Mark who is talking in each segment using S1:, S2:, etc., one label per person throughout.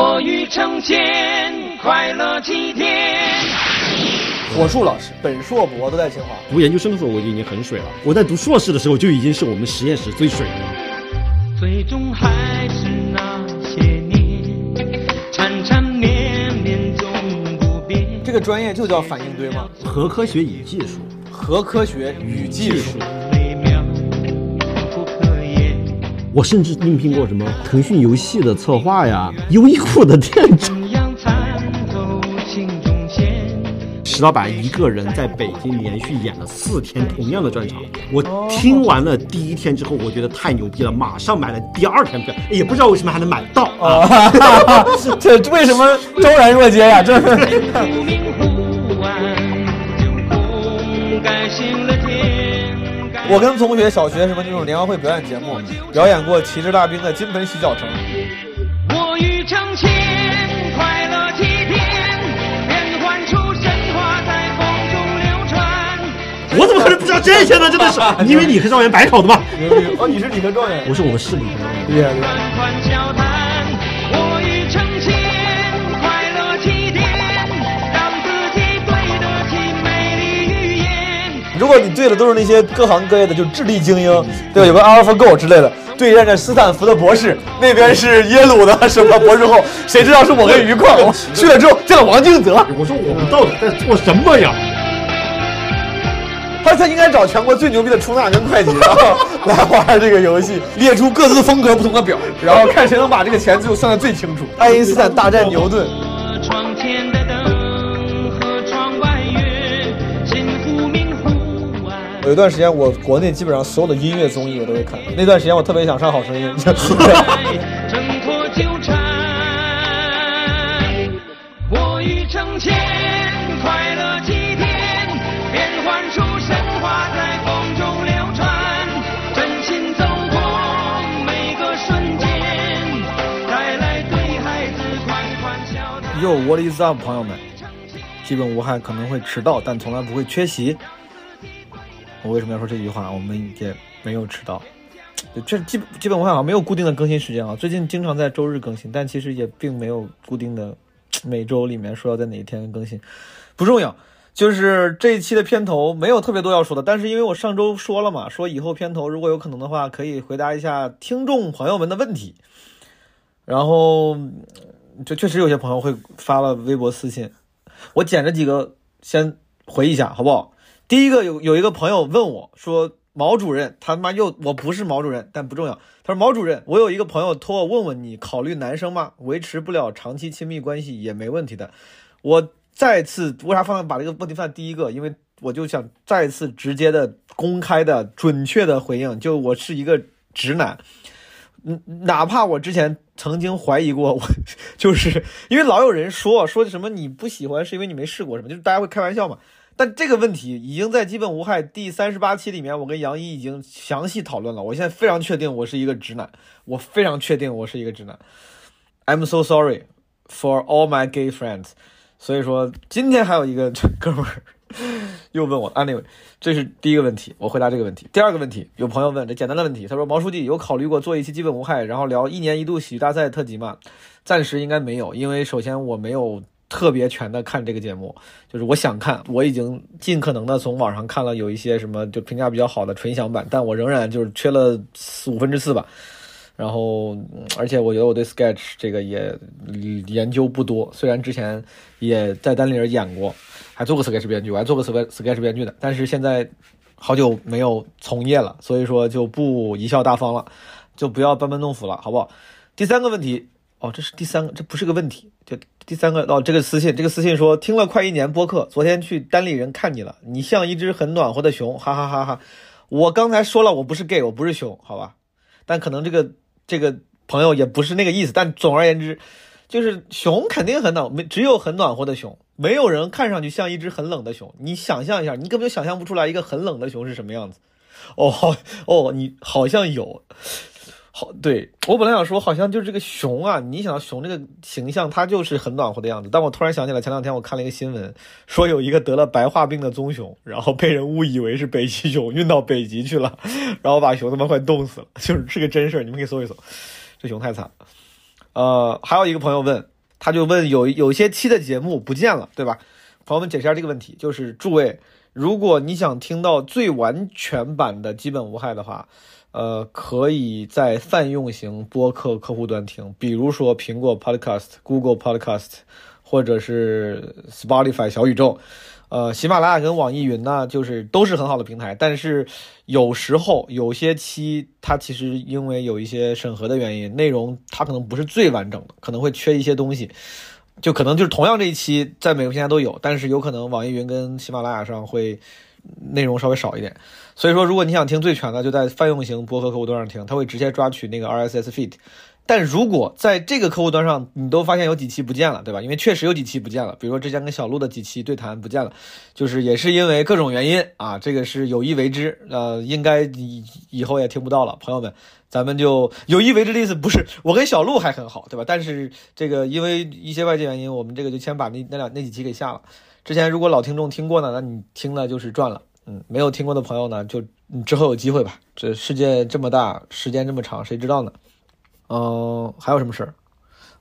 S1: 我欲成仙，快乐齐天。
S2: 火树老师本硕博都在清华，
S3: 读研究生的时候我就已经很水了，我在读硕士的时候就已经是我们实验室最水的。
S1: 最终还是那些年，缠缠绵绵总不变。
S2: 这个专业就叫反应堆吗？
S3: 核科学与技术，
S2: 核科学与技术。
S1: 美妙不可言，
S3: 我甚至应聘过什么腾讯游戏的策划呀，优衣库的店长。
S1: 怎样参透心中弦？
S3: 石老板一个人在北京连续演了四天同样的专场，我听完了第一天之后，我觉得太牛逼了，马上买了第二天票，也不知道为什么还能买到啊。
S2: 这为什么昭然若揭呀？这是
S1: 忽明忽暗，空该醒了天。
S2: 我跟同学小学什么那种联欢会表演节目，表演过旗帜大兵的《金盆洗脚城》。
S1: 我欲成仙，快乐齐天，变幻出神话在风中流传。
S3: 我怎么可能不知道这些呢？真 的是，你以为理科状元白考的吗？
S2: 牛逼！哦，你是理科状元，
S3: 我是我们市理科状元。
S2: 厉害厉害。
S1: 欢欢笑谈，我欲成仙，快乐齐天，让自己对得起美丽语言。
S2: 如果你对的都是那些各行各业的，就智力精英，对吧？有个 AlphaGo 之类的，对战着斯坦福的博士，那边是耶鲁的什么博士后，谁知道是我跟于矿？ 我去了之后见了王敬泽，
S3: 我说我们到底在做什么呀？
S2: 他他应该找全国最牛逼的出纳跟会计，然后 来玩这个游戏，列出各自风格不同的表，然后看谁能把这个钱最后算得最清楚。爱因斯坦大战牛顿，
S1: 我窗前的灯和窗外月，心忽明忽暗。
S2: 有一段时间我国内基本上所有的音乐综艺我都会看，那段时间我特别想上《好声音》
S1: 挣脱纠缠，我欲成仙，快乐齐天，变幻出神话在风中流传，真心走过每个瞬间，带来对孩子款款笑谈。
S2: Yo What is up，朋友们，基本无害可能会迟到，但从来不会缺席。我为什么要说这句话？我们也没有迟到。对这基本基本无害好像啊没有固定的更新时间啊，最近经常在周日更新，但其实也并没有固定的每周里面说要在哪一天更新，不重要。就是这一期的片头没有特别多要说的，但是因为我上周说了嘛，说以后片头如果有可能的话，可以回答一下听众朋友们的问题。然后就确实有些朋友会发了微博私信，我捡着几个先回一下，好不好？第一个有有一个朋友问我说：“毛主任，他妈又我不是毛主任，但不重要。”他说：“毛主任，我有一个朋友托我问问你，考虑男生吗？维持不了长期亲密关系也没问题的。”我再次为啥放在把这个问题放在第一个？因为我就想再次直接的、公开的、准确的回应，就我是一个直男。嗯，哪怕我之前曾经怀疑过，我 就是因为老有人说说什么你不喜欢是因为你没试过什么，就是大家会开玩笑嘛。但这个问题已经在《基本无害》第三十八期里面，我跟杨一已经详细讨论了。我现在非常确定我是一个直男，我非常确定我是一个直男。I'm so sorry for all my gay friends。所以说，今天还有一个 哥们儿又问我，anyway，这啊是第一个问题，我回答这个问题。第二个问题，有朋友问这简单的问题，他说毛书记有考虑过做一期《基本无害》，然后聊一年一度喜剧大赛特辑吗？暂时应该没有，因为首先我没有特别全的看这个节目，就是我想看，我已经尽可能的从网上看了有一些什么就评价比较好的纯享版，但我仍然就是缺了四五分之四吧。然后，嗯而且我觉得我对 sketch 这个也嗯研究不多，虽然之前也在单立人演过，还做过 sketch 编剧，我还做过 sketch sketch 编剧的，但是现在好久没有从业了，所以说就不贻笑大方了，就不要班门弄斧了，好不好？第三个问题，哦，这是第三个，这不是个问题，就第三个哦，这个私信，这个私信说听了快一年播客，昨天去单立人看你了，你像一只很暖和的熊，哈哈哈哈！我刚才说了，我不是 gay，我不是熊，好吧？但可能这个这个朋友也不是那个意思。但总而言之，就是熊肯定很暖，没只有很暖和的熊，没有人看上去像一只很冷的熊。你想象一下，你根本就想象不出来一个很冷的熊是什么样子。哦，好哦，你好像有，好，对我本来想说，好像就是这个熊啊，你想到熊这个形象，它就是很暖和的样子。但我突然想起来，前两天我看了一个新闻，说有一个得了白化病的棕熊，然后被人误以为是北极熊，运到北极去了，然后把熊他妈快冻死了， 就是是个真事儿，你们可以搜一搜，这熊太惨了。呃，还有一个朋友问，他就问有有些期的节目不见了，对吧？朋友们解释一下这个问题，就是诸位，如果你想听到最完全版的基本无害的话，呃，可以在泛用型播客客户端听，比如说苹果 Podcast、Google Podcast，或者是 Spotify 小宇宙。呃，喜马拉雅跟网易云呢，就是都是很好的平台，但是有时候有些期它其实因为有一些审核的原因，内容它可能不是最完整的，可能会缺一些东西，就可能就是同样这一期在每个平台都有，但是有可能网易云跟喜马拉雅上会内容稍微少一点。所以说，如果你想听最全的，就在泛用型播客客户端上听，它会直接抓取那个 RSS feed。但如果在这个客户端上，你都发现有几期不见了，对吧？因为确实有几期不见了，比如说之前跟小鹿的几期对谈不见了，就是也是因为各种原因啊，这个是有意为之。呃，应该以以后也听不到了，朋友们，咱们就有意为之的意思不是我跟小鹿还很好，对吧？但是这个因为一些外界原因，我们这个就先把那那两那几期给下了。之前如果老听众听过呢，那你听了就是赚了。嗯，没有听过的朋友呢，就你之后有机会吧。这世界这么大，时间这么长，谁知道呢？嗯、还有什么事儿？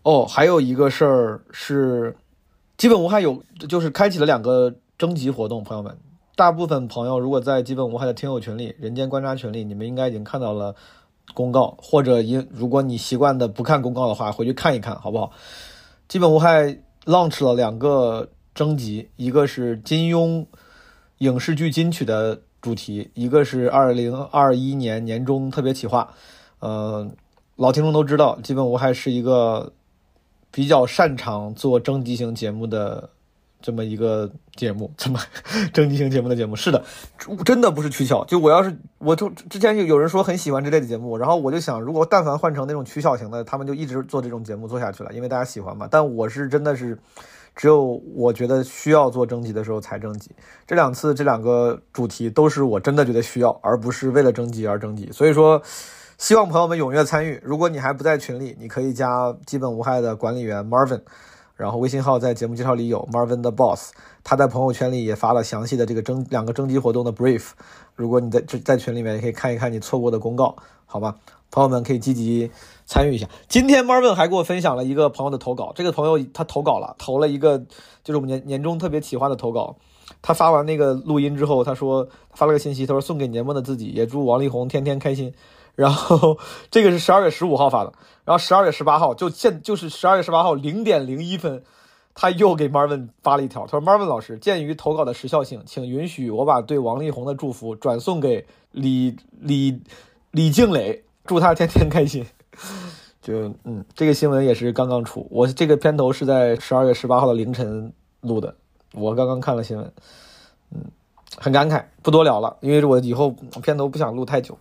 S2: 哦，还有一个事儿是，基本无害有就是开启了两个征集活动，朋友们。大部分朋友如果在基本无害的听友群里、人间观察群里，你们应该已经看到了公告，或者因如果你习惯的不看公告的话，回去看一看，好不好？基本无害 launch 了两个征集，一个是金庸影视剧金曲的主题，一个是二零二一年年终特别企划。呃，老听众都知道，基本无害是一个比较擅长做征集型节目的这么一个节目， 这么征集型节目的节目。是的，真的不是取巧。就我要是我就之前有有人说很喜欢这类的节目，然后我就想，如果但凡换成那种取巧型的，他们就一直做这种节目做下去了，因为大家喜欢嘛。但我是真的是。只有我觉得需要做征集的时候才征集。这两次这两个主题都是我真的觉得需要，而不是为了征集而征集。所以说，希望朋友们踊跃参与。如果你还不在群里，你可以加基本无害的管理员 Marvin，然后微信号在节目介绍里有 Marvin 的 Boss，他在朋友圈里也发了详细的这个征两个征集活动的 brief。如果你在这在群里面，也可以看一看你错过的公告，好吗？朋友们可以积极参与一下。今天 Marvin 还给我分享了一个朋友的投稿，这个朋友他投稿了，投了一个就是我们年年终特别企划的投稿。他发完那个录音之后，他说发了个信息，他说送给年末的自己，也祝王力宏天天开心。然后这个是十二月十五号发的，然后十二月十八号就现就是十二月十八号零点零一分，他又给 Marvin 发了一条，他说 Marvin 老师，鉴于投稿的时效性，请允许我把对王力宏的祝福转送给李李李静蕾，祝他天天开心。 就嗯，这个新闻也是刚刚出，我这个片头是在十二月十八号的凌晨录的，我刚刚看了新闻，嗯，很感慨，不多聊了，因为我以后片头不想录太久。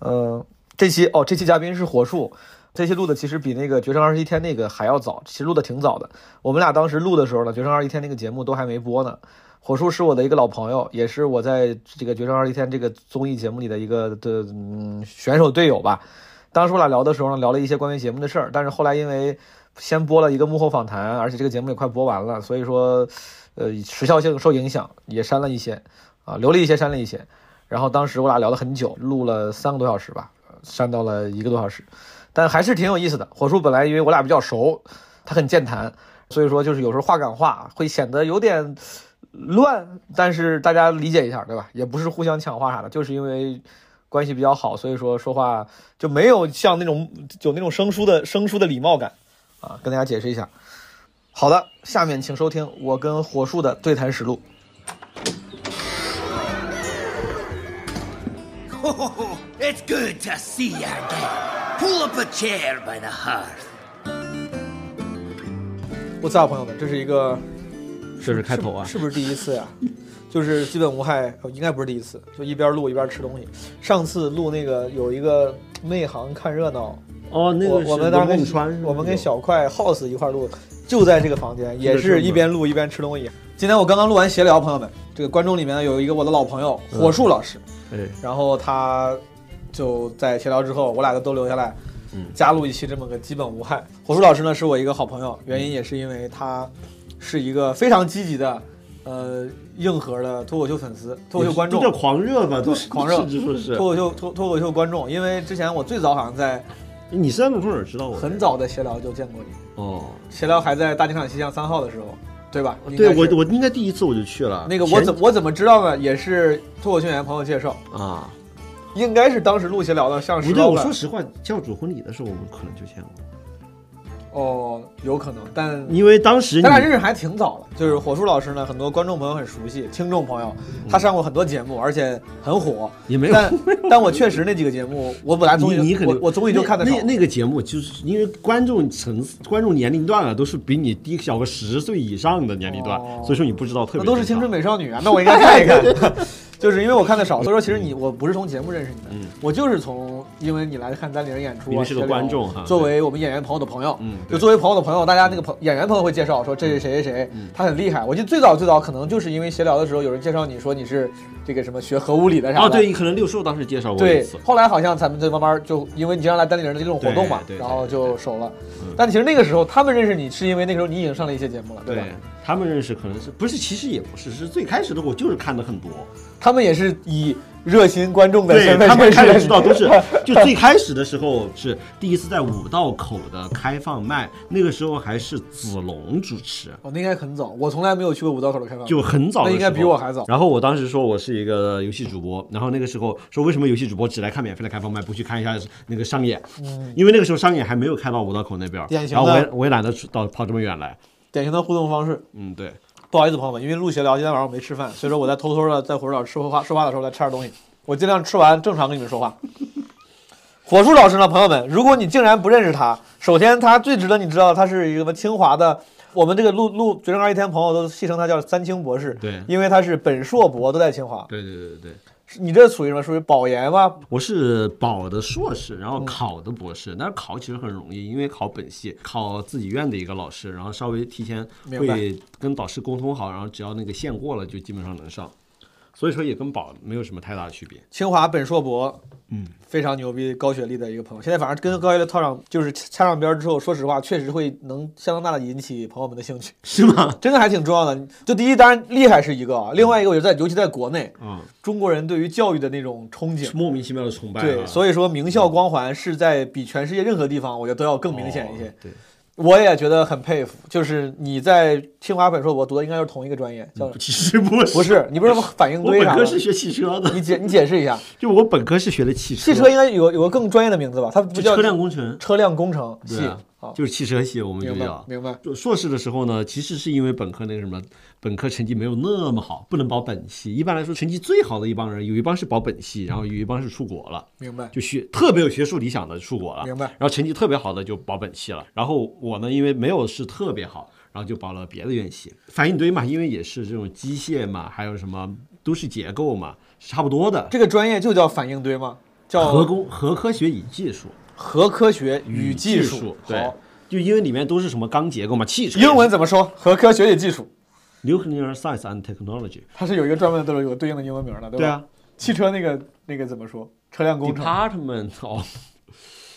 S2: 嗯，这期哦，这期嘉宾是火树，这期录的其实比那个《决胜二十一天》那个还要早，其实录的挺早的。我们俩当时录的时候呢，《决胜二十一天》那个节目都还没播呢。火树是我的一个老朋友，也是我在这个《决胜二十一天》这个综艺节目里的一个的嗯选手队友吧。当时我俩聊的时候呢，聊了一些关于节目的事儿，但是后来因为先播了一个幕后访谈，而且这个节目也快播完了，所以说，呃，时效性受影响，也删了一些，啊，留了一些，删了一些。然后当时我俩聊了很久，录了三个多小时吧，呃删到了一个多小时，但还是挺有意思的。火叔本来因为我俩比较熟，他很健谈，所以说就是有时候话赶话会显得有点乱，但是大家理解一下，对吧？也不是互相抢话啥的，就是因为关系比较好，所以说说话就没有像那种 有那种生疏的生疏的礼貌感啊，跟大家解释一下。好的，下面请收听我跟火树的对谈实录。
S4: Oh, it's good to see you again. Pull up a chair by the hearth.
S2: 我操，朋友们，这是一个
S3: 这是开头啊，
S2: 是不是第一次呀、就是基本无害，呃应该不是第一次，就一边录一边吃东西。上次录那个有一个内行看热闹，
S3: 哦，那
S2: 我
S3: 个
S2: 我们当时
S3: 当孟
S2: 跟
S3: 川，
S2: 我们跟小快 House 一块录，就在这个房间，也是一边录一边吃东西。今天我刚刚录完闲聊，朋友们，这个观众里面有一个我的老朋友
S3: 嗯
S2: 火树老师，
S3: 哎，
S2: 然后他就在闲聊之后，我俩都留下来，
S3: 嗯
S2: 加入一期这么个基本无害。火树老师呢是我一个好朋友，原因也是因为他是一个非常积极的，呃，硬核的脱口秀粉丝、脱口秀观众
S3: 这、叫狂热吧，都
S2: 狂热
S3: 是说是
S2: 脱口秀脱脱口秀观众。因为之前我最早好像在
S3: 你是在从哪儿知道我的？
S2: 很早的闲聊就见过你，
S3: 哦，
S2: 闲聊还在大机场西巷三号的时候，对吧？应该
S3: 对
S2: 是
S3: 我我应该第一次我就去了。
S2: 那个我
S3: 前
S2: 怎我怎么知道呢？也是脱口秀演员朋友介绍，
S3: 啊？
S2: 应该是当时录闲聊的，像
S3: 不
S2: 石
S3: 对，
S2: 老
S3: 我
S2: 板
S3: 说实话，教主婚礼的时候我们可能就见过，
S2: 哦，有可能，但
S3: 因为当时你
S2: 咱俩认识还挺早了，就是火树老师呢，很多观众朋友很熟悉，听众朋友，他上过很多节目，而且很火。
S3: 也嗯没有
S2: 但但我确实那几个节目，我本来综
S3: 你你
S2: 艺
S3: 肯
S2: 我
S3: 定
S2: 我综艺就看的
S3: 那
S2: 少
S3: 那，那个节目，就是因为观众层次、观众年龄段啊，都是比你低小个十岁以上的年龄段，
S2: 哦
S3: 所以说你不知道特别
S2: 那
S3: 正常。
S2: 都是青春美少女啊，那我应该看一 看。就是因为我看的少，所以说其实你我不是从节目认识你的，
S3: 嗯
S2: 我就是从因为你来看丹玲演出、啊，
S3: 你们是个
S2: 闲聊
S3: 观众哈
S2: 作为我们演员朋友的朋友，
S3: 嗯对嗯
S2: 就作为朋友的朋友，大家那个朋演员朋友会介绍说这是谁谁谁，他很厉害。我记得最早最早可能就是因为闲聊的时候有人介绍你说你是这个什么学核物理的啥的，
S3: 啊，对，可能六兽当时介绍过一
S2: 对
S3: 次，，
S2: 后来好像咱们就慢慢就因为你经常来单立人的这种活动嘛，
S3: 对对对
S2: 然后就熟了
S3: 嗯。
S2: 但其实那个时候他们认识你，是因为那个时候你已经上了一些节目了，吧？
S3: 他们认识可能是不是？其实也不是，是最开始的我就是看的很多，
S2: 他们也是以热心观众的身份
S3: 他们
S2: 认识
S3: 看
S2: 的
S3: 的
S2: 你
S3: 知道都是，就最开始的时候是第一次在五道口的开放麦，那个时候还是子龙主持，
S2: 哦，那应该很早，我从来没有去过五道口的开放麦，
S3: 就很早的
S2: 那应该
S3: 时候
S2: 比我还早
S3: 然后我当时说我是一个游戏主播，然后那个时候说为什么游戏主播只来看免费的开放麦，不去看一下那个商演？因为那个时候商演还没有开到五道口那边儿，
S2: 嗯典型
S3: 然后我
S2: 的
S3: 也我也懒得出到跑这么远来。
S2: 典型的互动方式。
S3: 嗯，对，
S2: 不好意思，朋友们，因为录闲聊，今天晚上我没吃饭，所以说我在偷偷的在火树老师说话说话的时候再吃点东西，我尽量吃完正常跟你们说话。 火树老师呢，朋友们，如果你竟然不认识他，首先他最值得你知道，他是一个什么清华的，我们这个录录《决胜二一天》朋友都戏称他叫三清博士，
S3: 对
S2: 因为他是本硕博都在清华。
S3: 对对对对对，
S2: 你这属于什么？属于保研吗？
S3: 我是保的硕士，然后
S2: 嗯
S3: 考的博士，但是考其实很容易，因为考本系，考自己院的一个老师，然后稍微提前
S2: 明白
S3: 会跟导师沟通好，然后只要那个线过了，就基本上能上。所以说也跟保没有什么太大的 区别。
S2: 清华本硕博，嗯，非常牛逼、高学历的一个朋友。现在反正跟高学历套上，就是掐上边儿之后，说实话，确实会能相当大的引起朋友们的兴趣。
S3: 是吗？
S2: 真的还挺重要的。就第一，当然厉害是一个啊，另外一个我觉得在尤其在国内，
S3: 嗯，
S2: 中国人对于教育的那种憧憬，
S3: 莫名其妙的崇拜、啊。
S2: 对，所以说名校光环是在比全世界任何地方，我觉得都要更明显嗯一些。
S3: 哦对，
S2: 我也觉得很佩服，就是你在清华本硕博读的应该就是同一个专业，叫
S3: 其实不是，
S2: 不是？你不是什么反应
S3: 嗯我
S2: 堆
S3: 本
S2: 啥
S3: 科
S2: 的？
S3: 是学汽车的，
S2: 你 解你解释一下，
S3: 就我本科是学的汽
S2: 汽
S3: 车，
S2: 车应该有有个更专业的名字吧？它不
S3: 就
S2: 叫
S3: 车辆工程
S2: 车辆工程系
S3: 对啊
S2: 好，
S3: 就是汽车系，我们就
S2: 明白
S3: 叫。
S2: 明白。
S3: 就硕士的时候呢，其实是因为本科那个什么，本科成绩没有那么好，不能保本系。一般来说，成绩最好的一帮人，有一帮是保本系，然后有一帮是出国了。
S2: 明白
S3: 就学特别有学术理想的出国了，
S2: 明白
S3: 然后成绩特别好的就保本系了，然后我呢，因为没有是特别好，然后就保了别的院系。反应堆嘛，因为也是这种机械嘛，还有什么都市结构嘛，是差不多的。
S2: 这个专业就叫反应堆吗？叫
S3: 核工核科学与技术
S2: 核科学与技
S3: 术，对
S2: 好，，
S3: 就因为里面都是什么钢结构嘛，汽车
S2: 英文怎么说？核科学与技术，
S3: nuclear science and technology，
S2: 它是有一个专门的，都有个对应的英文名的，对吧？
S3: 对啊。
S2: 汽车那个那个怎么说？车辆工程，
S3: ，department of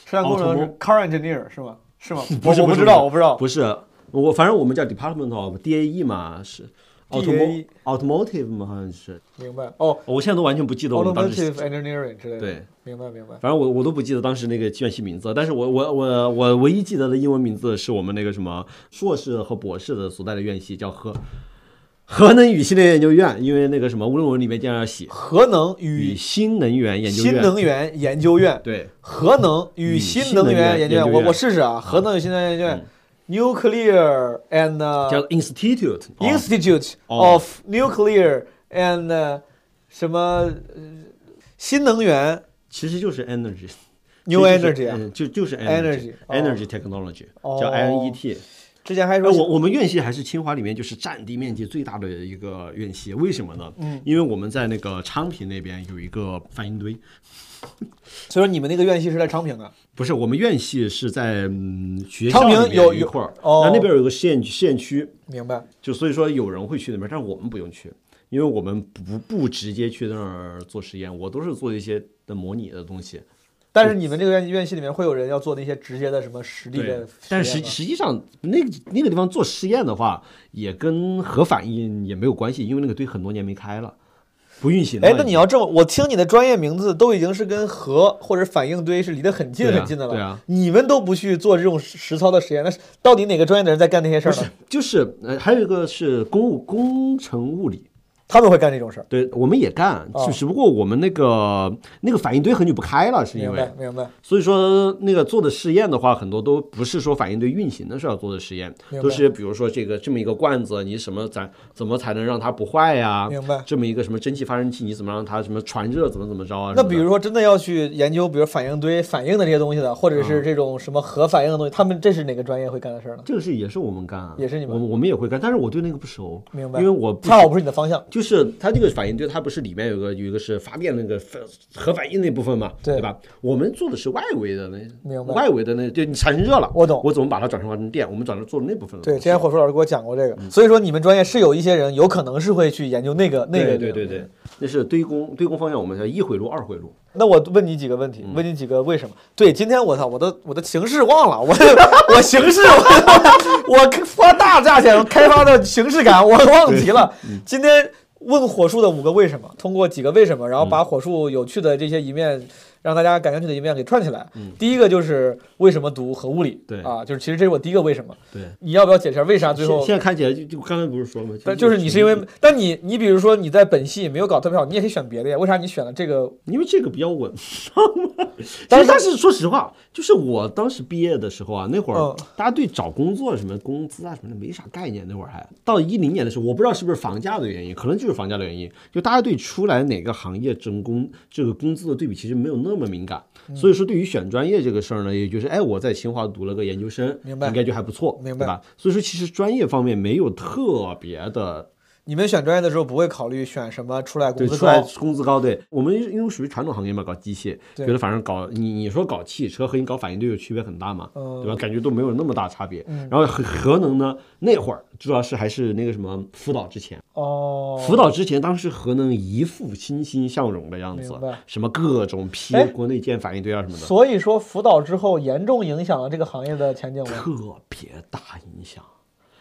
S2: 车辆工程是
S3: Automobile
S2: car engineer 是吗？是吗？
S3: 不是
S2: 我我不知道，我不知道。
S3: 哦不是我，反正我们叫 department of DAE 嘛，是 automo
S2: DAE
S3: automotive 嘛，好像是。
S2: 明白哦
S3: 我现在都完全不记得我们当时
S2: ，automotive，engineering 之类的。
S3: 对，
S2: 明白明白。
S3: 反正我我都不记得当时那个院系名字，但是我我我我唯一记得的英文名字是我们那个什么硕士和博士的所在的院系叫核核能与新能源研究院，因为那个什么论文里面经常写
S2: 核能
S3: 与
S2: 与
S3: 新能源研究院，
S2: 新能源研究院，
S3: 对
S2: 核能与
S3: 与
S2: 新
S3: 新
S2: 能
S3: 能
S2: 源
S3: 源
S2: 研究院，
S3: 研究
S2: 我
S3: 院嗯
S2: 我试试啊，核能与新能源研究院，nuclear and
S3: 叫
S2: uh,
S3: institute，哦
S2: Institute
S3: 哦
S2: of Nuclear and 呃什么呃新能源
S3: 其实就是 energy。
S2: New
S3: 其实就是
S2: Energy 啊。
S3: 嗯就就是
S2: Energy，
S3: energy
S2: 哦
S3: energy technology，
S2: 哦
S3: 叫 INET。
S2: 之前还
S3: 哎，
S2: 说
S3: 我我们院系还是清华里面就是占地面积最大的一个院系，为什么呢？嗯，因为我们在那个昌平那边有一个反应堆，
S2: 所以说你们那个院系是在昌平的，
S3: 不是，我们院系是在、嗯、学
S2: 昌
S3: 校
S2: 平
S3: 里面
S2: 有
S3: 一
S2: 有
S3: 块儿，
S2: 哦
S3: 那那边有个实验实验区，
S2: 明白？
S3: 就所以说有人会去那边，但是我们不用去，因为我们不不直接去那儿做实验，我都是做一些的模拟的东西。
S2: 但是你们这个院院系里面会有人要做那些直接的什么实地的
S3: 对
S2: 实验吗，，
S3: 但实实际上那个那个地方做实验的话，也跟核反应也没有关系，因为那个堆很多年没开了。不运行了。
S2: 哎，那你要这么，我听你的专业名字都已经是跟核或者反应堆是离得很近
S3: 对啊
S2: 很近的了。
S3: 对啊
S2: 你们都不去做这种实实操的实验，那是到底哪个专业的人在干那些事儿呢？
S3: 就是呃，还有一个是公务工程物理，
S2: 他们会干这种事儿。
S3: 对我们也干，
S2: 哦
S3: 就只不过我们那个那个反应堆很久不开了，是因
S2: 明
S3: 为
S2: 白，明白。
S3: 所以说，那个做的试验的话，很多都不是说反应堆运行的时候要做的实验
S2: 明，白
S3: 都是比如说这个这么一个罐子，你什么咱怎么才能让它不坏呀、
S2: 明白
S3: 这么一个什么蒸汽发生器，你怎么让它什么传热，怎么怎么着啊？
S2: 那
S3: 什么的
S2: 比如说，真的要去研究，比如反应堆反应的这些东西的，或者
S3: 嗯
S2: 是这种什么核反应的东西，他们这是哪个专业会干的事儿呢？
S3: 这个是也是我们干啊，
S2: 也是你们
S3: 我我们也会干，但是我对那个不熟，
S2: 明白
S3: 因为我不嗯
S2: 恰好不是你的方向。
S3: 就是它这个反应堆，它不是里面有个有一个是发电那个反核反应那部分嘛，
S2: 对
S3: 吧？我们做的是外围的那
S2: 明白
S3: 外围的那，就你产生热了，
S2: 我懂
S3: 我怎么把它转化成电？我们嗯转成做那部分了。
S2: 对，之前火树老师给我讲过这个，所以说你们专业是有一些人有可能是会去研究那个那个。
S3: 对对对对，那是堆工堆工方向，我们叫一回路、二回路。
S2: 那我问你几个问题，
S3: 嗯
S2: 问你几个为什么？对，今天我操，我都我的形式忘了，我 我形式我我花大价钱开发的形式感我忘极了。
S3: 嗯
S2: 今天问火树的五个为什么，通过几个为什么，然后
S3: 嗯
S2: 把火树有趣的这些一面。让大家感兴趣的一面给串起来。第一个就是为什么读核物理？
S3: 嗯对
S2: 啊，就是其实这是我第一个为什么。
S3: 对，
S2: 你要不要解释为啥最后
S3: 现现在看起来就就刚才不是说了吗？
S2: 但就是你是因为，但你你比如说你在本系没有搞特别好，你也可以选别的呀。为啥你选了这个？
S3: 因为这个比较稳，知道吗？
S2: 但是
S3: 但是但是说实话，就是我当时毕业的时候啊，那会儿
S2: 嗯
S3: 大家对找工作什么工资啊什么的没啥概念，那会儿还到一零年的时候，我不知道是不是房价的原因，可能就是房价的原因，就大家对出来哪个行业挣工这个工资的对比其实没有那么敏感，
S2: 嗯
S3: 所以说对于选专业这个事儿呢，也就是哎我在清华读了个研究生，
S2: 明白
S3: 应该就还不错，
S2: 明白
S3: 对吧？所以说其实专业方面没有特别的
S2: 你们选专业的时候不会考虑选什么出来工
S3: 对，
S2: 资
S3: 出来
S2: 高？
S3: 工资高，对我们因为属于传统行业嘛，搞机械，
S2: 对
S3: 觉得反正搞你你说搞汽车和你搞反应堆有区别很大嘛，
S2: 嗯
S3: 对吧？感觉都没有那么大差别。然后核核能呢，那会儿主要是还是那个什么辅导之前，
S2: 哦，
S3: 辅导之前，当时核能一副欣欣向荣的样子
S2: 明白，
S3: 什么各种批
S2: 哎
S3: 国内建反应堆啊什么的，
S2: 所以说辅导之后严重影响了这个行业的前景吗？
S3: 特别大影响。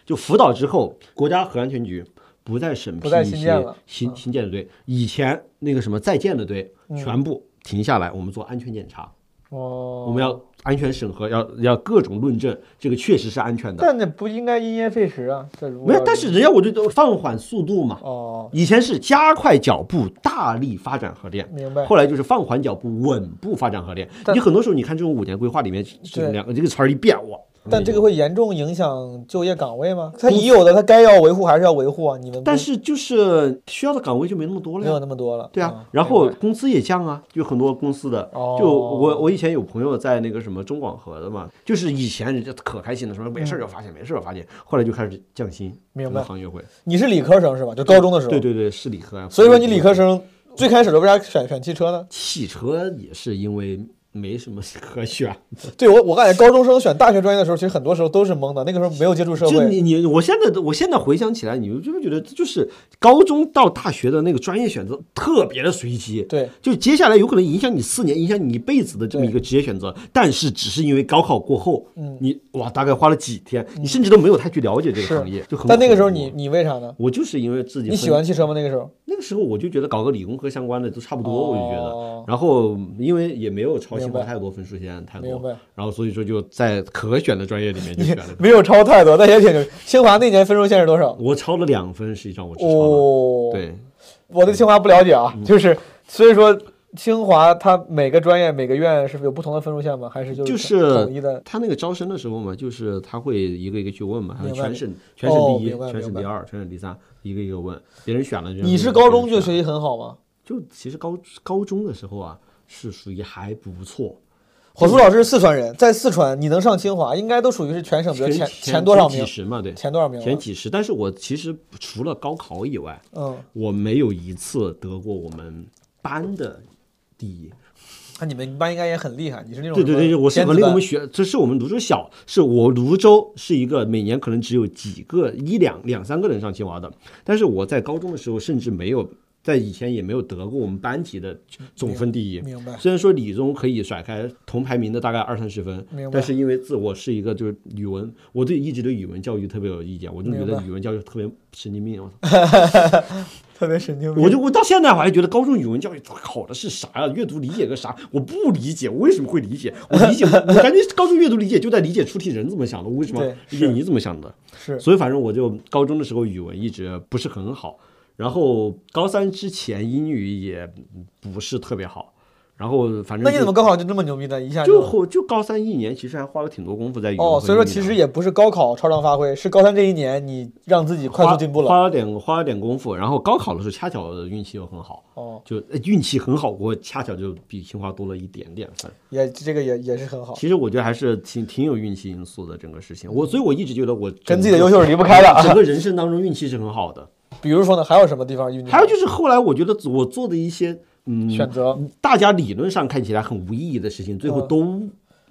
S3: 就辅导之后，国家核安全局不再审批
S2: 不再
S3: 一
S2: 新
S3: 些
S2: 建了嗯
S3: 新新建的队，以前那个什么在建的队全部停下来，我们做安全检查，
S2: 哦，
S3: 我们要安全审核，要要各种论证，这个确实是安全的。
S2: 但那不应该因噎废食啊？这如果
S3: 没有
S2: 要，
S3: 但是人家我就都放缓速度嘛。
S2: 哦，
S3: 以前是加快脚步，大力发展核电，
S2: 明白
S3: 后来就是放缓脚步，稳步发展核电。
S2: 但
S3: 你很多时候你看这种五年规划里面，这
S2: 对
S3: 种两个这个词儿一变，哇！
S2: 但这个会严重影响就业岗位吗？他已有的他该要维护还是要维护啊？你们不
S3: 但是就是需要的岗位就没那么多了
S2: 没
S3: 呀
S2: 有。那么多了。
S3: 对
S2: 嗯
S3: 啊，然后工资也降啊，就很多公司的，
S2: 哦
S3: 就我我以前有朋友在那个什么中广核的嘛，就是以前人家可开心了，什么没事儿就发现，没事儿就发现，后来就开始降薪，
S2: 嗯明白
S3: 整个行业会，
S2: 你是理科生是吧？就高中的时候。
S3: 对。对对，是理科啊，
S2: 所以说你理科生最开始的为啥选选汽车呢？
S3: 汽车也是因为没什么可选，
S2: 对我，我感觉高中生选大学专业的时候，其实很多时候都是懵的，那个时候没有接触社
S3: 就
S2: 会。
S3: 你你我现在都我现在回想起来，你就不觉得就是高中到大学的那个专业选择特别的随机，
S2: 对，
S3: 就接下来有可能影响你四年，影响你一辈子的这么一个职业选择，但是只是因为高考过后，嗯，你哇，大概花了几天，你甚至都没有太去了解这个
S2: 是
S3: 行业，就很。
S2: 但那个时候你，你为啥呢？
S3: 我就是因为自己
S2: 你
S3: 分
S2: 喜欢汽车吗？那个时候？
S3: 那个时候我就觉得搞个理工科相关的都差不多，我就觉
S2: 哦
S3: 得，然后因为也没有超
S2: 明
S3: 清
S2: 白
S3: 华太多分数线太
S2: 明白。
S3: 多，然后所以说就在可选的专业里面就选了
S2: 没有超太多，但也挺清华那年分数线是多少？
S3: 我超了两分，实际上我只超了，
S2: 哦，，
S3: 对，嗯
S2: 我对清华不了解啊，就是所以说清华它每个专业每个院是不是有不同的分数线吗？还是就是
S3: 就是
S2: 统一的？
S3: 他那个招生的时候嘛，就是他会一个一个去问嘛，还有
S2: 明白哦
S3: 全省全省第一、
S2: 明白
S3: 全省
S2: 明白
S3: 第二、全省第三，一个一个问，别人选了就让
S2: 你是
S3: 别人选
S2: 高中就学习很好吗？
S3: 就其实高高中的时候啊，是属于还不错，
S2: 火树老师是四川人，在四川你能上清华，应该都属于是全省，比如前
S3: 前
S2: 前多少
S3: 前
S2: 名
S3: 几？十嘛，对，
S2: 前多少名了？
S3: 前几十。但是我其实除了高考以外，
S2: 嗯，
S3: 我没有一次得过我们班的第一。
S2: 那你们班应该也很厉害，你是那种
S3: 对对
S2: 什
S3: 对，
S2: 么
S3: 我是
S2: 尖
S3: 和
S2: 子
S3: 那个我
S2: 班
S3: 们学，这是我们泸州小，是我泸州是一个每年可能只有几个一两两三个人上清华的，但是我在高中的时候甚至没有。在以前也没有得过我们班级的总分第一，
S2: 明白
S3: 虽然说理综可以甩开同排名的大概二三十分
S2: 明白，
S3: 但是因为自我是一个就是语文，我对一直对语文教育特别有意见，我就觉
S2: 明
S3: 得
S2: 白
S3: 语文教育特别神经病，我操！
S2: 特别神经病。
S3: 我就我到现在我还觉得高中语文教育考的是啥呀、阅读理解个啥？我不理解，我为什么会理解？我理解，我感觉高中阅读理解就在理解出题人怎么想的，我为什么
S2: 对
S3: 理解你怎么想的？
S2: 是
S3: 所以反正我就高中的时候语文一直不是很好，然后高三之前英语也不是特别好，然后反正
S2: 那你
S3: 就
S2: 怎么高考就这么牛逼呢？一下
S3: 就后就高三一年，其实还花了挺多功夫在语文
S2: 哦，
S3: 和
S2: 所以说
S3: 英语
S2: 其
S3: 上
S2: 实也不是高考超常发挥，是高三这一年你让自己快速进步了。
S3: 花花了点花了点功夫，然后高考的时候恰巧运气又很好，
S2: 哦，
S3: 就呃运气很好，我恰巧就比清华多了一点点分。
S2: 也这个也也是很好，
S3: 其实我觉得还是挺挺有运气因素的整个事情，我所以我一直觉得我
S2: 跟
S3: 整
S2: 自己的
S3: 个
S2: 优秀是离不开的。啊
S3: 整个人生当中运气是很好的。
S2: 比如说呢，还有什么地方运气好？
S3: 还有就是后来我觉得我做的一些嗯
S2: 选择，
S3: 大家理论上看起来很无意义的事情，最后
S2: 嗯
S3: 都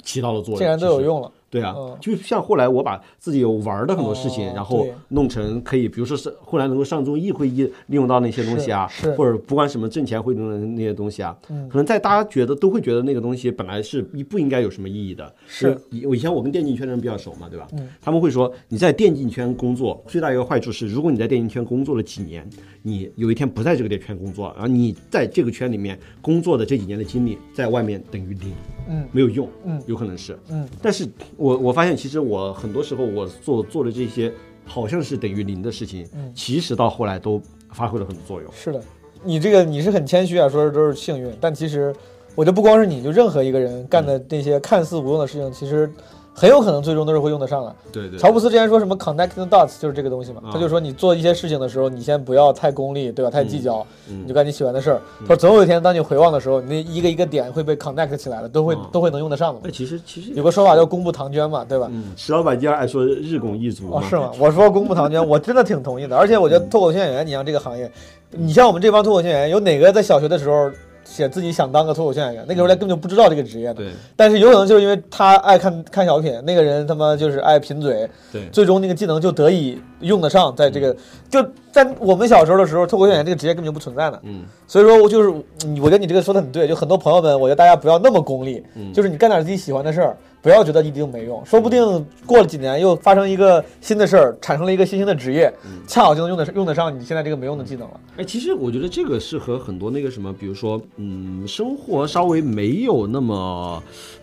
S3: 起到了作用，
S2: 竟然都有
S3: 其实
S2: 用了。
S3: 对啊
S2: 嗯，
S3: 就像后来我把自己玩儿的很多事情
S2: 哦，
S3: 然后
S2: 对
S3: 弄成可以，比如说是后来能够上综艺会议利用到那些东西啊
S2: 是是，
S3: 或者不管什么挣钱会用的那些东西啊，
S2: 嗯
S3: 可能在大家觉得都会觉得那个东西本来是不应该有什么意义的。
S2: 是嗯
S3: 就以，我以前我跟电竞圈的人比较熟嘛，对吧？他们会说你在电竞圈工作最大一个坏处是，如果你在电竞圈工作了几年，你有一天不在这个电圈工作，然后你在这个圈里面工作的这几年的经历，在外面等于零。
S2: 嗯
S3: 没有用，
S2: 嗯
S3: 有可能是，
S2: 嗯，
S3: 但是我我发现其实我很多时候我做做的这些好像是等于零的事情，
S2: 嗯
S3: 其实到后来都发挥了很多作用。
S2: 是的，你这个你是很谦虚啊，说都是幸运，但其实我觉得不光是你，就任何一个人干
S3: 嗯
S2: 的那些看似无用的事情，其实很有可能最终都是会用得上的。
S3: 对对
S2: 乔布斯之前说什么 connecting dots 就是这个东西嘛，
S3: 啊
S2: 他就说你做一些事情的时候，你先不要太功利，对吧？太计较，
S3: 嗯
S2: 你就干你喜欢的事儿。他说总有一天，当你回望的时候，你那一个一个点会被 connect 起来的，都会、
S3: 啊
S2: 都会能用得上的嘛
S3: 那。其实其实
S2: 有个说法叫“公布唐娟”嘛，对吧？
S3: 嗯，石老板经常爱说日拱一卒
S2: 哦，
S3: 嘛
S2: 是吗？我说公布唐娟，我真的挺同意的。而且我觉
S3: 嗯
S2: 得脱口秀演员，你像这个行业，你像我们这帮脱口秀演员，有哪个在小学的时候写自己想当个脱口秀演员？那个时候他根本就不知道这个职业的。
S3: 嗯对
S2: 但是有可能就是因为他爱看看小品，那个人他妈就是爱贫嘴，
S3: 对
S2: 最终那个技能就得以用得上，在这
S3: 嗯
S2: 个就在我们小时候的时候，脱口秀演员这个职业根本就不存在的。
S3: 嗯，
S2: 所以说，我就是你，我觉得你这个说的很对，就很多朋友们，我觉得大家不要那么功利，
S3: 嗯
S2: 就是你干点自己喜欢的事儿，不要觉得一定没用，说不
S3: 嗯
S2: 定过了几年又发生一个新的事儿，产生了一个新兴的职业，
S3: 嗯
S2: 恰好就能用得用得上你现在这个没用的技能了。
S3: 哎，其实我觉得这个是和很多那个什么，比如说，嗯，生活稍微没有那么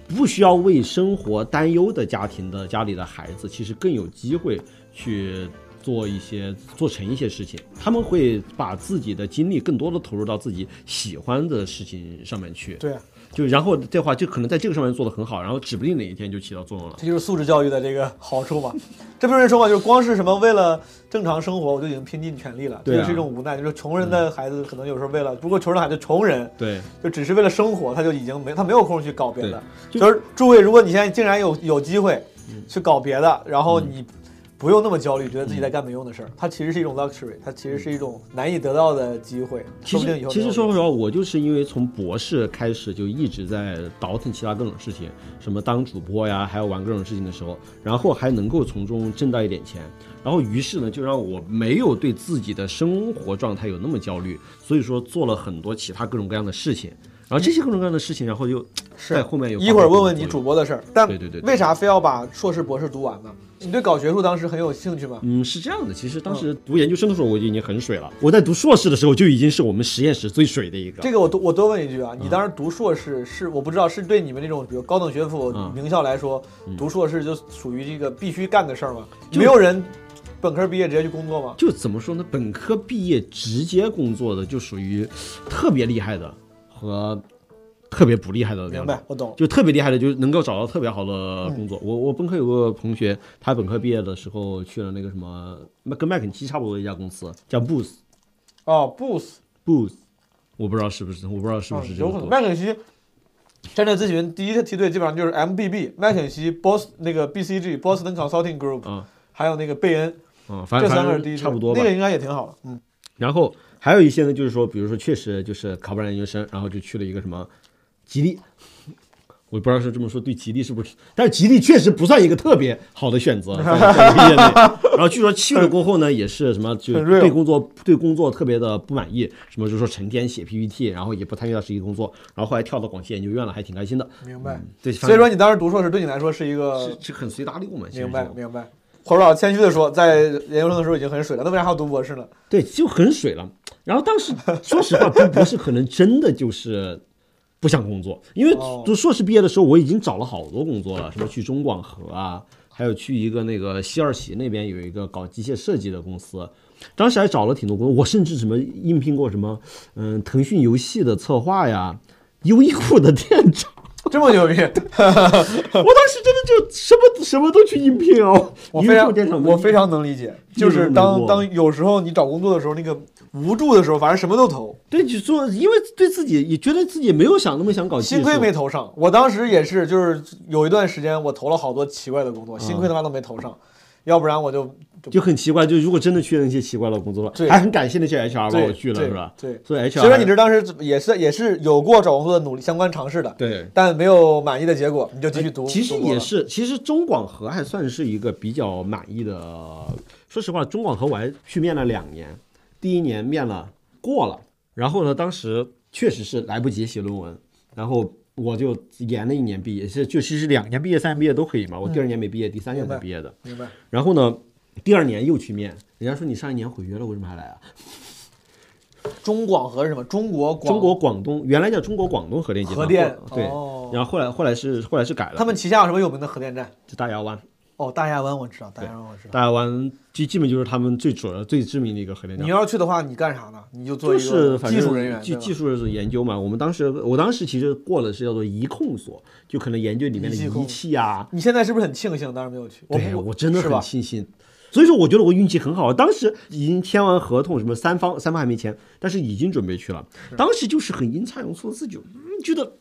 S3: 不需要为生活担忧的家庭的家里的孩子，其实更有机会去做一些做成一些事情。他们会把自己的精力更多的投入到自己喜欢的事情上面去，
S2: 对啊，
S3: 就然后的话，就可能在这个上面做得很好，然后指不定哪一天就起到作用了。
S2: 这就是素质教育的这个好处 嘛。这不是说嘛，就是光是什么为了正常生活，我就已经拼尽全力了，
S3: 对啊嗯
S2: 这就是一种无奈。就是穷人的孩子可能有时候为了，不过穷人的孩子穷人，
S3: 对，
S2: 就只是为了生活，他就已经没他没有空去搞别的。
S3: 对就
S2: 就是诸位，如果你现在竟然有有机会去搞别的，然后
S3: 嗯
S2: 你不用那么焦虑，觉得自己在干没用的事儿，它其实是一种 luxury，它其实是一种难以得到的机会。说
S3: 其
S2: 不定
S3: 实
S2: 以后
S3: 嗯其
S2: 没
S3: 实
S2: 有
S3: 说实话，我就是因为从博士开始就一直在倒腾其他各种事情，什么当主播呀，还有玩各种事情的时候，然后还能够从中挣到一点钱，然后于是呢，就让我没有对自己的生活状态有那么焦虑，所以说做了很多其他各种各样的事情，然后这些各种各样的事情，然后又
S2: 是
S3: 在后面有
S2: 一会儿问问你主播的事儿，但
S3: 对对对对
S2: 为啥非要把硕士博士读完呢？你对搞学术当时很有兴趣吗？
S3: 嗯，是这样的，其实当时读研究生的时候我就已经很水了，我在读硕士的时候就已经是我们实验室最水的一个。
S2: 这个我多我多问一句啊，你当时读硕士是我不知道是对你们这种比如高等学府
S3: 嗯
S2: 名校来说，读硕士就属于这个必须干的事儿吗？
S3: 就
S2: 没有人本科毕业直接去工作吗？
S3: 就怎么说呢？本科毕业直接工作的就属于特别厉害的和特别不厉害的
S2: 明
S3: 两种
S2: 白。，嗯我懂。
S3: 就特别厉害的，就是能够找到特别好的工作。我我本科有个同学，他本科毕业的时候去了那个什么，跟麦肯锡差不多的一家公司，叫 Booth
S2: 哦，Booth，
S3: Booth，我不知道是不是，我不知道是不是
S2: 嗯
S3: 这
S2: 哦有
S3: 个
S2: 可能。
S3: 读。
S2: 麦肯锡战略咨询第一个梯队基本上就是 MBB，麦肯锡、Bos 那个 BCG、Boston Consulting Group，、
S3: 啊
S2: 还有那个贝恩，
S3: 嗯，反
S2: 这
S3: 正
S2: 三
S3: 反
S2: 个是第一梯队
S3: 正差不多吧。
S2: 那个应该也挺好的。嗯，
S3: 然后还有一些呢，就是说，比如说确实就是考不上研究生，然后就去了一个什么吉利，我不知道是这么说对吉利是不是，但是吉利确实不算一个特别好的选择，在在这个业内。然后据说去了过后呢，也是什么就
S2: 很 real
S3: 对工作对工作特别的不满意，什么就是说成天写 PPT，然后也不参与到实际工作，然后后来跳到广西研究院了，还挺开心的。
S2: 明白。
S3: 对，
S2: 所以说你当时读硕士对你来说是一个
S3: 是是很随大流嘛，其实
S2: 明白
S3: 这种
S2: 明白。或者老谦虚的说，在研究生的时候已经很水了，那为啥还要读博士呢？
S3: 对，就很水了。然后当时说实话，读博士可能真的就是不想工作，因为
S2: 哦
S3: 读硕士毕业的时候我已经找了好多工作了，什么去中广核啊，还有去一个那个西二旗那边有一个搞机械设计的公司。当时还找了挺多工作，我甚至什么应聘过什么，嗯，腾讯游戏的策划呀，优衣库的店长，
S2: 这么牛逼，
S3: 我当时真的就什么什么都去应聘哦，
S2: 我
S3: 优
S2: 非
S3: 衣库店长
S2: 常我非常能理解，就是当
S3: 过
S2: 当有时候你找工作的时候，那个无助的时候，反正什么都投，
S3: 对，就做，因为对自己也觉得自己没有想那么想搞技术，
S2: 幸亏没投上。我当时也是，就是有一段时间我投了好多奇怪的工作，幸亏他妈都没投上，要不然我就
S3: 就很奇怪，就如果真的去了那些奇怪的工作
S2: 对
S3: 还很感谢那些 HR 把
S2: 对
S3: 我去了，
S2: 对
S3: 是吧？
S2: 对
S3: 所以 HR
S2: 虽然你这当时也是也是有过找工作的努力相关尝试的，
S3: 对。哎
S2: 但没有满意的结果，你就继续读。
S3: 其实
S2: 读博
S3: 也
S2: 了
S3: 是，其实中广核还算是一个比较满意的。说实话，中广核我还去面了两年，第一年面了过了，然后呢，当时确实是来不及写论文，然后我就延了一年毕业，是就其实两年毕业、三年毕业都可以嘛。我第二年没毕业，第三年才
S2: 明白
S3: 毕业的。
S2: 明白。
S3: 然后呢，第二年又去面，人家说你上一年毁约了，为什么还来啊？
S2: 中广核是什么？中国广
S3: 中国广东原来叫中国广东核电集团，
S2: 核电
S3: 后对，
S2: 哦
S3: 然后后来后来是后来是改了，
S2: 他们旗下有什么有名的核电站？
S3: 就大亚湾，
S2: 哦，大亚湾我知道，大亚湾我知道。
S3: 大亚湾基基本就是他们最主要最知名的一个核电
S2: 你
S3: 站。
S2: 要是去的话，你干啥呢？你就做
S3: 就
S2: 一个
S3: 是反
S2: 技
S3: 正
S2: 术人员，
S3: 技
S2: 对吧
S3: 技术人研究嘛。我们当时，我当时其实过的是叫做仪控所，就可能研究里面的
S2: 仪器控
S3: 仪器啊。
S2: 你现在是不是很庆幸当时没有去？
S3: 对，
S2: 我
S3: 我真的
S2: 是
S3: 很
S2: 吧？
S3: 庆幸，所以说我觉得我运气很好。啊当时已经签完合同，什么三方三方还没签，但是已经准备去了。当时就是很阴差阳错，自己就嗯觉得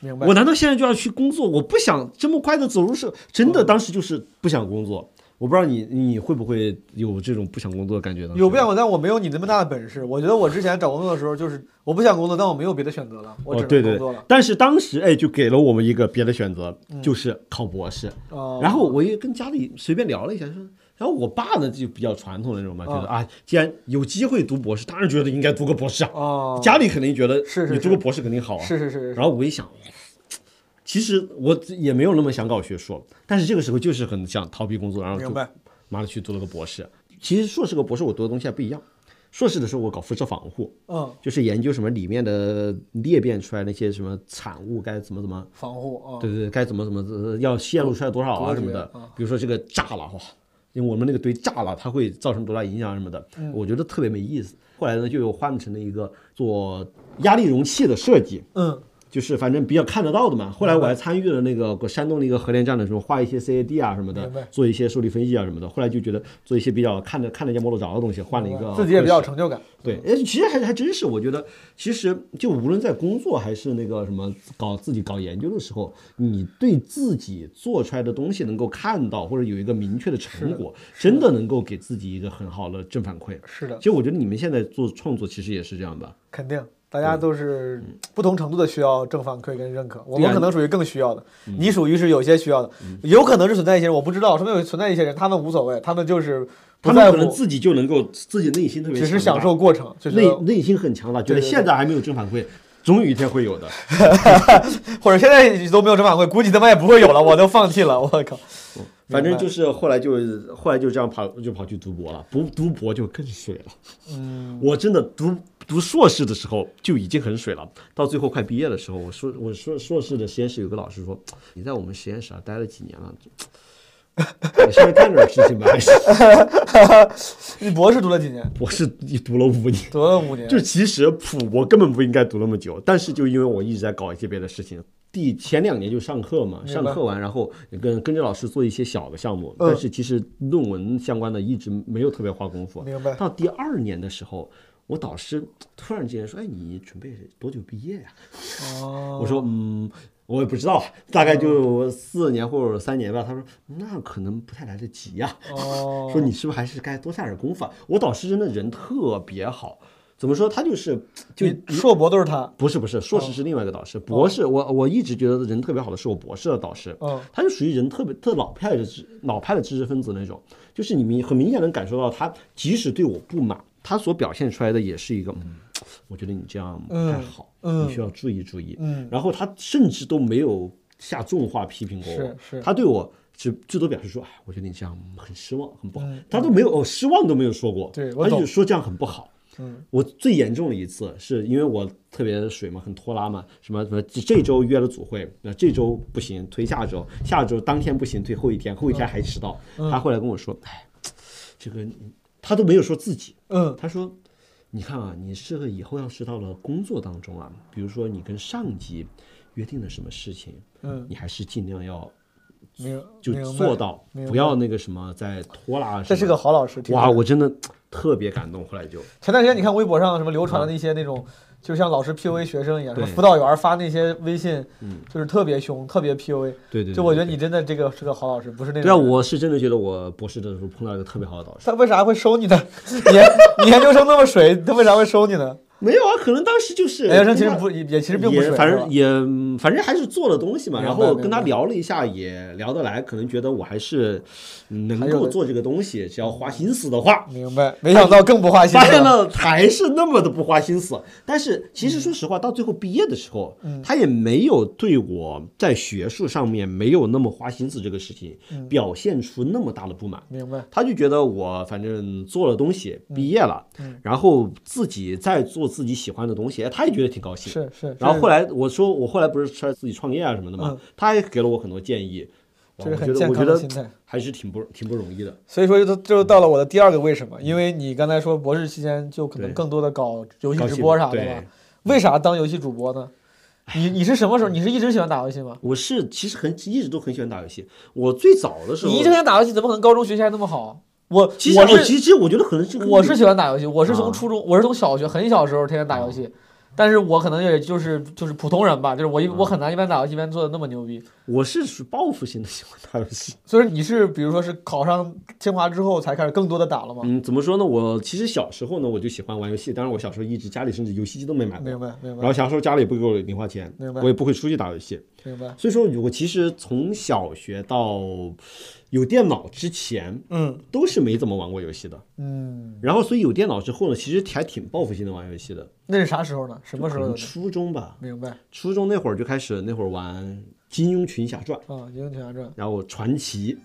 S2: 明白。
S3: 我难道现在就要去工作？我不想这么快的走入社，真
S2: 嗯
S3: 的当时就是不想工作。我不知道你你会不会有这种不想工作的感觉呢？
S2: 有不想，但我没有你那么大的本事。我觉得我之前找工作的时候，就是我不想工作，但我没有别的选择了，我
S3: 哦，
S2: 只
S3: 对
S2: 能工
S3: 对
S2: 作了。。
S3: 但是当时哎，就给了我们一个别的选择，就是考博士。
S2: 哦
S3: 然后我也跟家里随便聊了一下，说，然后我爸呢就比较传统的那种嘛，觉
S2: 哦
S3: 得啊，既然有机会读博士，当然觉得应该读个博士啊。
S2: 哦
S3: 家里肯定觉得
S2: 是是
S3: 你读个博士肯定好啊。
S2: 是是是是
S3: 然后我一想，其实我也没有那么想搞学硕，但是这个时候就是很想逃避工作，然后就
S2: 明白
S3: 妈的去读了个博士。其实硕士和博士我读的东西还不一样。硕士的时候我搞辐射防护，
S2: 嗯，
S3: 就是研究什么里面的裂变出来那些什么产物该怎么怎么，
S2: 防护啊，
S3: 对对对，该怎么怎么呃要泄露出来多少
S2: 隔
S3: 啊
S2: 绝
S3: 什么的
S2: 啊。
S3: 比如说这个炸了哇，因为我们那个堆炸了，它会造成多大影响什么的，
S2: 嗯
S3: 我觉得特别没意思。后来呢，就又换成了一个做压力容器的设计，
S2: 嗯，
S3: 就是反正比较看得到的嘛。后来我还参与了那个山东的一个核电站的时候，画一些 CAD 啊什么的
S2: 明白，
S3: 做一些受力分析啊什么的。后来就觉得做一些比较看着看得见摸得着的东西，换了一个
S2: 自己也比较有
S3: 科室
S2: 成就感。
S3: 对，哎，其实还还真是，我觉得其实就无论在工作还是那个什么搞自己搞研究的时候，你对自己做出来的东西能够看到或者有一个明确的成果，真的能够给自己一个很好的正反馈。
S2: 是的
S3: 其，实我觉得你们现在做创作其实也是这样吧。
S2: 肯定，大家都是不同程度的需要正反馈跟认可。我们
S3: 嗯啊嗯
S2: 可能属于更需要的，你属于是有些需要的，有可能是存在一些人我不知道，说明有存在一些人，他们无所谓，他们就是不
S3: 他们
S2: 在
S3: 可能
S2: 乎，
S3: 自己就能够自己内心特别
S2: 只是
S3: 强
S2: 享
S3: 大
S2: 受过程，就是
S3: 内内心很强大，觉得
S2: 对对对
S3: 现在还没有正反馈，总有一天会有的。
S2: 或者现在都没有正反馈，估计他妈也不会有了，我都放弃了，我靠。
S3: 反正就是后来就后来就这样跑就跑去读博了，不读博就更水了。嗯，我真的读读硕士的时候就已经很水了，到最后快毕业的时候，我说我说硕士的实验室有个老师说，你在我们实验室啊待了几 年了，你稍微干点事情吧。还是
S2: 你博士读了几年？
S3: 博士读了五年，
S2: 读了五年，
S3: 就其实普博根本不应该读那么久，但是就因为我一直在搞一些别的事情。第前两年就上课嘛，上课完然后跟跟着老师做一些小的项目，
S2: 嗯
S3: 但是其实论文相关的一直没有特别花功夫。
S2: 明白
S3: 到第二年的时候，我导师突然之间说：“哎，你准备多久毕业呀、
S2: 哦，
S3: 我说：“嗯，我也不知道，大概就四年或者三年吧。”他说：“那可能不太来得及呀、
S2: 哦，
S3: 说你是不是还是该多下点功夫、啊？我导师真的人特别好，怎么说？他就是 就
S2: 你哦硕博都是他，
S3: 不是不是，硕士是另外一个导师，博士我我一直觉得人特别好的是我博士的导师，
S2: 嗯
S3: 他就属于人特别特老派的知老派的知识分子那种，就是你明很明显能感受到他即使对我不满，他所表现出来的也是一个，嗯、我觉得你这样不太好，
S2: 嗯嗯
S3: 你需要注意注意，
S2: 嗯
S3: 然后他甚至都没有下重话批评过我，
S2: 是是
S3: 他对我。只最多表示说，哎，我觉得你这样很失望，很不好。他都没有、哦、失望都没有说过，
S2: 嗯对我
S3: 他就
S2: 懂
S3: 说这样很不好。
S2: 嗯，
S3: 我最严重的一次是因为我特别水嘛，很拖拉嘛，什么什么这周约了组会，那这周不行推下周，下周当天不行推后一天，后
S2: 嗯
S3: 一天还迟到。他后来跟我说，哎，这个他都没有说自己，
S2: 嗯
S3: 他说：“你看啊，你这个以后要是到了工作当中啊，比如说你跟上级约定了什么事情，
S2: 嗯
S3: 你还是尽量要
S2: 没有
S3: 就
S2: 明白
S3: 做到，
S2: 明白
S3: 不要那个什么再拖拉。”
S2: 这是个好老师。听着
S3: 哇，我真的特别感动。后来就
S2: 前段时间你看微博上什么流传的那些那种，就像老师 PUA 学生一样，什么
S3: 嗯对嗯
S2: 辅导员发那些微信，就是特别凶，特别 PUA。
S3: 对对对
S2: 就我觉得
S3: 对
S2: 你真的这个是个好老师，不是那种。
S3: 对啊，我是真的觉得我博士的时候碰到一个特别好的导师。
S2: 他为啥会收你呢？ 你研你研究生那么水，他为啥会收你呢？
S3: 没有啊，可能当时就是
S2: 研究哎生其实不也也其实并不
S3: 也
S2: 水，
S3: 反
S2: 是
S3: 正
S2: 吧
S3: 也嗯反正还是做了东西嘛。
S2: 明白
S3: 然后跟他
S2: 明白
S3: 聊了一下，也聊得来，可能觉得我还是能
S2: 还有
S3: 够
S2: 的
S3: 做这个东西，只要花心思的话。
S2: 明白。没想到更不花心
S3: 发
S2: 思
S3: 现
S2: 了。
S3: 了还是那么的不花心思，但是其
S2: 嗯
S3: 实说实话，到最后毕业的时候，他也没有对我在学术上面没有那么花心思这个事情
S2: 嗯
S3: 表现出那么大的不满。
S2: 明白，
S3: 他就觉得我反正做了东西，毕业了，
S2: 嗯
S3: 然后自己再做自己喜欢的东西，哎他也觉得挺高兴。
S2: 是是。
S3: 然后后
S2: 来
S3: 来我说，我后来不是出来自己创业啊什么的嘛，他也给了我很多建议。哇
S2: 嗯这是
S3: 我
S2: 很
S3: 觉得
S2: 健
S3: 我觉
S2: 康的心
S3: 得
S2: 态
S3: 还是挺不挺不容易的。
S2: 所以说就就到了我的第二个为什么，因为你刚才说博士期间就可能
S3: 对
S2: 更多的搞游戏
S3: 高
S2: 直
S3: 兴
S2: 播啥的
S3: 对
S2: 吧？为啥当游戏主播呢？你你是什么时候？你是一直喜欢打游戏吗？
S3: 我是其实很一直都很喜欢打游戏。我最早的时候，
S2: 你一直想打游戏，怎么可能高中学习还那么好？我
S3: 其实
S2: 我
S3: 哦
S2: 是
S3: 其实我觉得可能是跟
S2: 我
S3: 你
S2: 是喜欢打游戏，我是从
S3: 啊
S2: 初中，我是从小学很小时候天天打游戏，但是我可能也就是就是普通人吧，就是我
S3: 啊
S2: 一我很难一边打游戏一边做的那么牛逼。
S3: 我是属于报复性的喜欢打游戏。
S2: 所以说你是比如说是考上清华之后才开始更多的打了吗？
S3: 嗯，怎么说呢？我其实小时候呢，我就喜欢玩游戏。当然，我小时候一直家里甚至游戏机都没买过。
S2: 明白明
S3: 然
S2: 白
S3: 后小时候家里也不给我零花钱，
S2: 明白
S3: 我也不会出去打游戏。
S2: 明白，
S3: 所以说，我其实从小学到有电脑之前，
S2: 嗯
S3: 都是没怎么玩过游戏的。
S2: 嗯，
S3: 然后，所以有电脑之后呢，其实还挺报复性的玩游戏的。
S2: 那是啥时候呢？什么时
S3: 可
S2: 候
S3: 能
S2: 呢？
S3: 初中吧，
S2: 明白
S3: 初中那会儿就开始，那会儿玩《金庸群侠传》，
S2: 啊，英雄全侠传，
S3: 然后传奇。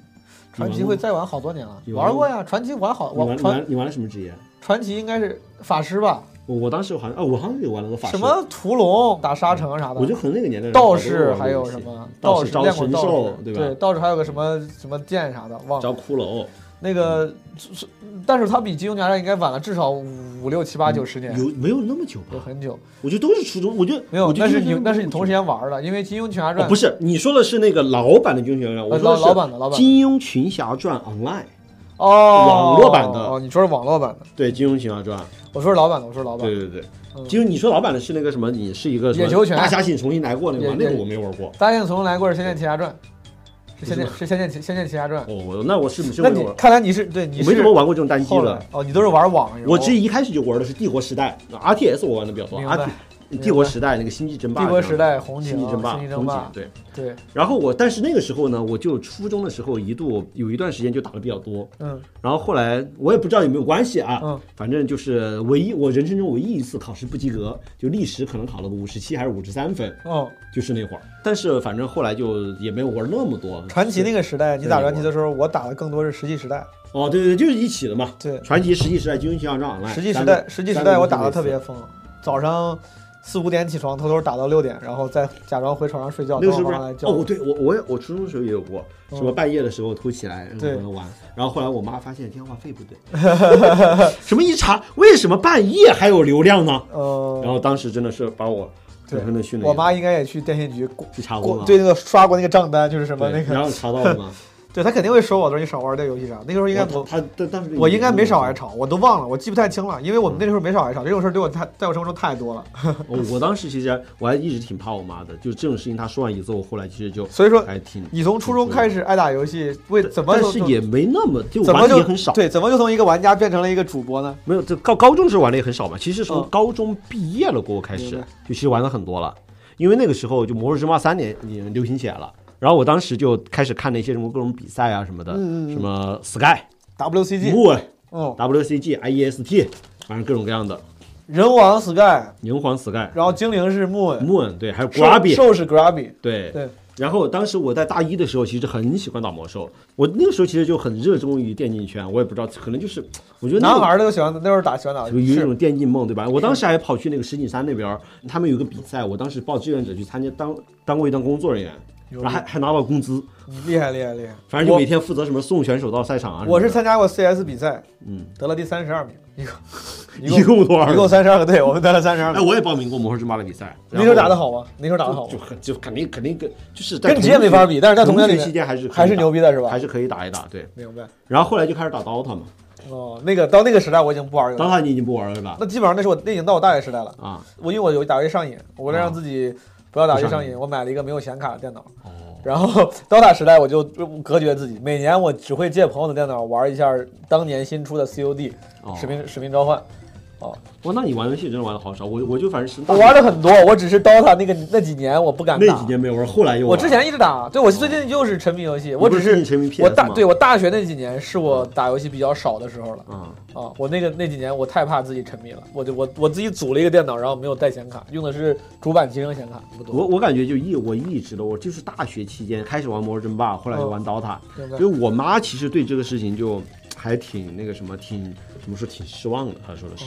S2: 传奇
S3: 玩过
S2: 会再玩好多年了，
S3: 有啊玩
S2: 玩过
S3: 过
S2: 呀，传奇玩好，
S3: 你玩
S2: 玩
S3: 你
S2: 传
S3: 玩你玩了什么职业？
S2: 传奇应该是法师吧？
S3: 我我当时好像啊，我好像也玩了个法师
S2: 什。么屠龙、打沙城啥的，
S3: 我就可能那个年代人
S2: 道
S3: 好多人
S2: 士
S3: 玩过
S2: 还
S3: 游
S2: 有
S3: 戏
S2: 什么
S3: 道
S2: 士
S3: 招
S2: 练过
S3: 神
S2: 道
S3: 兽
S2: 士，
S3: 对
S2: 对
S3: 吧？
S2: 道士还有个什么什么剑啥的忘了
S3: 招骷髅，
S2: 那个，是但是他比金庸侠传应该晚了至少五五六七八九十年，
S3: 嗯有没有那么久
S2: 有
S3: 吧？
S2: 很久
S3: 我觉得都是初中，我觉得
S2: 没有
S3: 我。觉得
S2: 那是
S3: 初
S2: 你
S3: 中
S2: 那是
S3: 都
S2: 你
S3: 不
S2: 同
S3: 久
S2: 时间玩的，因为金庸群侠
S3: 哦
S2: 传，
S3: 不
S2: 是
S3: 是，你说的是那个老版的《金庸群侠传》，我说
S2: 呃老
S3: 的是
S2: 老版的老版的
S3: 金庸群侠传》Online，
S2: 哦
S3: 网络版的
S2: 哦，你说是网络版的，
S3: 对，《金庸群侠传》，
S2: 我说是老版的，我说是老版
S3: 对
S2: 的，
S3: 对对
S2: 嗯
S3: 对，金庸，你说老版的是那个什么？你是一个什么
S2: 野球拳啊
S3: 大侠请重新来过那个吗？
S2: 野
S3: 那个我没玩过。
S2: 大雁从来过是《仙剑奇侠传》，是《仙
S3: 不
S2: 剑》是《
S3: 是
S2: 仙剑奇仙剑奇侠传》，
S3: 哦，我那我是不是
S2: 那
S3: 没
S2: 你
S3: 玩？
S2: 看来你是对你
S3: 我
S2: 是
S3: 没怎么玩过这种单机
S2: 后
S3: 的
S2: 来。哦，你都是玩网游，
S3: 我这一开始就玩的是《帝国时代》RTS，我玩的比较多。
S2: 明白
S3: R
S2: 明白
S3: 帝国时代那个《星际争霸》
S2: 帝
S3: 这样
S2: 国
S3: 的。
S2: 时代红警
S3: 星际争霸
S2: 星际》争
S3: 红警
S2: 霸
S3: 对。
S2: 对，
S3: 然后我，但是那个时候呢，我就初中的时候一度有一段时间就打的比较多。
S2: 嗯
S3: 然后后来我也不知道有没有关系啊，
S2: 嗯
S3: 反正就是唯一我人生中唯一一次考试不及格，就历史可能考了五十七还是五十三分，
S2: 哦。
S3: 就是那会儿。但是反正后来就也没有玩那么多。
S2: 传奇那个时代，你打
S3: 对
S2: 传奇的时候，我打的更多是实际时代。
S3: 哦，对对对，就是一起的嘛。
S2: 对
S3: 传奇、实际时代、金庸群侠传 online。
S2: 实际时
S3: 哎三
S2: 代，
S3: 个
S2: 实际时代我打的特。
S3: 三
S2: 别
S3: 个
S2: 疯，早上四五点起床，偷偷打到六点，然后再假装回床上睡觉，
S3: 那
S2: 等
S3: 个
S2: 我
S3: 是不
S2: 妈
S3: 是
S2: 妈来叫
S3: 哦，我
S2: 我。
S3: 对我我也我初中的时候也有过，什么半夜的时候偷起来
S2: 对
S3: 然后玩，然后后来我妈发现电话费不对， 什么一查为什么半夜还有流量呢？然
S2: 呃，
S3: 后当时真的是把我
S2: 对
S3: 狠狠的训了一
S2: 我
S3: 顿。
S2: 妈应该也去电信局过
S3: 去查过
S2: 过，
S3: 吗？
S2: 对那个刷过那个账单，就是什么
S3: 对
S2: 那
S3: 然
S2: 个，
S3: 后查到了吗？
S2: 对她肯定会说我说你少玩这个游戏啥。那个时 候应该
S3: 我
S2: 我
S3: 他他当时
S2: 我应该没少挨。吵，我都忘了，我记不太清了，因为我们那
S3: 嗯
S2: 时候没少挨吵，这种事儿对我太在我生活中太 多了。
S3: 我哦我当时其实我还一直挺怕我妈的，就这种事情她说完以后，我后来其实就
S2: 所以说
S3: 还挺。
S2: 你从初中开始爱打游戏，为怎么
S3: 但
S2: 从
S3: 是也没那么就
S2: 怎
S3: 玩
S2: 么
S3: 的
S2: 就
S3: 也很少，
S2: 对，怎么就从一个玩家变成了一个主播呢？
S3: 没有这高高中时候玩的也很少嘛。其实从
S2: 嗯
S3: 高中毕业了过后开始，
S2: 明
S3: 就
S2: 白
S3: 其实玩的很多了，因为那个时候就《魔兽争霸三》年也流行起来了。然后我当时就开始看那些什么各种比赛啊什么的，
S2: 嗯嗯嗯
S3: 什么 Sky、
S2: WCG，
S3: Moon、
S2: 嗯，
S3: WCG、IEST，反正 E 各种各样的。
S2: 人王 Sky，
S3: 银皇 Sky，
S2: 然后精灵是 Moon，
S3: Moon 对，还有
S2: 兽
S3: Grabby
S2: 兽是 Grabby，
S3: 对，
S2: 对，
S3: 然后当时我在大一的时候，其实很喜欢打魔兽，我那个时候其实就很热衷于电竞圈，我也不知道，可能就是我觉得那
S2: 男
S3: 种
S2: 孩儿都喜欢，那时候打喜欢打
S3: 有一
S2: 是
S3: 种电竞梦，对吧？我当时还跑去那个石景山那边儿，他们有个比赛，我当时报志愿者去参加当，当过一段工作人员，然后还还拿到工资，
S2: 厉害厉害厉害。
S3: 反正就
S2: 我
S3: 每天负责什么送选手到赛场啊什么的。
S2: 我是参加过 CS 比赛，
S3: 嗯，
S2: 得了第三十二名，一共
S3: 一共多少？
S2: 一共三十二个队，我们得了三十二
S3: 哎，
S2: 名。
S3: 我也报名过魔兽之妈的比赛，
S2: 那时候打的
S3: 好，
S2: 好吗？那时候打的好
S3: 就
S2: 吗？
S3: 很就肯定肯定跟就是在
S2: 跟职业
S3: 同学
S2: 没法比，但是在同
S3: 同
S2: 学里
S3: 学
S2: 面
S3: 期间还是可以
S2: 还是
S3: 打
S2: 牛逼的是吧？
S3: 还是可以打一打，对。
S2: 明白。
S3: 然后后来就开始打 DOTA 嘛
S2: 哦，那个到那个时代我已经不玩游戏了，
S3: ，DOTA 你已经不玩了是吧？
S2: 那基本上那是我那已经到我大学时代了。
S3: 啊，
S2: 我因为我有打游戏上瘾，我为了让自己不要打游戏上瘾，我买了一个没有显卡的电脑。然后 DOTA 时代我就隔绝自己，每年我只会借朋友的电脑玩一下当年新出的 COD
S3: 哦
S2: 使命使命召唤。
S3: 哇，那你玩游戏真的玩的好少，我我就反正是
S2: 我玩的很多，我只是 DOTA 那个那几年我不敢
S3: 那几
S2: 打。
S3: 年没有玩，后来又
S2: 我
S3: 玩
S2: 之前一直打，对我最近就是沉迷游戏，我
S3: 你不
S2: 只
S3: 是
S2: 是
S3: 你沉迷 PS
S2: 我大
S3: 吗哦
S2: 对我大学那几年是我打游戏比较少的时候了
S3: 啊，
S2: 啊，我那个那几年我太怕自己沉迷了，我就我我自己组了一个电脑，然后没有带显卡，用的是主板集成显卡，不多。
S3: 我我感觉就一我一直都我就是大学期间开始玩魔兽争霸，后来
S2: 哦
S3: 就玩 DOTA，、
S2: 明白
S3: 所以我妈其实对这个事情就还挺那个什么，挺怎么说挺失望的。她说的是，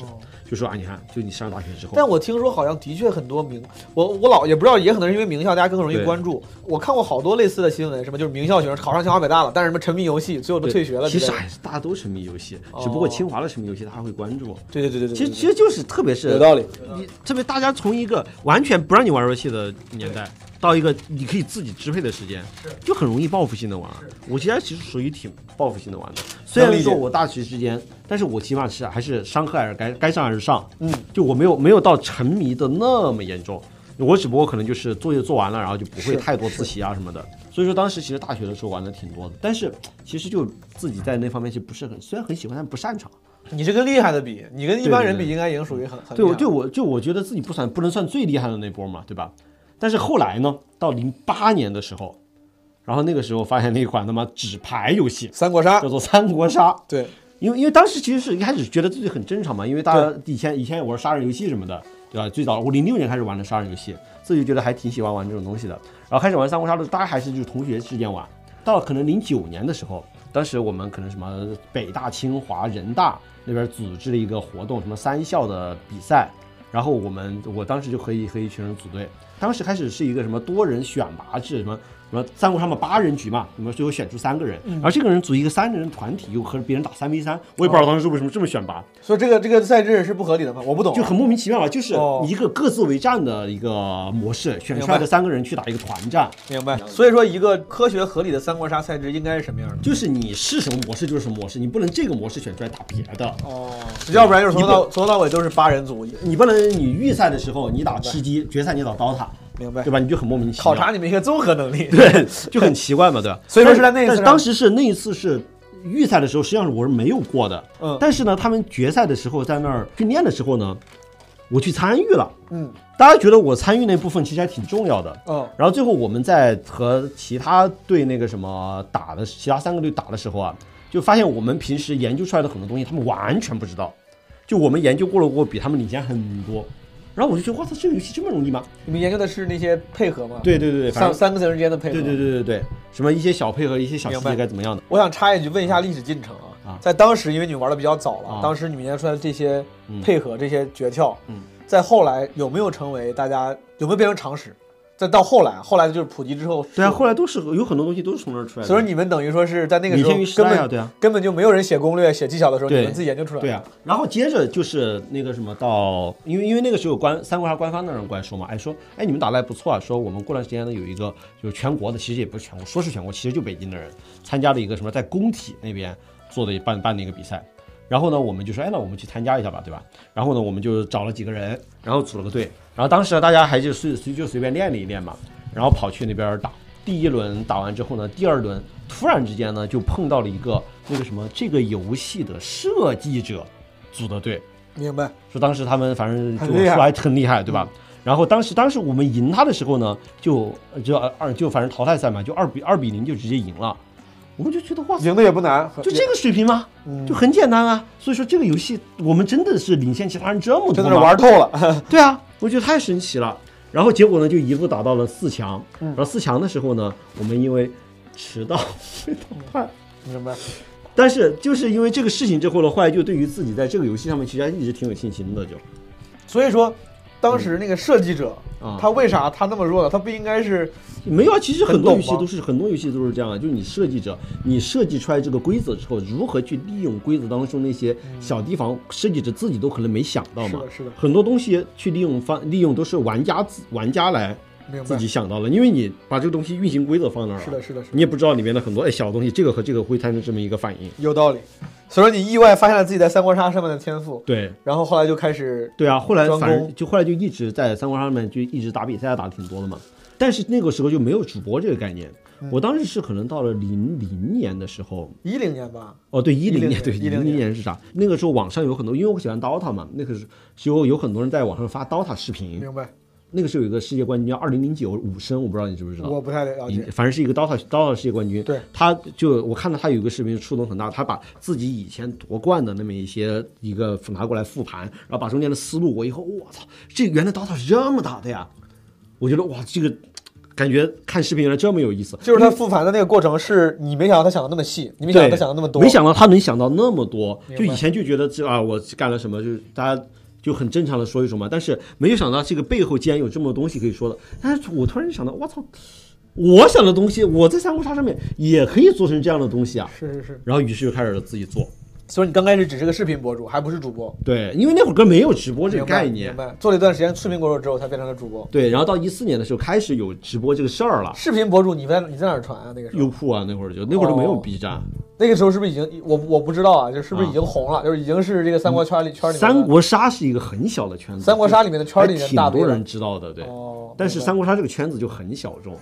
S3: 就说啊，你看，就你上大学之后，
S2: 哦但我听说好像的确很多名，我我老也不知道，也可能是因为名校大家更容易
S3: 对
S2: 关注。我看过好多类似的新闻，什么就是名校学生考上清华北大了，但是什么沉迷游戏，最后都
S3: 对
S2: 退学了之类
S3: 其实
S2: 的。
S3: 还是大家都沉迷游戏，
S2: 哦
S3: 只不过清华的沉迷游戏，他会关注。
S2: 对对对对对，
S3: 其实
S2: 对
S3: 其实就是特别是
S2: 有道理。
S3: 你特别大家从一个完全不让你玩游戏的年代，到一个你可以自己支配的时间，就很容易报复性的玩。我其实其实属于挺报复性的玩的，虽然
S2: 理解
S3: 说我大学之间，但是我起码是还是伤害该该上还是上，
S2: 嗯，
S3: 就我没有没有到沉迷的那么严重。我只不过可能就是作业做完了，然后就不会
S2: 是
S3: 太多自习啊什么的，所以说当时其实大学的时候玩的挺多的，但是其实就自己在那方面是不是很，虽然很喜欢，但不擅长。
S2: 你这跟厉害的比，你跟一般人比，
S3: 对对对
S2: 应该已经属于很很
S3: 对我
S2: 厉害
S3: 对
S2: 了
S3: 我就我觉得自己不算不能算最厉害的那波嘛，对吧？但是后来呢，到零八年的时候，然后那个时候发现了一款他妈纸牌游戏，
S2: 三国杀
S3: 叫，做《三国杀》。
S2: 对，
S3: 因为因为当时其实是一开始觉得自己很正常嘛，因为大家以前以前也玩杀人游戏什么的，对吧？最早我零六年开始玩的杀人游戏，自己觉得还挺喜欢玩这种东西的。然后开始玩三国杀的时候，大家还是就是同学之间玩。到了可能零九年的时候，当时我们可能什么北大、清华、人大那边组织了一个活动，什么三校的比赛，然后我们我当时就和一和一群人组队，当时开始是一个什么多人选拔制，什么什么三国杀嘛八人局嘛，你们最后选出三个人，
S2: 嗯
S3: 然后这个人组一个三人团体，又和别人打三 v 三，我也不知道当时为什么这么选拔，
S2: 所以这个这个赛制是不合理的嘛，我不懂啊，
S3: 就很莫名其妙吧，就是
S2: 哦
S3: 一个各自为战的一个模式，选出来的三个人去打一个团战，
S2: 明白。所以说，一个科学合理的三国杀赛制应该是什么样的？
S3: 就是你是什么模式就是什么模式，你不能这个模式选出来打别的。
S2: 哦，要不然就是从头到从头到尾都是八人组，
S3: 你不能，你预赛的时候你打吃鸡，决赛你打 DOTA，
S2: 明白
S3: 对？吧？你就很莫名其妙。
S2: 考察你们一个综合能力。
S3: 对，就很奇怪嘛，对吧？
S2: 所以说
S3: 但
S2: 是在那一次
S3: 但
S2: 上
S3: 当时是那一次是预赛的时候，实际上是我是没有过的。
S2: 嗯
S3: 但是呢，他们决赛的时候在那儿训练的时候呢，我去参与了。
S2: 嗯，
S3: 大家觉得我参与那部分其实还挺重要的。
S2: 嗯
S3: 然后最后我们在和其他队那个什么打的，其他三个队打的时候啊，就发现我们平时研究出来的很多东西，他们完全不知道。就我们研究过了过，比他们领先很多。然后我就觉得，哇塞，这个游戏这么容易吗？
S2: 你们研究的是那些配合吗？，
S3: 对对对对，反
S2: 三
S3: 正
S2: 三个人之间的配合。
S3: 对对对对对，什么一些小配合，一些小细
S2: 明白
S3: 节该怎么样的？
S2: 我想插一句，问一下历史进程啊
S3: 啊，
S2: 在当时，因为你们玩的比较早
S3: 啊
S2: 了，当时你们研究出来的这些
S3: 嗯
S2: 配合、这些诀窍
S3: 嗯，
S2: 在后来有没有成为大家有没有变成常识？再到后来，后来就是普及之后，
S3: 对啊，后来都是有很多东西都是从那儿出来的。
S2: 所以说你们等于说是在那个时候
S3: 领先于时
S2: 根
S3: 代啊
S2: 本
S3: 对啊
S2: 根本就没有人写攻略、写技巧的时候，你
S3: 对
S2: 们自己研究出来。
S3: 对啊，然后接着就是那个什么到，因为因为那个时候官三国杀官方那人过来说嘛，哎说，哎你们打的还不错啊，说我们过段时间呢有一个就是全国的，其实也不是全国，说是全国，其实就北京的人参加了一个什么在工体那边做的办办的一个比赛。然后呢，我们就说，哎，那我们去参加一下吧，对吧？然后呢，我们就找了几个人，然后组了个队。然后当时呢，大家还就随随就随便练了一练嘛，然后跑去那边打。第一轮打完之后呢，第二轮突然之间呢，就碰到了一个那个什么这个游戏的设计者组的队，
S2: 明白。
S3: 说当时他们反正就
S2: 很厉害
S3: 说还很厉害，对吧？然后当时当时我们赢他的时候呢，就就二就反正淘汰赛嘛，就二比二比零就直接赢了，我们就觉得哇塞，
S2: 赢的也不难，嗯
S3: 就这个水平吗？就很简单啊。所以说这个游戏我们真的是领先其他人这么多
S2: 真
S3: 吗
S2: 的是玩透了。
S3: 对啊，我觉得太神奇了。然后结果呢就一路打到了四强，然后四强的时候呢，我们因为迟到 被淘汰。
S2: 明白？
S3: 但是就是因为这个事情之后呢，后来就对于自己在这个游戏上面其实还一直挺有信心的，就
S2: 所以说，当
S3: 嗯
S2: 时那个设计者，
S3: 啊
S2: 他为啥他那么弱呢？他不应该是
S3: 没有啊。其实很多
S2: 很懂
S3: 游戏
S2: 吗
S3: 都是很多游戏都是这样啊，就是你设计者，你设计出来这个规则之后，如何去利用规则当中那些小地方，设计者自己都可能没想到嘛。
S2: 是的是的
S3: 很多东西去利用方利用都是玩家自玩家来
S2: 明白
S3: 自己想到了，因为你把这个东西运行规则放那儿了，
S2: 是的是的是的
S3: 你也不知道里面的很多哎小东西，这个和这个会产生这么一个反应。
S2: 有道理。所以说你意外发现了自己在三国杀上面的天赋，
S3: 对，
S2: 然后后来就开始
S3: 对啊，后来
S2: 专
S3: 反正
S2: 攻
S3: 就后来就一直在三国杀上面就一直打比赛打的挺多的嘛。但是那个时候就没有主播这个概念，我当时是可能到了零零年的时候，
S2: 一零年吧，
S3: 哦对，一
S2: 10
S3: 零
S2: 年
S3: 对
S2: 10
S3: 零年是啥？那个时候网上有很多，因为我喜欢 DOTA 嘛，那个时候有很多人在网上发 DOTA 视频。
S2: 明白？
S3: 那个时候有一个世界冠军叫二零零九武生，我不知道你知不知道。
S2: 我不太了
S3: 你
S2: 解。
S3: 反嗯正是一个 DOTA DOTA 世界冠军，
S2: 对，
S3: 他就我看到他有一个视频触动很大，他把自己以前夺冠的那么一些一个拿过来复盘，然后把中间的思路，我以后我操，这原来 DOTA 是这么打的呀！我觉得哇，这个感觉看视频原来这么有意思，
S2: 就是他复盘的那个过程，是你没想到他想的那么细，你没想到他
S3: 对
S2: 想的那么多，
S3: 没想到他能想到那么多。
S2: 明
S3: 就
S2: 白
S3: 以前就觉得这啊，我干了什么，就是大家就很正常的说一说嘛。但是没有想到这个背后竟然有这么多东西可以说的。但是我突然想到，我操，我想的东西，我在三国杀上面也可以做成这样的东西啊。
S2: 是是是。
S3: 然后于是就开始了自己做。
S2: 所以你刚开始只是个视频博主，还不是主播，
S3: 对，因为那会儿根本没有直播这个
S2: 明白
S3: 概念
S2: 明。白？做了一段时间视频博主之后，才变成了主播。
S3: 对，然后到一四年的时候开始有直播这个事儿了。
S2: 视频博主，你在你在哪儿传啊？那个时
S3: 优
S2: 候，
S3: 酷啊，那会儿就那会儿就没有
S2: 哦
S3: B 站，
S2: 那个时候是不是已经我我不知道啊？就是不是已经红了？就是已经是这个三国圈里圈里面的
S3: 三国杀是一个很小的圈子，
S2: 三国杀里面的圈里
S3: 还
S2: 人
S3: 挺
S2: 大
S3: 多
S2: 多了
S3: 人知道的，对。
S2: 哦
S3: 但是
S2: 明白
S3: 三国杀这个圈子就很小众，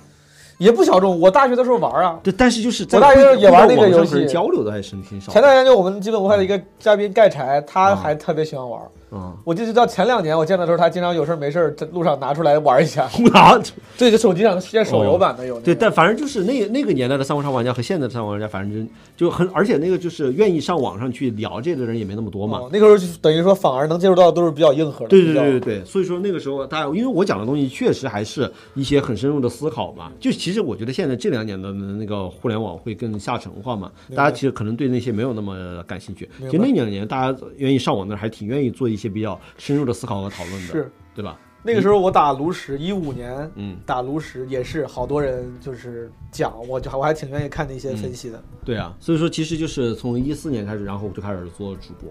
S2: 也不小众。我大学的时候玩啊，
S3: 对，但是就是在
S2: 我大学
S3: 会
S2: 也玩那个
S3: 会在网上
S2: 游戏
S3: 和人交流的还是挺少的。
S2: 前段时间就我们基本无害的一个嘉宾盖柴，他还特别喜欢玩。
S3: 嗯，
S2: 我记得到前两年我见的时候，他经常有事儿没事儿在路上拿出来玩一下。
S3: 红狼
S2: 对，就手机上现在手游版的有、那个
S3: 对，但反正就是那那个年代的三国杀玩家和现在的三国杀玩家，反正就就很，而且那个就是愿意上网上去聊这个的人也没那么多嘛。
S2: 哦那个时候就等于说反而能接触到的都是比较硬核的。
S3: 对
S2: 比
S3: 对
S2: 较
S3: 对对对，所以说那个时候大家，因为我讲的东西确实还是一些很深入的思考嘛。就其实我觉得现在这两年的那个互联网会更下沉化嘛，大家其实可能对那些没有那么感兴趣。其实那两年大家愿意上网的还挺愿意做一些比较深入的思考和讨论的，
S2: 是
S3: 对吧？
S2: 那个时候我打炉石，一五年，
S3: 嗯
S2: 打炉石也是好多人就是讲，我就我还挺愿意看那些分析的。
S3: 对啊，所以说其实就是从一四年开始，然后我就开始做主播，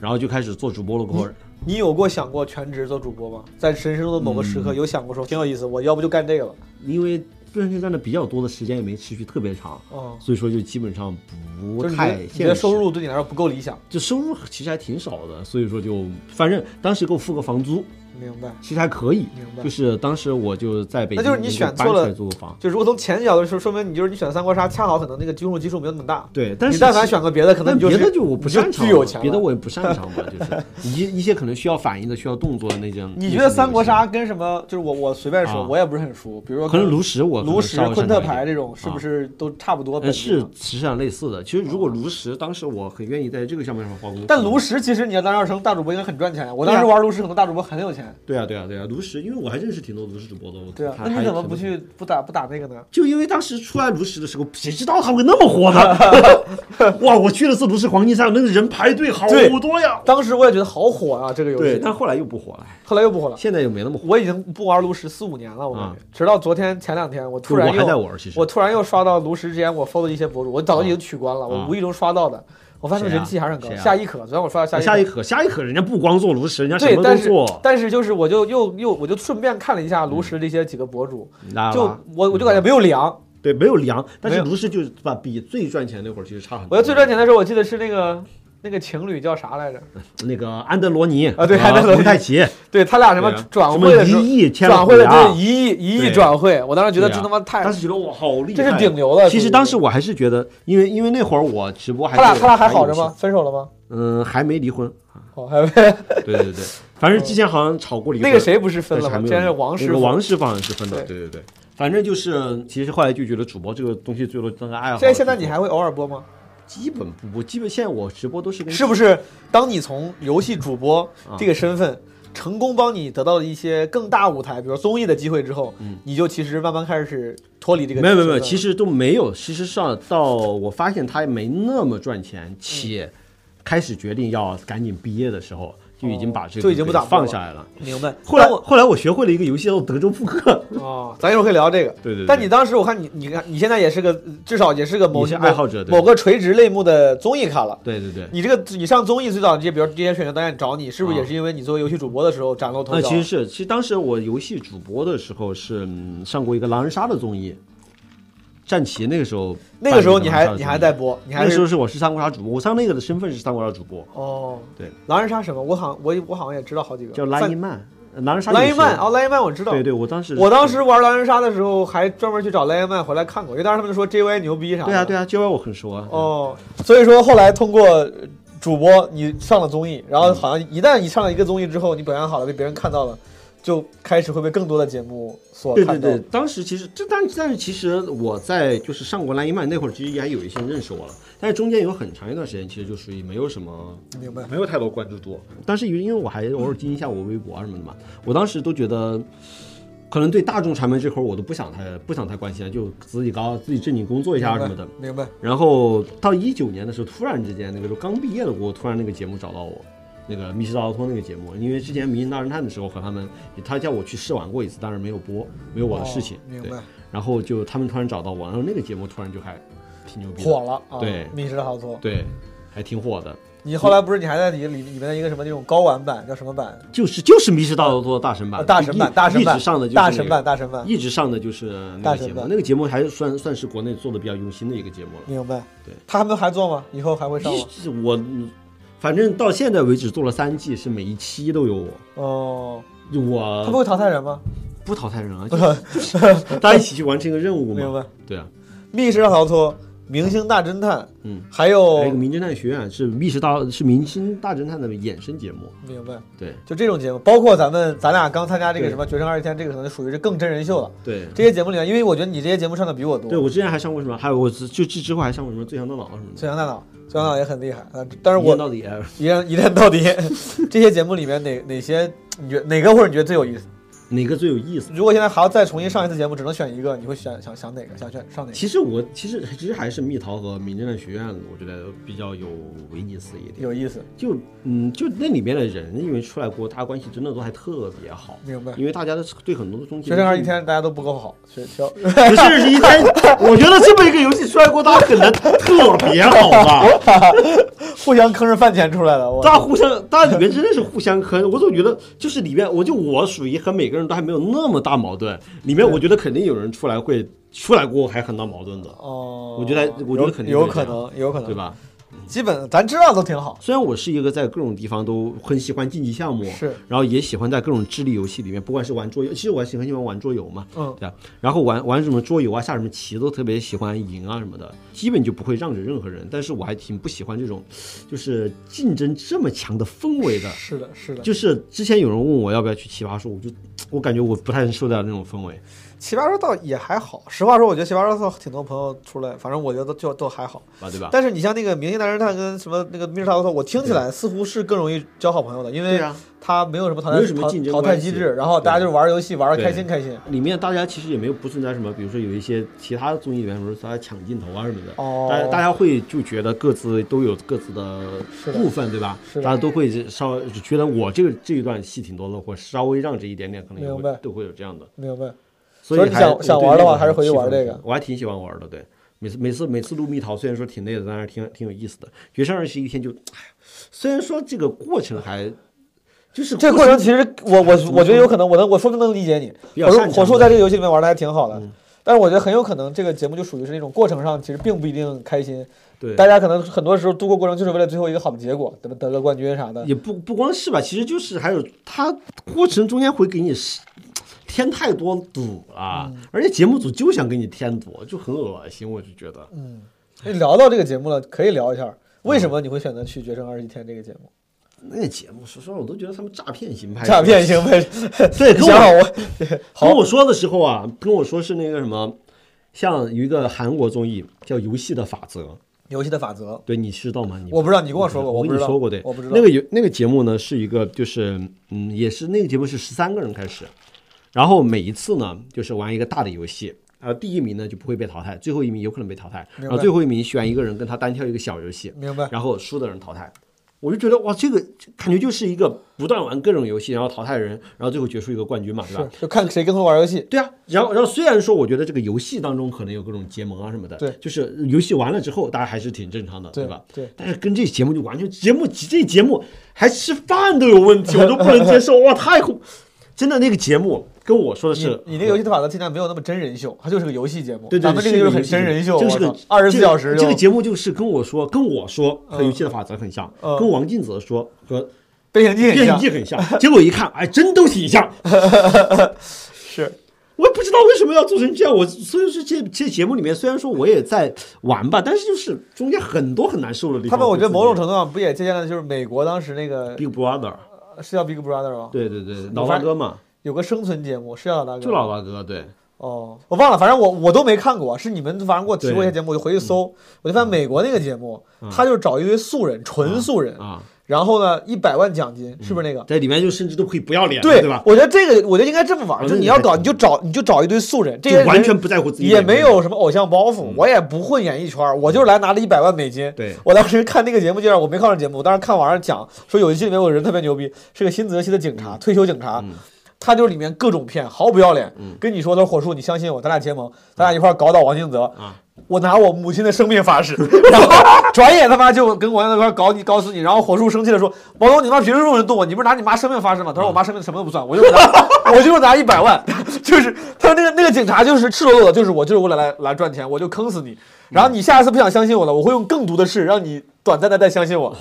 S3: 然后就开始做主播了过后，
S2: 你有过想过全职做主播吗？在人生中的某个时
S3: 嗯
S2: 刻，有想过说挺有意思，我要不就干这个吧。
S3: 因为变身站的比较多的时间也没持续特别长，
S2: 哦
S3: 所以说就基本上不
S2: 就是你
S3: 太
S2: 的你
S3: 现
S2: 的
S3: 实。
S2: 收入对你来说不够理想，
S3: 就收入其实还挺少的，所以说就反正当时给我付个房租，
S2: 明白？
S3: 其实还可以
S2: 明。白
S3: 就是当时我就在北京，
S2: 那就是你选错了
S3: 搬出来租个房。
S2: 就如果从前角度说，说明你就是你选三国杀，恰好可能那个基础基数没有那么大。
S3: 对，但是
S2: 你但凡选个别的，可能
S3: 但
S2: 你就是
S3: 别的就我不擅
S2: 你就
S3: 长
S2: 巨有钱
S3: 嘛，
S2: 了。
S3: 别的我也不擅长嘛， 就是一一些可能需要反应的、需要动作的那些。
S2: 你
S3: 那
S2: 觉
S3: 些
S2: 得三国
S3: 游
S2: 杀跟什么？就是我我随便说，
S3: 啊
S2: 我也不是很熟。比如说
S3: 戏可能炉石我
S2: 炉石、昆特牌这
S3: 种。
S2: 种，是不是都差不多本
S3: 啊呃，
S2: 质
S3: 是
S2: 上？
S3: 实际上类似的。其实如果炉石，当时我很愿意在这个上面上花功夫。
S2: 哦但炉石其实你要当要成大主播应该很赚钱呀。我
S3: 嗯对啊
S2: 当时玩炉石可能大主播很有钱。
S3: 对啊，对啊，对啊，炉石，因为我还认识挺多炉石主播的。我
S2: 对啊，
S3: 看
S2: 那你
S3: 还
S2: 怎么
S3: 挺
S2: 不去不打不打那个呢？
S3: 就因为当时出来炉石的时候，谁知道他会那么火 呢？ 哇！我去了次炉石黄金山，那个人排队好
S2: 对
S3: 多呀。
S2: 当时我也觉得好火啊，这个游
S3: 对，
S2: 戏。
S3: 但后来又不火了，
S2: 后来又不火了。
S3: 现在又没那么火。
S2: 我已经不玩炉石四五年了，我感觉，直到昨天前两天，我突
S3: 对
S2: 然
S3: 啊我还
S2: 又
S3: 在玩其实
S2: 我突然又刷到炉石之前我 follow 的一些博主，我早就已经取关了，我无意中刷到的，我发现
S3: 啊谁啊
S2: 人气还是很高。
S3: 谁啊
S2: 夏一可，昨天我刷到夏
S3: 下
S2: 一
S3: 一
S2: 可，
S3: 可，下一可，人家不光做炉石，人家什
S2: 对，
S3: 么都
S2: 但是
S3: 做。嗯
S2: 但是就是我就又又我就顺便看了一下炉石这些几个博主，
S3: 拉
S2: 就
S3: 吧
S2: 我我就感觉没有凉。
S3: 对，没有凉，但
S2: 没
S3: 是
S2: 有
S3: 炉石就是把比最赚钱那会儿其实差很
S2: 我
S3: 多。
S2: 觉得最赚钱的时候，我记得是那个那个情侣叫啥来着？
S3: 那个安德罗尼
S2: 啊对安德罗尼
S3: 蒙太奇，
S2: 对他俩什么
S3: 对啊
S2: 转会的时候，
S3: 什么一亿签了
S2: 转会的
S3: 虎牙
S2: 对一亿一亿
S3: 对
S2: 转会，我当时觉得
S3: 对啊
S2: 这他妈太
S3: 当时觉得哇，好厉害，
S2: 哎这是顶流了
S3: 其
S2: 属
S3: 实
S2: 于
S3: 当时我还是觉得，因为因为那会儿我直播还
S2: 他俩
S3: 是
S2: 他俩还好着
S3: 有
S2: 吗？分手了吗？
S3: 嗯，还没离婚。
S2: 哦，还没。
S3: 对对对，反正之前好像吵过离婚。
S2: 那个谁不是分了
S3: 但
S2: 吗？
S3: 还没有
S2: 竟然是王师
S3: 那
S2: 傅。
S3: 个王师傅好像是分的。
S2: 对
S3: 对对对，反正就是，其实后来就觉得主播这个东西最多当个爱好。
S2: 现在现在你还会偶尔播吗？
S3: 基本不播，基本现在我直播都是跟啊
S2: 是不是？当你从游戏主播这个身份成功帮你得到了一些更大舞台，比如综艺的机会之后，你就其实慢慢开始脱离这个。
S3: 嗯没有没有没有，其实都没有。其实上到我发现他没那么赚钱，且
S2: 嗯
S3: 开始决定要赶紧毕业的时候，就已经把这个
S2: 哦就已经不
S3: 给
S2: 咋
S3: 放下来了。
S2: 明白。
S3: 后来
S2: 但我
S3: 后来我学会了一个游戏叫做德州扑克，
S2: 哦，咱一会儿可以聊这个。
S3: 对对对
S2: 但你当时我看你，你看你现在也是个，至少也是个某
S3: 你是爱好者对
S2: 某个垂直类目的综艺咖了。
S3: 对对对。
S2: 你这个你上综艺最早，这些比如这些选秀导演找你，是不是也是因为你作为游戏主播的时候崭露头
S3: 啊，
S2: 角？
S3: 其实是，其实当时我游戏主播的时候是、嗯上过一个狼人杀的综艺，战旗那个时候
S2: 那个时候你
S3: 办
S2: 还
S3: 了一
S2: 你
S3: 个
S2: 还
S3: 狼人杀的综艺
S2: 在播，你还
S3: 那时候
S2: 是
S3: 是我是三国杀主播，我上那个的身份是三国杀主播，
S2: 哦，
S3: 对，
S2: 狼人杀什么？我好像我我好像也知道好几个，
S3: 叫拉伊曼，狼人杀
S2: 范莱因曼
S3: 啊，
S2: 哦，莱因曼我知道，
S3: 对对，我当时
S2: 我当时玩狼人杀的时候还专门去找莱因曼回来看过，因为当时他们说 JY 牛逼啥的，
S3: 对啊对啊，J Y 我很熟啊，
S2: 哦，所以说后来通过呃主播你上了综艺，然后好像一旦你上了一个综艺之后，你表现好了被别人看到了，就开始会被更多的节目所
S3: 对
S2: 看到。
S3: 对对，当时其实这但但是其实我在就是上过拉伊曼那会儿，其实也还有一些人认识我了，但是中间有很长一段时间其实就属于没有什么
S2: 明白。
S3: 没有太多关注度，但是因为我还偶尔经营一下我微博啊什么的嘛，我当时都觉得，可能对大众传媒这块儿我都不想太不想太关心了，啊就自己搞自己正经工作一下什么的。
S2: 明白，
S3: 然后到一九年的时候，突然之间那个时候刚毕业的我，突然那个节目找到我，那个《密室大逃脱》那个节目，因为之前《名人大侦探》的时候和他们，他叫我去试玩过一次，但是没有播，没有我的事情。
S2: 哦明
S3: 对
S2: 白，
S3: 然后就他们突然找到我，然后那个节目突然就还挺牛逼的，
S2: 火了啊！
S3: 对
S2: 密室逃脱。
S3: 对，还挺火的。
S2: 你后来不是你还在里里里面的一个什么那种高玩版叫什么版？
S3: 就是就是《迷失大逃脱》大神版，
S2: 啊大神版
S3: 一
S2: 大神版
S3: 一直上的就是、那个、
S2: 大神版大神版
S3: 一直上的就是那
S2: 大
S3: 个
S2: 神
S3: 节目
S2: 版，
S3: 那个节目还算算是国内做的比较用心的一个节目了。
S2: 明白。
S3: 对
S2: 他们还做吗？以后还会上吗？
S3: 一我反正到现在为止做了三季，是每一期都有我，
S2: 哦，
S3: 就
S2: 他们会
S3: 我
S2: 淘汰人 吗？
S3: 不淘汰人 啊，就就是大家一起去完成一个任务
S2: 明白
S3: 嘛。对啊，
S2: 密室逃脱、明星大侦探，
S3: 嗯，
S2: 还
S3: 还
S2: 有
S3: 有一个《名侦探学院》是《密室大》是《明星大侦探》的衍生节目，
S2: 明白。
S3: 对
S2: 就这种节目，包括咱们咱俩刚参加这个
S3: 对
S2: 什么《决胜二十天》，这个可能属于是更真人秀了。
S3: 对。
S2: 这些节目里面，因为我觉得你这些节目上的比我多。
S3: 对，我之前还上过什么？还有我之就之之后还上过什么《最强大脑》什么
S2: 孙
S3: 的，
S2: 杨大脑，孙杨大脑也很厉害，但但是
S3: 一键
S2: 我
S3: 到底。
S2: 一练一练到底， 这些节目里面哪哪些你觉哪个或者你觉得最有意思？
S3: 哪个最有意思？
S2: 如果现在还要再重新上一次节目，只能选一个，你会选想想哪个？想选上哪个？
S3: 其实我其实其实还是蜜桃和民侦探学院，我觉得比较有意思一点。
S2: 有意思，
S3: 就嗯，就那里面的人，因为出来过，大家关系真的都还特别好。
S2: 明白
S3: 因为大家的对很多的东西，
S2: 学生二一天大家都不够好，学校。
S3: 不是一天， 我觉得这么一个游戏出来过，大家很难特别好
S2: 哦
S3: 吧？
S2: 互相坑着饭钱出来了，我
S3: 大家互相，大家里面真的是互相坑。我总觉得就是里面，我就我属于和每个人都还没有那么大矛盾。里面我觉得肯定有人出来会出来过还很大矛盾的，
S2: 哦，
S3: 我觉得我觉得肯定
S2: 有有
S3: 会这
S2: 可
S3: 样
S2: 能，有可能，
S3: 对？吧？
S2: 基本咱知道都挺好，
S3: 虽然我是一个在各种地方都很喜欢竞技项目，
S2: 是
S3: 然后也喜欢在各种智力游戏里面，不管是玩桌游，其实我还喜很喜欢玩桌游嘛，
S2: 嗯
S3: 对吧？啊然后玩玩什么桌游啊，下什么棋都特别喜欢赢啊什么的，基本就不会让着任何人。但是我还挺不喜欢这种，就是竞争这么强的氛围的。
S2: 是的，是的。
S3: 就是之前有人问我要不要去奇葩说，我就我感觉我不太能受得了那种氛围。
S2: 奇葩说倒也还好，实话说，我觉得奇葩说倒挺多朋友出来，反正我觉得都就都还好
S3: 啊对吧
S2: 但是你像那个《明星大侦探》跟什么那个《密室大逃脱》，我听起来似乎是更容易交好朋友的，因为
S3: 啊对啊
S2: 它没有什么淘
S3: 没
S2: 汰
S3: 有什么竞争
S2: 淘淘汰
S3: 关
S2: 机
S3: 系
S2: 制，然后大家就是玩游戏玩的开心
S3: 对
S2: 开心。
S3: 里面大家其实也没有不存在什么，比如说有一些其他综艺里面什么大家抢镜头啊什么的，
S2: 哦
S3: 大家大家会就觉得各自都有各自的
S2: 的
S3: 部分，对吧？
S2: 是的
S3: 大家都会稍就觉得我这个这一段戏挺多的，或稍微让这一点点，可能也
S2: 明白
S3: 会都会有这样的。
S2: 明白，
S3: 所
S2: 所以
S3: 以
S2: 你
S3: 还
S2: 想
S3: 我对
S2: 想玩的话
S3: 这个
S2: 还是回去
S3: 气氛
S2: 玩这
S3: 挺
S2: 个
S3: 我还挺喜欢玩的，对。每次每次每次录蜜桃，虽然说挺累的，但是挺挺有意思的。决胜二十一天就，哎呀，虽然说这个过程还就是
S2: 这个过程其实我我我觉得有可能，我能我说不定能理解
S3: 比
S2: 你。
S3: 较
S2: 火
S3: 擅
S2: 树
S3: 长嗯
S2: 火树
S3: 的
S2: 在这个游戏里面玩的还挺好的，但是我觉得很有可能这个节目就属于是那种过程上其实并不一定开心，
S3: 对
S2: 大家可能很多时候度过过程就是为了最后一个好的结果，得得个冠军啥的。
S3: 也不不光是吧，其实就是还有它过程中间会给你是添太多堵了，
S2: 嗯
S3: 而且节目组就想给你添堵，就很恶心，我就觉得。
S2: 嗯聊到这个节目了，可以聊一
S3: 嗯
S2: 下为什么你会选择去《决胜二十一天》这个节目？
S3: 那个节目，说实话，我都觉得他们诈骗型拍摄
S2: 诈骗 性被
S3: 对，跟
S2: 想好
S3: 我
S2: 我
S3: 跟我说的时候啊，跟我说是那个什么，像有一个韩国综艺叫《游戏的法则》，
S2: 游戏的法则。
S3: 对，你知道吗？你
S2: 我不知道你跟我说过，
S3: 我
S2: 我不
S3: 跟
S2: 知
S3: 你
S2: 道
S3: 说过对，
S2: 我不知道
S3: 那个有那个节目呢，是一个就是嗯，也是那个节目是十三个人开始，然后每一次呢就是玩一个大的游戏，然后第一名呢就不会被淘汰，最后一名有可能被淘汰，
S2: 明白
S3: 然后最后一名选一个人跟他单挑一个小游戏，
S2: 明白
S3: 然后输的人淘汰。我就觉得哇，这个感觉就是一个不断玩各种游戏，然后淘汰人，然后最后决出一个冠军嘛，对吧
S2: 是？就看谁跟他们玩游戏。
S3: 对啊，然后然后虽然说我觉得这个游戏当中可能有各种结盟啊什么的，
S2: 对
S3: 就是游戏完了之后大家还是挺正常的，
S2: 对
S3: 吧？
S2: 对
S3: 但是跟这节目就完全，节目这节目还吃饭都有问题，我都不能接受，哇，太恐，真的那个节目跟我说的
S2: 你
S3: 是
S2: 你那个游戏的法则听起来没有那么真人秀，它就是个游戏节目。
S3: 对对，
S2: 咱们这
S3: 是
S2: 个就是很
S3: 游戏
S2: 真人秀，
S3: 这个是个
S2: 二十四小时
S3: 这个。
S2: 就
S3: 这个节目就是跟我说，跟我说和
S2: 嗯
S3: 游戏的法则很像，
S2: 嗯
S3: 跟王静泽说和
S2: 变形记很
S3: 变
S2: 像
S3: 形记很像，
S2: 嗯
S3: 结果一看，哎，真都挺像。
S2: 是
S3: 我也不知道为什么要做成这样。我所以说这这节目里面，虽然说我也在玩吧，但是就是中间很多很难受的地方。
S2: 他们，我觉得某种程度上不也借鉴了，就是美国当时那个
S3: Big Brother，
S2: 是叫 Big Brother 吗？
S3: 对对对，老大哥嘛，
S2: 有个生存节目是叫老大哥
S3: 就
S2: 吗。
S3: 老大哥，对
S2: 哦，我忘了，反正我我都没看过，是你们反正给我提过一些
S3: 对嗯
S2: 节目，我就回去搜，我就发现美国那个节目，他就是找一堆素人，纯素人，
S3: 啊，
S2: 然后呢一百万奖金，是不是那个？
S3: 在里面就甚至都可以不要脸了，
S2: 对
S3: 对吧？
S2: 我觉得这个，我觉得应该这么玩，
S3: 啊
S2: 就
S3: 那
S2: 你
S3: 你
S2: 要
S3: 还
S2: 搞，
S3: 行
S2: 你就找你就找一堆素人，这些
S3: 就
S2: 人
S3: 完全不在乎自己
S2: 也
S3: 脸面，
S2: 没有什么偶像包袱，我也不混演艺圈，我就是来拿了一百万美金。
S3: 对
S2: 我当时看那个节目介绍，我没看上节目，我当时看网上讲说有一期里面有个人特别牛逼，是个新泽西的警
S3: 嗯
S2: 察，退休警察。他就是里面各种骗，毫不要脸，
S3: 嗯
S2: 跟你说他是火叔，你相信我，咱俩结盟，咱俩一块儿搞倒王兴泽，
S3: 啊
S2: 我拿我母亲的生命发 誓，然后转眼他妈就跟王兴泽一块儿搞你搞死你，然后火叔生气的说，王总你他妈凭什么能动我？你不是拿你妈生命发誓吗？他说
S3: 嗯
S2: 我妈生命什么都不算，我就拿 我就是拿一百万，就是他那个那个警察就是赤裸裸的，就是我就是为了来来赚钱，我就坑死
S3: 嗯
S2: 你，然后你下一次不想相信我了，我会用更毒的事让你短暂的再相信我，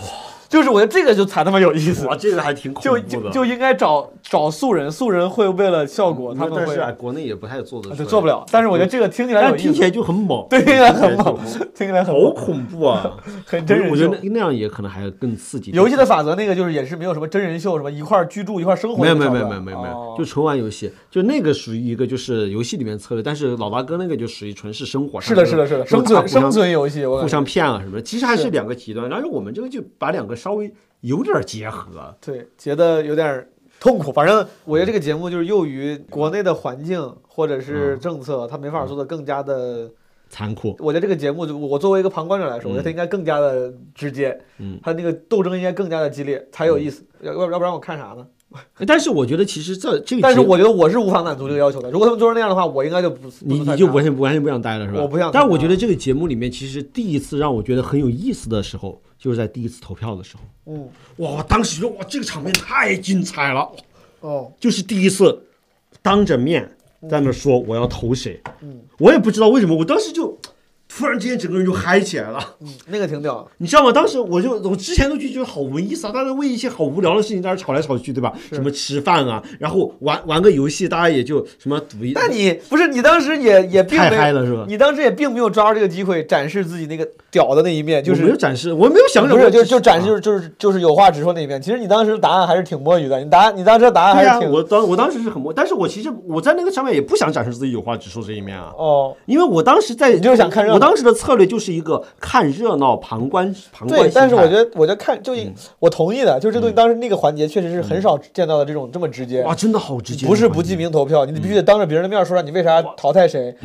S2: 就是我觉得这个就才他妈有意思。
S3: 哇，这个还挺恐
S2: 就
S3: 怖
S2: 就
S3: 的。
S2: 就应该找找素人，素人会为了效果，他们
S3: 但
S2: 会
S3: 是哎国内也不太做得
S2: 啊
S3: 出
S2: 对
S3: 来，
S2: 做不了。但是我觉得这个听起来
S3: 但
S2: 有
S3: 听
S2: 意
S3: 起
S2: 思，
S3: 来就很猛，
S2: 对，听起来很
S3: 听起来就
S2: 猛，听起来很
S3: 好
S2: 猛，
S3: 恐怖啊！
S2: 很 真人
S3: 我觉
S2: 秀
S3: 得。那那样也可能还更刺激。
S2: 游戏的法则那个就是也是没有什么真人秀，什么一块儿居住一块儿生活
S3: 没
S2: 那
S3: 有
S2: 个桥
S3: 没有
S2: 段，
S3: 没有没有没有没有
S2: 哦，
S3: 就纯玩游戏，就那个属于一个就是游戏里面策略，但是老大哥那个就属于纯是生活上
S2: 是的是的是的，
S3: 就是
S2: 生存
S3: 大家互
S2: 生
S3: 相
S2: 存游戏，我
S3: 互
S2: 感觉
S3: 相骗啊什么的，其实还
S2: 是
S3: 是两个极端，然后我们这个就把两个稍微有点结合，
S2: 对觉得有点儿痛苦。反正我觉得这个节目就是由于国内的环境或者是政策，它没法做的更加的。
S3: 嗯残酷，
S2: 我觉得这个节目，就我作为一个旁观者来说，我觉得它应该更加的直接，
S3: 嗯，
S2: 它那个斗争应该更加的激烈才有意思，要要要不然我看啥呢？
S3: 但是我觉得其实这这个节，
S2: 但是我觉得我是无法满足这个要求的，如果他们做成那样的话，我应该就不
S3: 你
S2: 不太
S3: 你就
S2: 看
S3: 完全完全不想待了是吧？
S2: 我不想
S3: 但
S2: 看
S3: 我
S2: 了
S3: 觉得这个节目里面，其实第一次让我觉得很有意思的时候，就是在第一次投票的时候，
S2: 嗯
S3: 哇，我当时觉得哇这个场面太精彩了，
S2: 哦
S3: 就是第一次当着面在那说我要投谁，
S2: 嗯
S3: 我也不知道为什么，我当时就突然之间整个人就嗨起来了，
S2: 嗯，那个挺屌，
S3: 你知道吗？当时我就我之前都就觉得好没意思啊，大家为一些好无聊的事情在那吵来吵去，对吧？什么吃饭啊，然后玩玩个游戏，大家也就什么赌一，
S2: 但你不是你当时也也并
S3: 太
S2: 没
S3: 嗨
S2: 有，
S3: 了是吧？
S2: 你当时也并没有抓住这个机会展示自己那个屌的那一面，就
S3: 我没有
S2: 是。
S3: 展示，我没有想想
S2: 不
S3: 过
S2: 是，
S3: 这
S2: 就
S3: 事，
S2: 就展示
S3: 啊
S2: 就是就是就是有话直说那一面。其实你当时答案还是挺摸鱼的，你答案你当时的答案还
S3: 对
S2: 是
S3: 哎呀、
S2: 挺、
S3: 我当我当时是很，但是我其实我在那个上面也不想展示自己有话直说这一面啊，
S2: 哦，
S3: 因为我当时在，
S2: 你就是想看热闹
S3: 我当时的策略就是一个看热闹、旁观、旁观
S2: 对
S3: 心态。。嗯
S2: 但是我觉得我觉得看就一、我同意的，就是这东西当时那个环节确实是很少见到的这种这么直接。
S3: 哇，真的好直接，
S2: 不是不记名投票，你必
S3: 嗯
S2: 须得当着别人的面说让你为啥淘汰谁。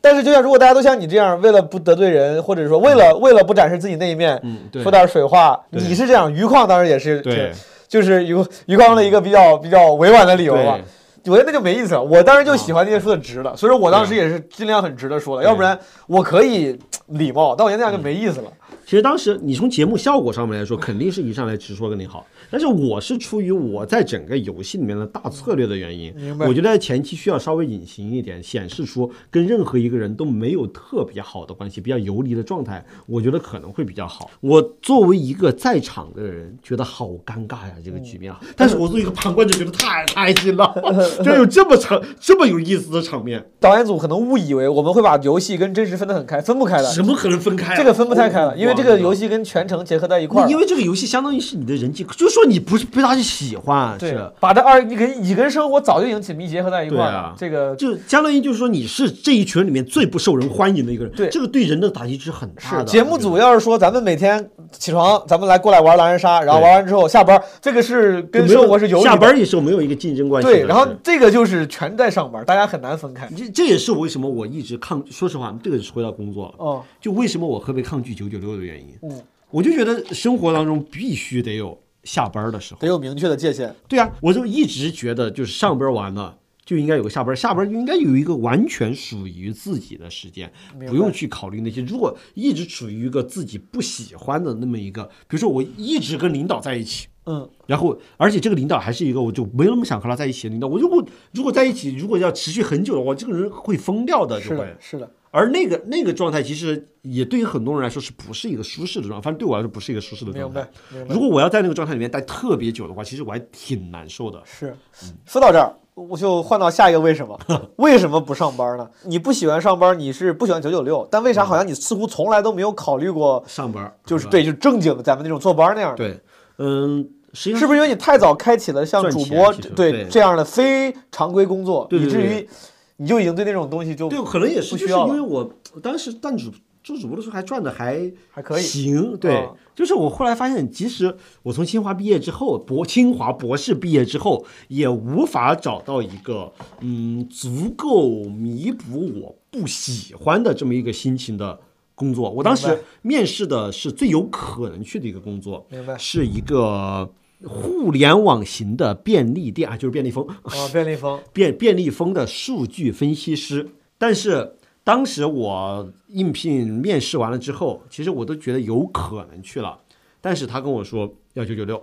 S2: 但是，就像如果大家都像你这样，为了不得罪人，或者说为了为了不展示自己那一面，
S3: 嗯对
S2: 说点水话，
S3: 对
S2: 你是这样。余旷当然也是，
S3: 对，
S2: 就是余余旷的一个比较比较委婉的理由吧
S3: 对。啊
S2: 我觉得那就没意思了。我当时就喜欢那些说的直的，所以说我当时也是尽量很直的说了，要不然我可以礼貌，但我觉得那样就没意思了。
S3: 其实当时你从节目效果上面来说，肯定是一上来直说跟你好，但是我是出于我在整个游戏里面的大策略的原因，
S2: 明白
S3: 我觉得在前期需要稍微隐形一点，显示出跟任何一个人都没有特别好的关系，比较游离的状态，我觉得可能会比较好。我作为一个在场的人，觉得好尴尬呀，这个局面啊！但是我作为一个旁观者，觉得太开心了， 居然有这么场这么有意思的场面，
S2: 导演组可能误以为我们会把游戏跟真实分得很开，分不开的。
S3: 怎么可能分开啊、
S2: 这个分不太开了，因为为这个游戏跟全程结合在一块
S3: 那
S2: 儿，
S3: 因为这个游戏相当于是你的人际，就是说你不是被他喜欢，
S2: 对
S3: 是。
S2: 把这二你跟你跟生活早就已经紧密结合在一块儿
S3: 对
S2: 了
S3: 啊。
S2: 这个
S3: 就相当于就是说你是这一群里面最不受人欢迎的一个人，
S2: 对
S3: 这个对人的打击是很大
S2: 是
S3: 的。
S2: 节目
S3: 我觉
S2: 组
S3: 得
S2: 要是说咱们每天起床，咱们来过来玩狼人杀，然后玩完之后下班，这个是跟
S3: 就没有
S2: 生活是有理的
S3: 下班也是没有一个竞争关系的。
S2: 对，然后
S3: 是
S2: 这个就是全在上班，大家很难分开。
S3: 这这也是为什么我一直抗，说实话，这个是回到工作了，
S2: 哦，
S3: 就为什么我特别抗拒九九六的原因。
S2: 嗯，
S3: 我就觉得生活当中必须得有下班的时候。
S2: 得有明确的界限。
S3: 对啊，我就一直觉得就是上班完了。就应该有个下班，下班就应该有一个完全属于自己的时间，
S2: 明白
S3: 不用去考虑那些。如果一直处于一个自己不喜欢的那么一个，比如说我一直跟领导在一起，
S2: 嗯，
S3: 然后而且这个领导还是一个我就没那么想和他在一起的领导，我如果如果在一起，如果要持续很久的话，我这个人会疯掉的，
S2: 是
S3: 就会
S2: 的，。是的，
S3: 而那个那个状态，其实也对于很多人来说是不是一个舒适的状态？反正对我来说不是一个舒适的
S2: 明
S3: 状
S2: 白
S3: 态。，
S2: 明白
S3: 如。果我要在那个状态里面待特别久的话，其实我还挺难受的。
S2: 是，
S3: 嗯
S2: 说到这儿，我就换到下一个为 什么？为什么不上班呢？你不喜欢上班，你是不喜欢九九六，但为啥好像你似乎从来都没有考虑过，
S3: 上班儿
S2: 就是
S3: 吧
S2: 对，就是正经咱们那种坐班那样的？
S3: 对，嗯，实际上
S2: 是不是因为你太早开启了像
S3: 赚
S2: 主
S3: 钱
S2: 播
S3: 其实
S2: 对
S3: 对
S2: 这样的非常规工作，
S3: 对对对
S2: 以至于你就已经对那种东西就
S3: 对，可能也是，
S2: 不
S3: 就
S2: 需
S3: 是
S2: 要
S3: 因
S2: 了
S3: 为我我当时当主做主播的时候还赚的还
S2: 还可以
S3: 行，对。
S2: 嗯
S3: 就是我后来发现，即使我从清华毕业之后，博清华博士毕业之后，也无法找到一个嗯足够弥补我不喜欢的这么一个心情的工作。我当
S2: 明
S3: 时
S2: 白
S3: 面试的是最有可能去的一个工作，
S2: 明白
S3: 是一个互联网型的便利店啊，就是便利蜂。
S2: 啊便利蜂
S3: 便便利蜂的数据分析师，但是当时我应聘面试完了之后，其实我都觉得有可能去了，但是他跟我说要九九六，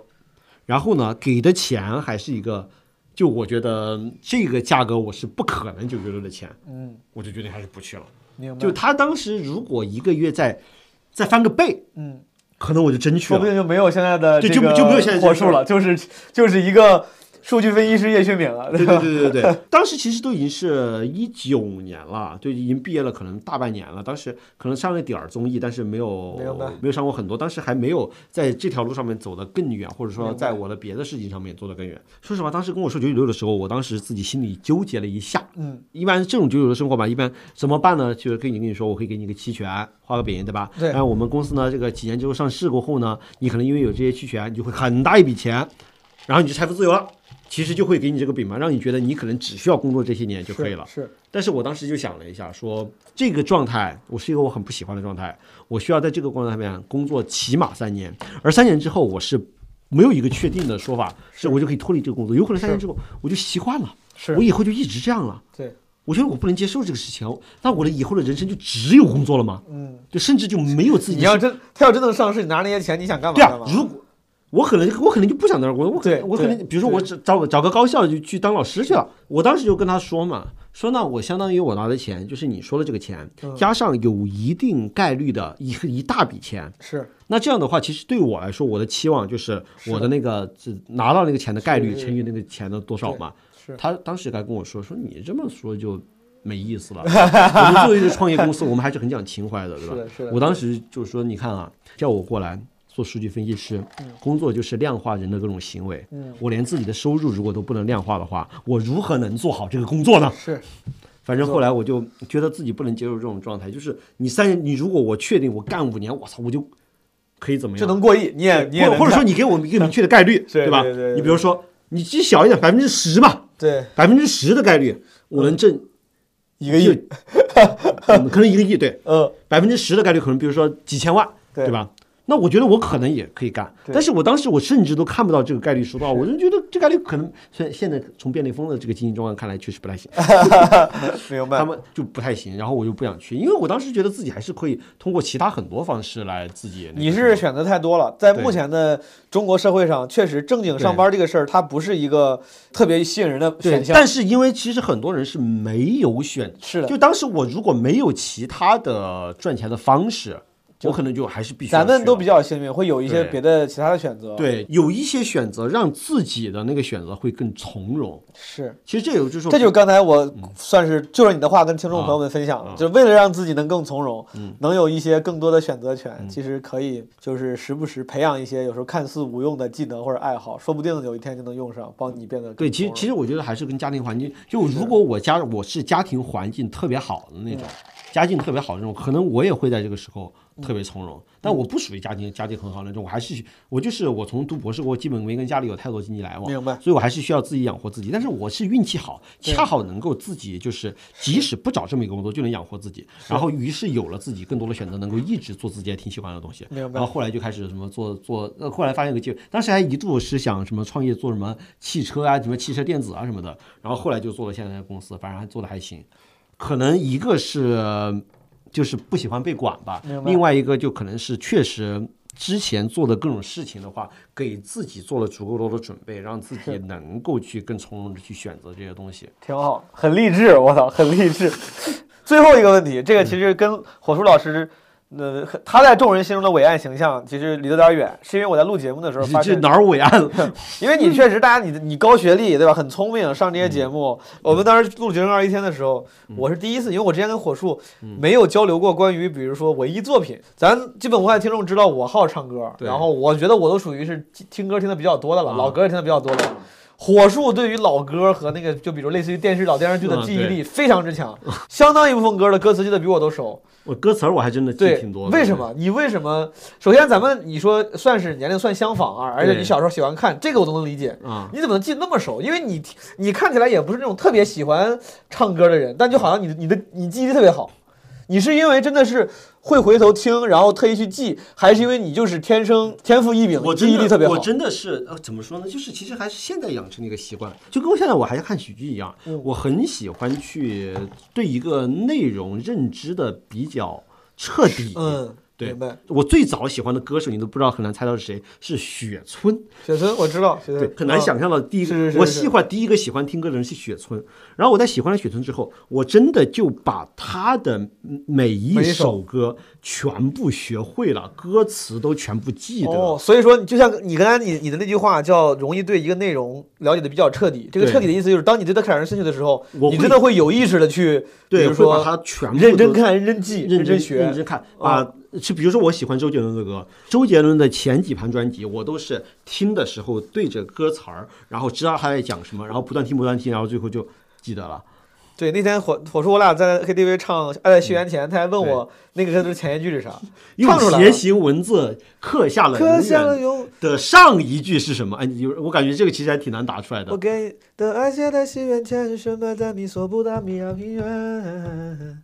S3: 然后呢给的钱还是一个，就我觉得这个价格我是不可能九九六的钱，
S2: 嗯，
S3: 我就决定还是不去了。
S2: 明白
S3: 就他当时如果一个月再再翻个倍，
S2: 嗯，
S3: 可能我就真去
S2: 说不
S3: 了。
S2: 定就没有现在的
S3: 对
S2: 这
S3: 就
S2: 个
S3: 就没有现在这
S2: 火
S3: 个
S2: 数了，就是就是一个数据分析师叶旭敏了，
S3: 对
S2: 吧
S3: 对对对对，当时其实都已经是一九年了，就已经毕业了，可能大半年了。当时可能上了点儿综艺，但是没有
S2: 明白
S3: 没有上过很多，当时还没有在这条路上面走得更远，或者说
S2: 明白
S3: 在我的别的事情上面做得更远。说实话，当时跟我说九九六的时候，我当时自己心里纠结了一下。
S2: 嗯，
S3: 一般这种九九的生活吧，一般怎么办呢？就是跟你跟你说，我可以给你一个期权，画个饼，对吧？
S2: 对
S3: 然后我们公司呢，这个几年之后上市过后呢，你可能因为有这些期权，你就会很大一笔钱，然后你就财富自由了。其实就会给你这个饼嘛，让你觉得你可能只需要工作这些年就可以了。
S2: 是是
S3: 但是我当时就想了一下，说这个状态，我是一个我很不喜欢的状态，我需要在这个状态下面工作起码三年，而三年之后我是没有一个确定的说法，是我就可以脱离这个工作，有可能三年之后我就习惯了，
S2: 是
S3: 我以后就一直这样了。
S2: 对，
S3: 我觉得我不能接受这个事情，那我的以后的人生就只有工作了吗？
S2: 嗯，
S3: 就甚至就没有自己
S2: 你要真他要真的上市，你拿那些钱你想干嘛
S3: 对啊
S2: 干嘛，？
S3: 如果我可能我可能就不想当老师，我我可
S2: 对
S3: 能我可能
S2: 对
S3: 比如说我
S2: 对
S3: 找找个找个高校就去当老师去了。
S2: 嗯
S3: 我当时就跟他说嘛，说那我相当于我拿的钱就是你说的这个钱，加上有一定概率的一一大笔钱。
S2: 是
S3: 那这样的话，其实对我来说，我的期望就是我的那个只拿到那个钱的概率
S2: 是
S3: 乘以那个钱的多少嘛。
S2: 是
S3: 他当时还跟我说说你这么说就没意思了。 我们作为一个创业公司，我们还是很讲情怀的，对吧？
S2: 是的是的
S3: 我当时就说，你看啊，叫我过来做数据分析师，
S2: 嗯
S3: 工作就是量化人的各种行为。我连自己的收入如果都不能量化的话，我如何能做好这个工作呢？
S2: 是，
S3: 反正后来我就觉得自己不能接受这种状态，就是你三年，你如果我确定我干五年，我操，我就可以怎么样？
S2: 就能过亿，你也你也能
S3: 或者或者说
S2: 干
S3: 你给我们一个明确的概率，
S2: 对
S3: 吧？
S2: 对对对
S3: 你比如说，你记小一点，百分之十吧，
S2: 对
S3: 百分之十的概率，我能挣
S2: 一个亿，
S3: 嗯可能一个亿，对，
S2: 嗯，
S3: 百分之十的概率，可能比如说几千万，
S2: 对
S3: 对吧？那我觉得我可能也可以干，但是我当时我甚至都看不到这个概率数多少，我就觉得这概率可能虽然现在从便利蜂的这个经营状啊况看来确实不 太行，
S2: 明白
S3: 他。们就不太行，然后我就不想去，因为我当时觉得自己还是可以通过其他很多方式来自己那个
S2: 你
S3: 什么
S2: 是选择太多了，在
S3: 对
S2: 目前的中国社会上，确实正经上班这个事儿，它不是一个特别吸引人的
S3: 对
S2: 选，项。
S3: 但是因为其实很多人是没有选，
S2: 是的
S3: 就当时我如果没有其他的赚钱的方式，我可能就还是必须要
S2: 咱们
S3: 去
S2: 都
S3: 了
S2: 比较幸运，会有一些
S3: 对
S2: 别的其他的选择。，
S3: 对，有一些选择让自己的那个选择会更从容。
S2: 是，
S3: 其实这有就是嗯
S2: 这就是刚才我算是就着你的话跟听众
S3: 啊
S2: 朋友们分享了
S3: 啊，嗯
S2: 就是为了让自己能更从容，能有一些更多的选择权，其实可以就是时不时培养一些有时候看似无用的技能或者爱好，说不定有一天就能用上，帮你变得
S3: 对，
S2: 更从
S3: 其实
S2: 容。
S3: 其实我觉得还是跟家庭环境，就如果我家我是家庭环境特别好的那种，家境特别好的那种，可能我也会在这个时候特别从容。但我不属于家庭家境很好那种，我还是我就是我从读博士我基本没跟家里有太多经济来往，
S2: 明白
S3: 所以我还是需要自己养活自己。但是我是运气好，恰好能够自己就是即使不找这么一个工作就能养活自己，然后于是有了自己更多的选择，能够一直做自己也挺喜欢的东西。
S2: 明白
S3: 然后后来就开始什么做做，呃，后来发现有个机会，当时还一度是想什么创业做什么汽车啊，什么汽车电子啊什么的，然后后来就做了现在的公司，反正还做的还行。可能一个是就是不喜欢被管吧
S2: 明，白
S3: 另外一个就可能是确实。之前做的各种事情的话，给自己做了足够多的准备，让自己能够去更从容的去选择这些东西。
S2: 挺好，很励志，我操，很励志。 最后一个问题，这个其实跟火树老师，呃，他在众人心中的伟岸形象其实离得有点远，是因为 我在录节目的时候发
S3: 这
S2: 现
S3: 哪儿伟岸了？
S2: 因为
S3: 嗯
S2: 你确实，大家你你高学历对吧？很聪明，上这些节目。我们当时录《绝症二一天》的时候，
S3: 嗯
S2: 我是第一次，因为我之前跟火树没有交流过关于，比如说文艺作品。咱基本无害听众知道我好唱歌，
S3: 对啊
S2: 然后我觉得我都属于是听歌听的比较多的了，老歌也听的比较多了。火树对于老歌和那个，就比如类似于电视、老电视剧的
S3: 嗯
S2: 记忆力非常之强，相当一部分歌的歌词记得比我都熟。
S3: 我歌词儿我还真的记
S2: 对，
S3: 挺多的。
S2: 为什么？你为什么？首先，咱们你说算是年龄算相仿啊，而且你
S3: 对
S2: 小时候喜欢看，这个我都能理解。
S3: 啊？
S2: 你怎么能记得那么熟？因为你你看起来也不是那种特别喜欢唱歌的人，但就好像你你的你记忆力特别好，你是因为真的是会回头听，然后特意去记，还是因为你就是天生天赋异禀，
S3: 我真
S2: 记忆力
S3: 的
S2: 特别好
S3: 我？真的是呃，怎么说呢？就是其实还是现在养成的一个习惯，就跟我现在我还是看喜剧一样，
S2: 嗯
S3: 我很喜欢去对一个内容认知的比较彻底。
S2: 嗯，
S3: 对
S2: 明白。
S3: 我最早喜欢的歌手，你都不知道，很难猜到是谁，是雪村。
S2: 雪村，我知道，雪
S3: 对
S2: 村，嗯
S3: 很难想
S2: 象。
S3: 象到第一个，
S2: 啊是是是
S3: 我
S2: 是
S3: 喜欢第一个喜欢听歌的人是雪村，然后我在喜欢了雪村之后，我真的就把他的每一
S2: 每一首
S3: 首歌全部学会了，歌词都全部记得了。
S2: 哦，所以说，就像你刚才你你的那句话叫“容易对一个内容了解的比较彻底”，这个
S3: 对
S2: 彻底的意思就是，当你对它产生兴趣的时候，
S3: 我
S2: 你
S3: 会
S2: 真的会有意识的去，比
S3: 对，
S2: 如
S3: 会把
S2: 说
S3: 它全部
S2: 认真
S3: 都
S2: 看、认真记、
S3: 认
S2: 真
S3: 学、认
S2: 学。
S3: 真看啊。就比如说，我喜欢周杰伦的歌，周杰伦的前几盘专辑，我都是听的时候对着歌词儿，然后知道他在讲什么，然后不断听、不断听，然后最后就记得了。
S2: 对，那天火火叔我俩在 KTV 唱《爱在西元前》，他还问
S3: 对
S2: 我那个歌词前一句是啥，
S3: 用
S2: 唱出来
S3: 楔
S2: 了。
S3: 形文字刻下了
S2: 刻
S3: 永
S2: 下了
S3: 远
S2: 永，
S3: 的上一句是什么？哎，有我感觉这个其实还挺难答出来
S2: 我
S3: 的。
S2: 给你的爱写在西元前，深埋在米索不达米亚平原。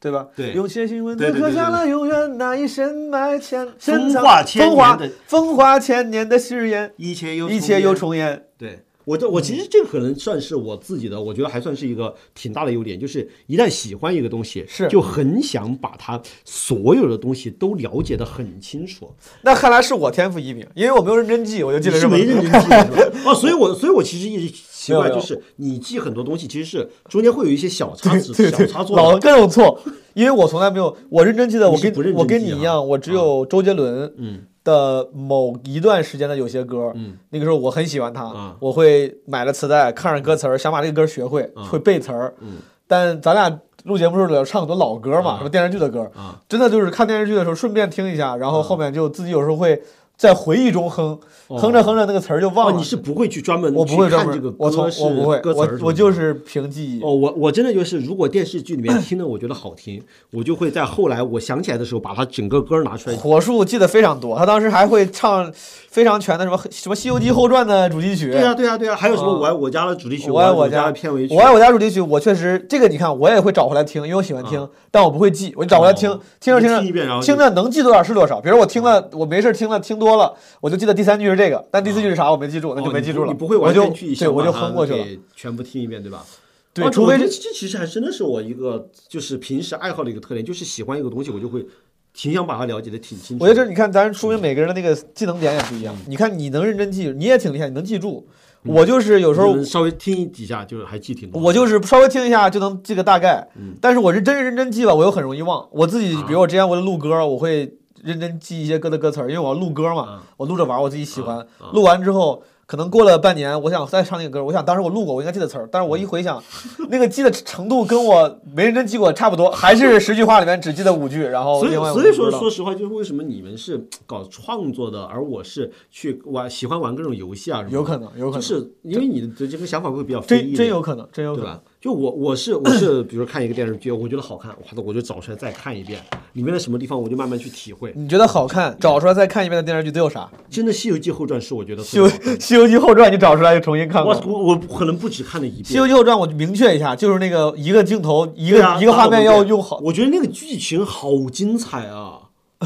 S2: 对吧？
S3: 对
S2: 用楔形文字
S3: 对对对
S2: 刻
S3: 对
S2: 下了永远那一深埋千深藏
S3: 化千
S2: 风华
S3: 年的
S2: 风华千年的誓言，
S3: 一切又
S2: 一切又重演。
S3: 对我这我其实这个可能算是我自己的，我觉得还算是一个挺大的优点，就是一旦喜欢一个东西，
S2: 是
S3: 就很想把它所有的东西都了解的很清楚。
S2: 那看来是我天赋异禀，因为我没有认真记， 我就记
S3: 你
S2: 得
S3: 是
S2: 这么
S3: 没
S2: 多。
S3: 认真记的是吧？ 哦，所以我所以我其实一直奇
S2: 没有
S3: 怪，
S2: 没有
S3: 就是你记很多东西，其实是中间会有一些小插子、
S2: 对
S3: 小
S2: 对，
S3: 插座
S2: 老
S3: 的。哦
S2: 各种错，因为我从来没有，我认真记得，我
S3: 你是
S2: 跟
S3: 不认真
S2: 我跟你
S3: 记啊
S2: 一样，我只有周杰伦
S3: 嗯
S2: 的某一段时间的有些歌，
S3: 嗯，
S2: 那个时候我很喜欢他，
S3: 啊
S2: 我会买了磁带，看着歌词儿，想把这个歌学会，
S3: 啊
S2: 会背词儿，
S3: 嗯，
S2: 但咱俩。录节目时候唱很多老歌嘛，
S3: 啊
S2: 什么电视剧的歌，
S3: 啊
S2: 真的就是看电视剧的时候顺便听一下，然后后面就自己有时候会在回忆中哼，
S3: 哦
S2: 哼着哼着那个词儿就忘
S3: 哦，
S2: 了。
S3: 你是不会去专门
S2: 我不会
S3: 去
S2: 专
S3: 看这个
S2: 门，我从
S3: 歌是
S2: 我不会，
S3: 歌词
S2: 我
S3: 儿什
S2: 我
S3: 么
S2: 就
S3: 的
S2: 是凭记忆。
S3: 哦，我我真的就是，如果电视剧里面听的我觉得好听，我就会在后来我想起来的时候把它整个歌拿出来。
S2: 火树记得非常多，他当时还会唱非常全的什么什么《西游记后传》的主题曲。
S3: 对呀、对呀、对呀、还有什么
S2: 啊
S3: 我爱我家的主题曲，
S2: 我
S3: 爱
S2: 爱我
S3: 家
S2: 家
S3: 的片尾曲，
S2: 我爱我家主题曲，我确实这个你看，我也会找回来听，因为我喜欢听，但我不会记，我就找回来听
S3: 哦，
S2: 听着听
S3: 你听一遍然后
S2: 着，
S3: 就
S2: 听着能记多少是多少。比如我听了，我没事听了听多了，我就记得第三句是这个，但第四句是啥我没记住，那
S3: 哦
S2: 就没
S3: 你
S2: 记
S3: 不
S2: 住了，
S3: 你不会
S2: 我
S3: 完
S2: 就
S3: 全去
S2: 对
S3: 想
S2: 我
S3: 把
S2: 就
S3: 它
S2: 哼过去了。
S3: 给全部听一遍，对吧？
S2: 对
S3: 哦
S2: 除
S3: 我
S2: 非
S3: 觉得
S2: 是
S3: 这这其实还真的是我一个就是平时爱好的一个特点，就是喜欢一个东西，我就会挺想把它了解的挺清楚。
S2: 我觉
S3: 嗯
S2: 得这你看，咱说明每个人的那个技能点也不一样。你看，你能认真记，你也挺厉害，你能记住。我就是有时候
S3: 就是稍微听几下就是还记挺多。
S2: 我就是稍微听一下就能记个大概，但是我是真认真记吧，我又很容易忘。我自
S3: 啊
S2: 己，比如我之前我录歌，我会认真记一些歌的歌词儿，因为我要录歌嘛
S3: 嗯，
S2: 我录着玩儿，我自己喜欢
S3: 嗯。
S2: 录完之后，可能过了半年，我想再唱那个歌，我想当时我录过，我应该记得词儿，但是我一回想，
S3: 嗯
S2: 那个记的程度跟我没认真记过差不多，还是十句话里面只记得五句，然后
S3: 所以
S2: 另外我
S3: 所以
S2: 就不
S3: 说
S2: 知道
S3: 说实话，就是为什么你们是搞创作的，而我是去玩喜欢玩各种游戏啊什么的，
S2: 有可能，有可
S3: 就
S2: 能，
S3: 是因为你的这个想法会比较飞
S2: 真
S3: 逸，
S2: 真有可能，真有
S3: 对
S2: 可能。
S3: 吧？就我我是我是，比如说看一个电视剧，我觉得好看，哇，那我就找出来再看一遍，里面的什么地方我就慢慢去体会。
S2: 你觉得好看，找出来再看一遍的电视剧都有啥？
S3: 真的《西游记后传》是我觉得
S2: 《西游西游记后传》你找出来就重新看过
S3: 我。我我可能不止看了一
S2: 《西游
S3: 遍。
S2: 记后传》，我就明确一下，就是那个一个镜头，一个、
S3: 对啊
S2: 一个画面要用好。
S3: 我觉得那个剧情好精彩啊！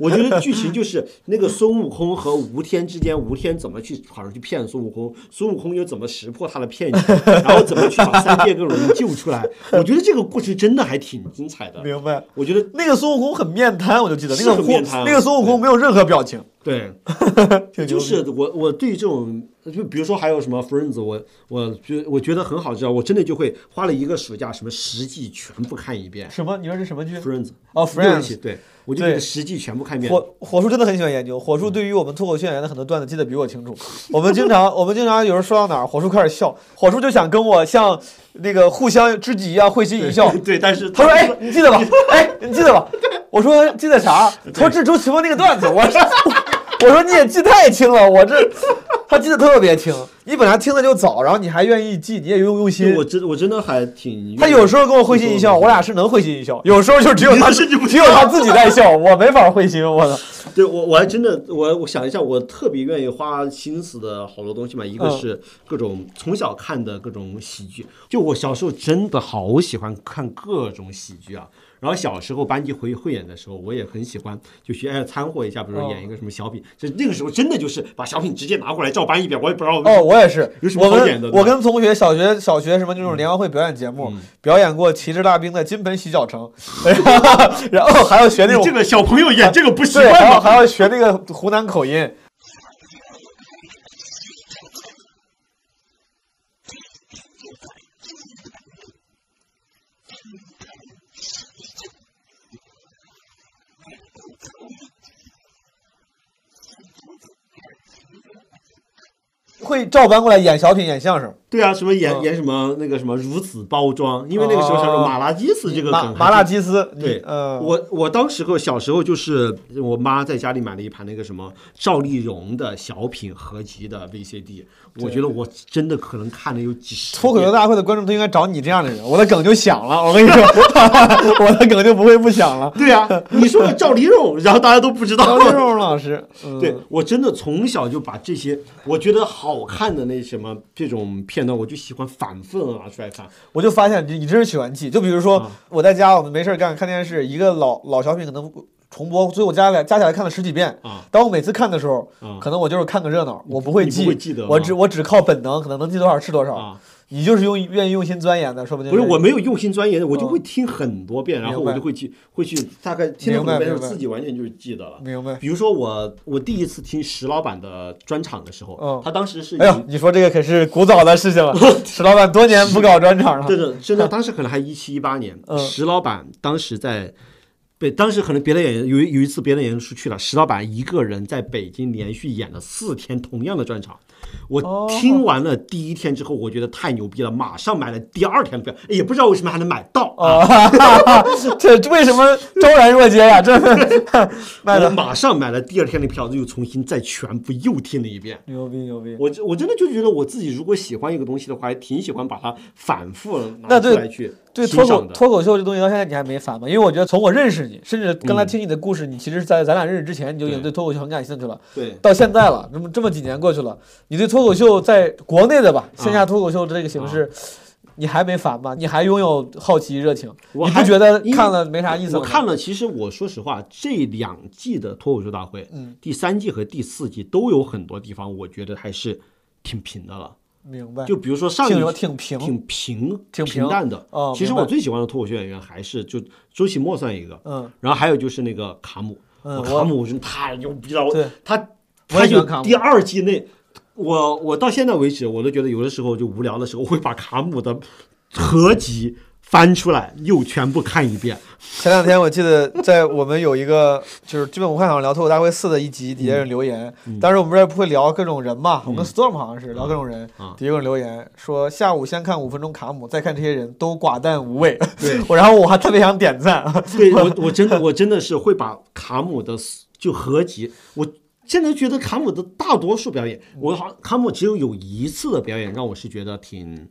S3: 我觉得剧情就是那个孙悟空和吴天之间，吴天怎么去跑上去骗孙悟空，孙悟空又怎么识破他的 骗局，然后怎么去把三界各种人救出来。我觉得这个故事真的还挺精彩 的。
S2: 明白。
S3: 我觉得
S2: 那个孙悟空很面瘫，我就记得那
S3: 是
S2: 个
S3: 很
S2: 空
S3: 面瘫，
S2: 那个孙悟空没有任何表情，
S3: 对，
S2: 挺牛
S3: 就
S2: 逼
S3: 是我我对这种，就比如说还有什么 Friends，我我觉我觉得很好知道，我真的就会花了一个暑假，什么十季全部看一 遍
S2: 什么？你说是什么剧？
S3: Friends
S2: 哦
S3: 六季
S2: ，Friends。
S3: 对，我就
S2: 对
S3: 得十季全部看一遍。
S2: 火火叔真的很喜欢研究，火
S3: 嗯
S2: 叔对于我们脱口秀演员的很多段子记得比我清楚。我们经常我们经常有人说到哪儿，火叔开始笑，火叔就想跟我像那个互相知己一样会心一笑。
S3: 对，但是
S2: 他说：“哎，你记得吧？哎，你记得 吧？”我说：“记得啥？”他说：“这周奇墨那个段子。”我说：“ 我说你也记太清了，我这他记得特别清。你本来听的就早，然后你还愿意记，你也用用
S3: 对
S2: 心
S3: 我。真我真的还挺
S2: 他有时候跟我会心一笑，我俩是能会心一笑；有时候就只有他，
S3: 甚至不
S2: 只有他自己在笑，我没法会心。我 操！
S3: 对我我还真的我我想一下，我特别愿意花心思的好多东西嘛，一个
S2: 嗯
S3: 是各种从小看的各种喜剧，就我小时候真的好喜欢看各种喜剧啊。然后小时候班级汇汇演的时候，我也很喜欢，就去哎掺和一下，比如说
S2: 哦
S3: 演一个什么小品，就那个时候真的就是把小品直接拿过来照搬一遍，我也不知道
S2: 哦，我也是
S3: 有什。么
S2: 我
S3: 好演
S2: 跟
S3: 的呢嗯
S2: 我跟同学小学小学什么那种联欢会表演节目，表演过《旗帜大兵》的《金盆洗脚城》，然后还要学那种啊
S3: 你这个小朋友演这个不习
S2: 对，
S3: 惯
S2: 还要
S3: 吗？
S2: 还要学那个湖南口音。会照搬过来演小品、演相声，
S3: 对啊，什么演
S2: 嗯
S3: 演什么那个什么如此包装，因为那个时候小时候
S2: 哦
S3: 马拉基斯这个
S2: 麻
S3: 梗
S2: 麻
S3: 还
S2: 辣鸡
S3: 挺
S2: 丝，你
S3: 对，
S2: 嗯，
S3: 我我当时候小时候就是我妈在家里买了一盘那个什么赵丽蓉的小品合集的 VCD，我觉得我真的可能看了有几十
S2: 脱口秀
S3: 遍。
S2: 大会的观众都应该找你这样的人，我的梗就响了。我跟你说， 我的梗就不会不响了。
S3: 对 啊，你说个赵丽蓉，然后大家都不知
S2: 高
S3: 道。
S2: 丽蓉老师，嗯、
S3: 对，我真的从小就把这些我觉得好看的那什么这种片段，我就喜欢反复地拿出来看。
S2: 我就发现你你真是喜欢记。就比如
S3: 嗯
S2: 说我在家，我们没事儿干看电视，一个老老小品可能重播，所以我加起来加起来看了十几遍。
S3: 啊
S2: 当我每次看的时候，
S3: 啊
S2: 可能我就是看个热闹，我不会
S3: 你不
S2: 记，
S3: 会记得
S2: 我
S3: 吗
S2: 只我只靠本能，可能能记多少是多少。
S3: 啊，
S2: 你就是用愿意用心钻研的，说不定
S3: 不是我
S2: 们
S3: 没有用心钻研，我就会听很多遍，然
S2: 嗯
S3: 后
S2: 明
S3: 我
S2: 白
S3: 就会去会去大概听了
S2: 明
S3: 很
S2: 白
S3: 多遍，
S2: 明白
S3: 自己完全就记得了。
S2: 明白。
S3: 比如说我我第一次听石老板的专场的时候，
S2: 嗯
S3: 他当时是以
S2: 哎呦，你说这个可是古早的事情 了，石老板多年不搞专场了。
S3: 真的真的当时可能还一七一八年，
S2: 嗯
S3: 石老板当时在。对，当时可能别的演员有一有一次别的演员出去了，石老板一个人在北京连续演了四天同样的专场。我听完了第一天之后，我觉得太牛逼了，马上买了第二天的票，哎也不知道为什么还能买到 啊！
S2: 哦这这为什么昭然若揭呀、这 卖
S3: 我
S2: 的
S3: 马上买了第二天的票，又重新再全部又听了一遍。
S2: 牛逼牛逼。
S3: 我真我真的就觉得我自己如果喜欢一个东西的话，还挺喜欢把它反复拿
S2: 那
S3: 出
S2: 对
S3: 来去
S2: 对
S3: 欣
S2: 脱口
S3: 赏的。
S2: 脱口秀这东西到现在你还没烦吗？因为我觉得从我认识你，甚至刚才听你的故事，你其实，在咱俩认识之前，你就已经
S3: 嗯对
S2: 对脱口秀很感兴趣了。
S3: 对
S2: 到现在了，那么这么几年过去了，你对脱口秀在国内的吧，
S3: 嗯
S2: 线下脱口秀这个形式，你还没烦吗？你还拥有好奇热情？
S3: 我
S2: 你
S3: 还
S2: 不觉得
S3: 因为
S2: 看了没啥意思
S3: 我
S2: 吗？
S3: 看了，其实我说实话，这两季的脱口秀大会，
S2: 嗯，
S3: 第三季和第四季都有很多地方，我觉得还是挺平的了。
S2: 明白，
S3: 就比如说上一
S2: 挺
S3: 季
S2: 有挺平
S3: 挺平、
S2: 挺平
S3: 平淡的。
S2: 哦
S3: 其实
S2: 明白
S3: 我最喜欢的脱口秀演员还是就周奇墨算一个，
S2: 嗯，
S3: 然后还有就是那个卡姆，
S2: 嗯
S3: 我
S2: 我
S3: 卡姆我真的太牛逼了，我
S2: 对
S3: 他
S2: 我也
S3: 他
S2: 喜
S3: 就
S2: 欢卡姆
S3: 第二季那。我我到现在为止，我都觉得有的时候就无聊的时候，我会把卡姆的合集翻出来，又全部看一遍。
S2: 前两天我记得在我们有一个 就是基本无害好像聊脱口大会四的一集，底下有
S3: 嗯
S2: 人留言，当时我们这儿不会聊各种人嘛，我跟 Storm 好像是聊各种人
S3: 啊，
S2: 底下有人留言说下午先看五分钟卡姆，再看这些人都寡淡无味。对， 我然后我还特别想点赞，
S3: 对我，我真的我真的是会把卡姆的就合集，我现在觉得卡姆的大多数表演，我好卡姆只有有一次的表演让我是觉得挺。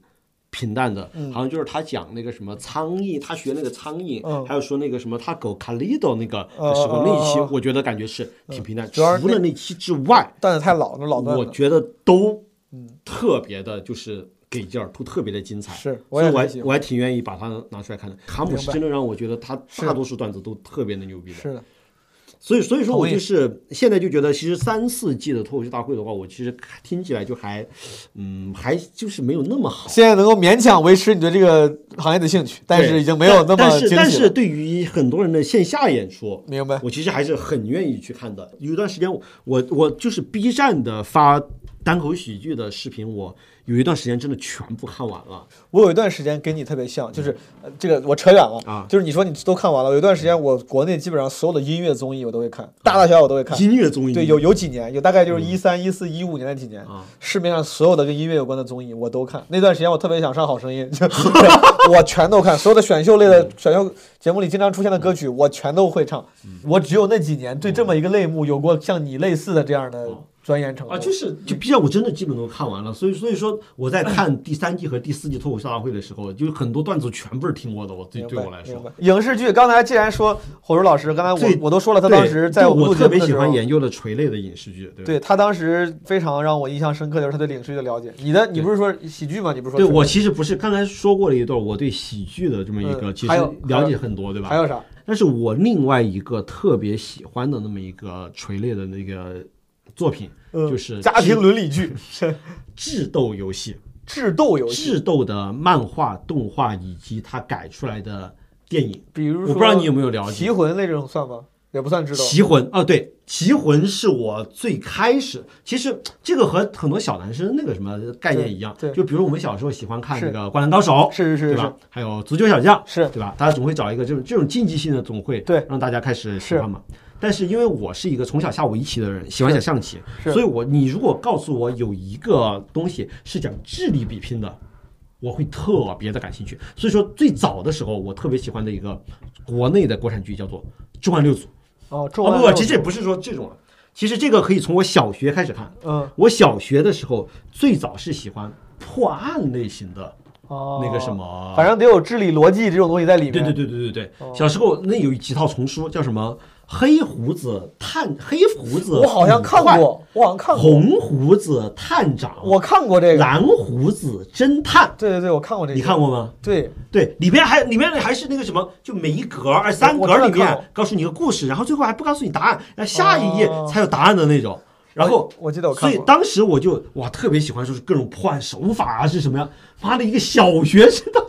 S3: 平淡的，好像就是他讲那个什么苍蝇，他学那个苍蝇，
S2: 嗯
S3: 还有说那个什么他狗卡利多那个
S2: 哦
S3: 的时候，那一期
S2: 哦哦
S3: 我觉得感觉是挺平淡。
S2: 主要是
S3: 除了那期之外，
S2: 段子太老了，老段
S3: 我
S2: 子。
S3: 觉得都
S2: 嗯
S3: 特别的，就是给劲儿，都特别的 精彩。
S2: 是我
S3: 所以
S2: 也
S3: 我还
S2: 很喜欢
S3: 我还挺愿意把它拿出来看的。卡姆是
S2: 明白
S3: 真的让我觉得他
S2: 是
S3: 大多数段子都特别的牛逼的。
S2: 是的，
S3: 所以所以说我
S2: 同意
S3: 就是现在就觉得，其实三四季的脱口秀大会的话，我其实听起来就还，嗯，还就是没有那么好。
S2: 现在能够勉强维持你对这个行业的兴趣，但是
S3: 对
S2: 已经没有那么
S3: 但但是
S2: 惊
S3: 但
S2: 喜
S3: 是
S2: 了。
S3: 对于很多人的线下演出，
S2: 明白
S3: 我其实还是很愿意去看的。有一段时间我，我我就是 B 站的发单口喜剧的视频，我有一段时间真的全部看完了。
S2: 我有一段时间跟你特别像，就是呃这个我扯远了
S3: 嗯啊
S2: 就是你说你都看完了，有一段时间我国内基本上所有的音乐综艺我都会看，大大小小我都会看。
S3: 音乐综艺
S2: 对，有有几年，有大概就是一三、一四、一五年那几年
S3: 嗯啊，
S2: 市面上所有的跟音乐有关的综艺我都看。那段时间我特别想上《好声音》 就对，我全都看，所有的选秀类
S3: 嗯
S2: 的选秀节目里经常出现的歌曲我全都会唱。
S3: 嗯
S2: 我只有那几年对这么一个类目有过像你类似的这样的钻研程度
S3: 啊，就是就 B 站我真的基本都看完了，所以所以说我在看第三季和第四季脱口秀大会的时候，就是很多段子全部是听过的，我对
S2: 明白
S3: 对我来说
S2: 明白。影视剧，刚才既然说火柱老师，刚才我
S3: 最
S2: 我都说了，他
S3: 对
S2: 当时在
S3: 对
S2: 我们
S3: 我
S2: 录节
S3: 特
S2: 目
S3: 别
S2: 的
S3: 喜
S2: 时候
S3: 欢研究的垂类的影视剧，对吧
S2: 对他当时非常让我印象深刻，就是他对影视剧的了解。你的你不是说喜剧吗？你不是说
S3: 对
S2: 纯
S3: 我其实不是刚才说过了一段我对喜剧的这么一个，
S2: 嗯
S3: 其实
S2: 还有
S3: 了解很多，对吧？
S2: 还有啥？
S3: 但是我另外一个特别喜欢的那么一个垂类的那个作品，
S2: 嗯
S3: 就是
S2: 家庭伦理 剧、
S3: 智斗游戏。
S2: 智斗游戏，
S3: 智斗的漫画、动画以及它改出来的电影，
S2: 比如说
S3: 我不知道你有没有了
S2: 棋
S3: 解。
S2: 魂那种算吗？也不算智斗。
S3: 棋魂啊，对，棋魂是我最开始，其实这个和很多小男生那个什么概念一样，
S2: 对对
S3: 就比如我们小时候喜欢看
S2: 是
S3: 那个《灌篮高手》，
S2: 是是是
S3: 对吧？还有《足球小将》，
S2: 是
S3: 对吧？大家总会找一个这种这种竞技性的，总会
S2: 对
S3: 让大家开始喜欢嘛。但是因为我是一个从小下围棋的人，喜欢下象棋，
S2: 是
S3: 所以我你如果告诉我有一个东西是讲智力比拼的，我会特别的感兴趣。所以说最早的时候，我特别喜欢的一个国内的国产剧叫做《重案六组》。
S2: 哦，重
S3: 哦
S2: 案
S3: 不，
S2: 六
S3: 其实也不是说这种啊，其实这个可以从我小学开始看。
S2: 嗯
S3: 我小学的时候最早是喜欢破案类型的
S2: 哦
S3: 那个什，么，
S2: 反正得有智力逻辑这种东西在里面。
S3: 对对对对对对，
S2: 哦
S3: 小时候那有几套丛书叫什么《黑胡子探黑胡子》，
S2: 我好像看过，我好像看过，
S3: 红胡子探长》，
S2: 我看过这个。
S3: 蓝胡子侦探，
S2: 对对对，我看过这个。
S3: 你看？过吗？
S2: 对，
S3: 对，里边还里面还是那个什么，就每一格儿哎三
S2: 我
S3: 格儿
S2: 我
S3: 里
S2: 知道看过
S3: 面告诉你个故事，然后最后还不告诉你答案，然后下一页
S2: 哦
S3: 才有答案的那种。然后
S2: 我我记得我看
S3: 所
S2: 过
S3: 以当时我就哇特别喜欢，就是各种破案手法啊是什么呀？妈的，一个小学生 的。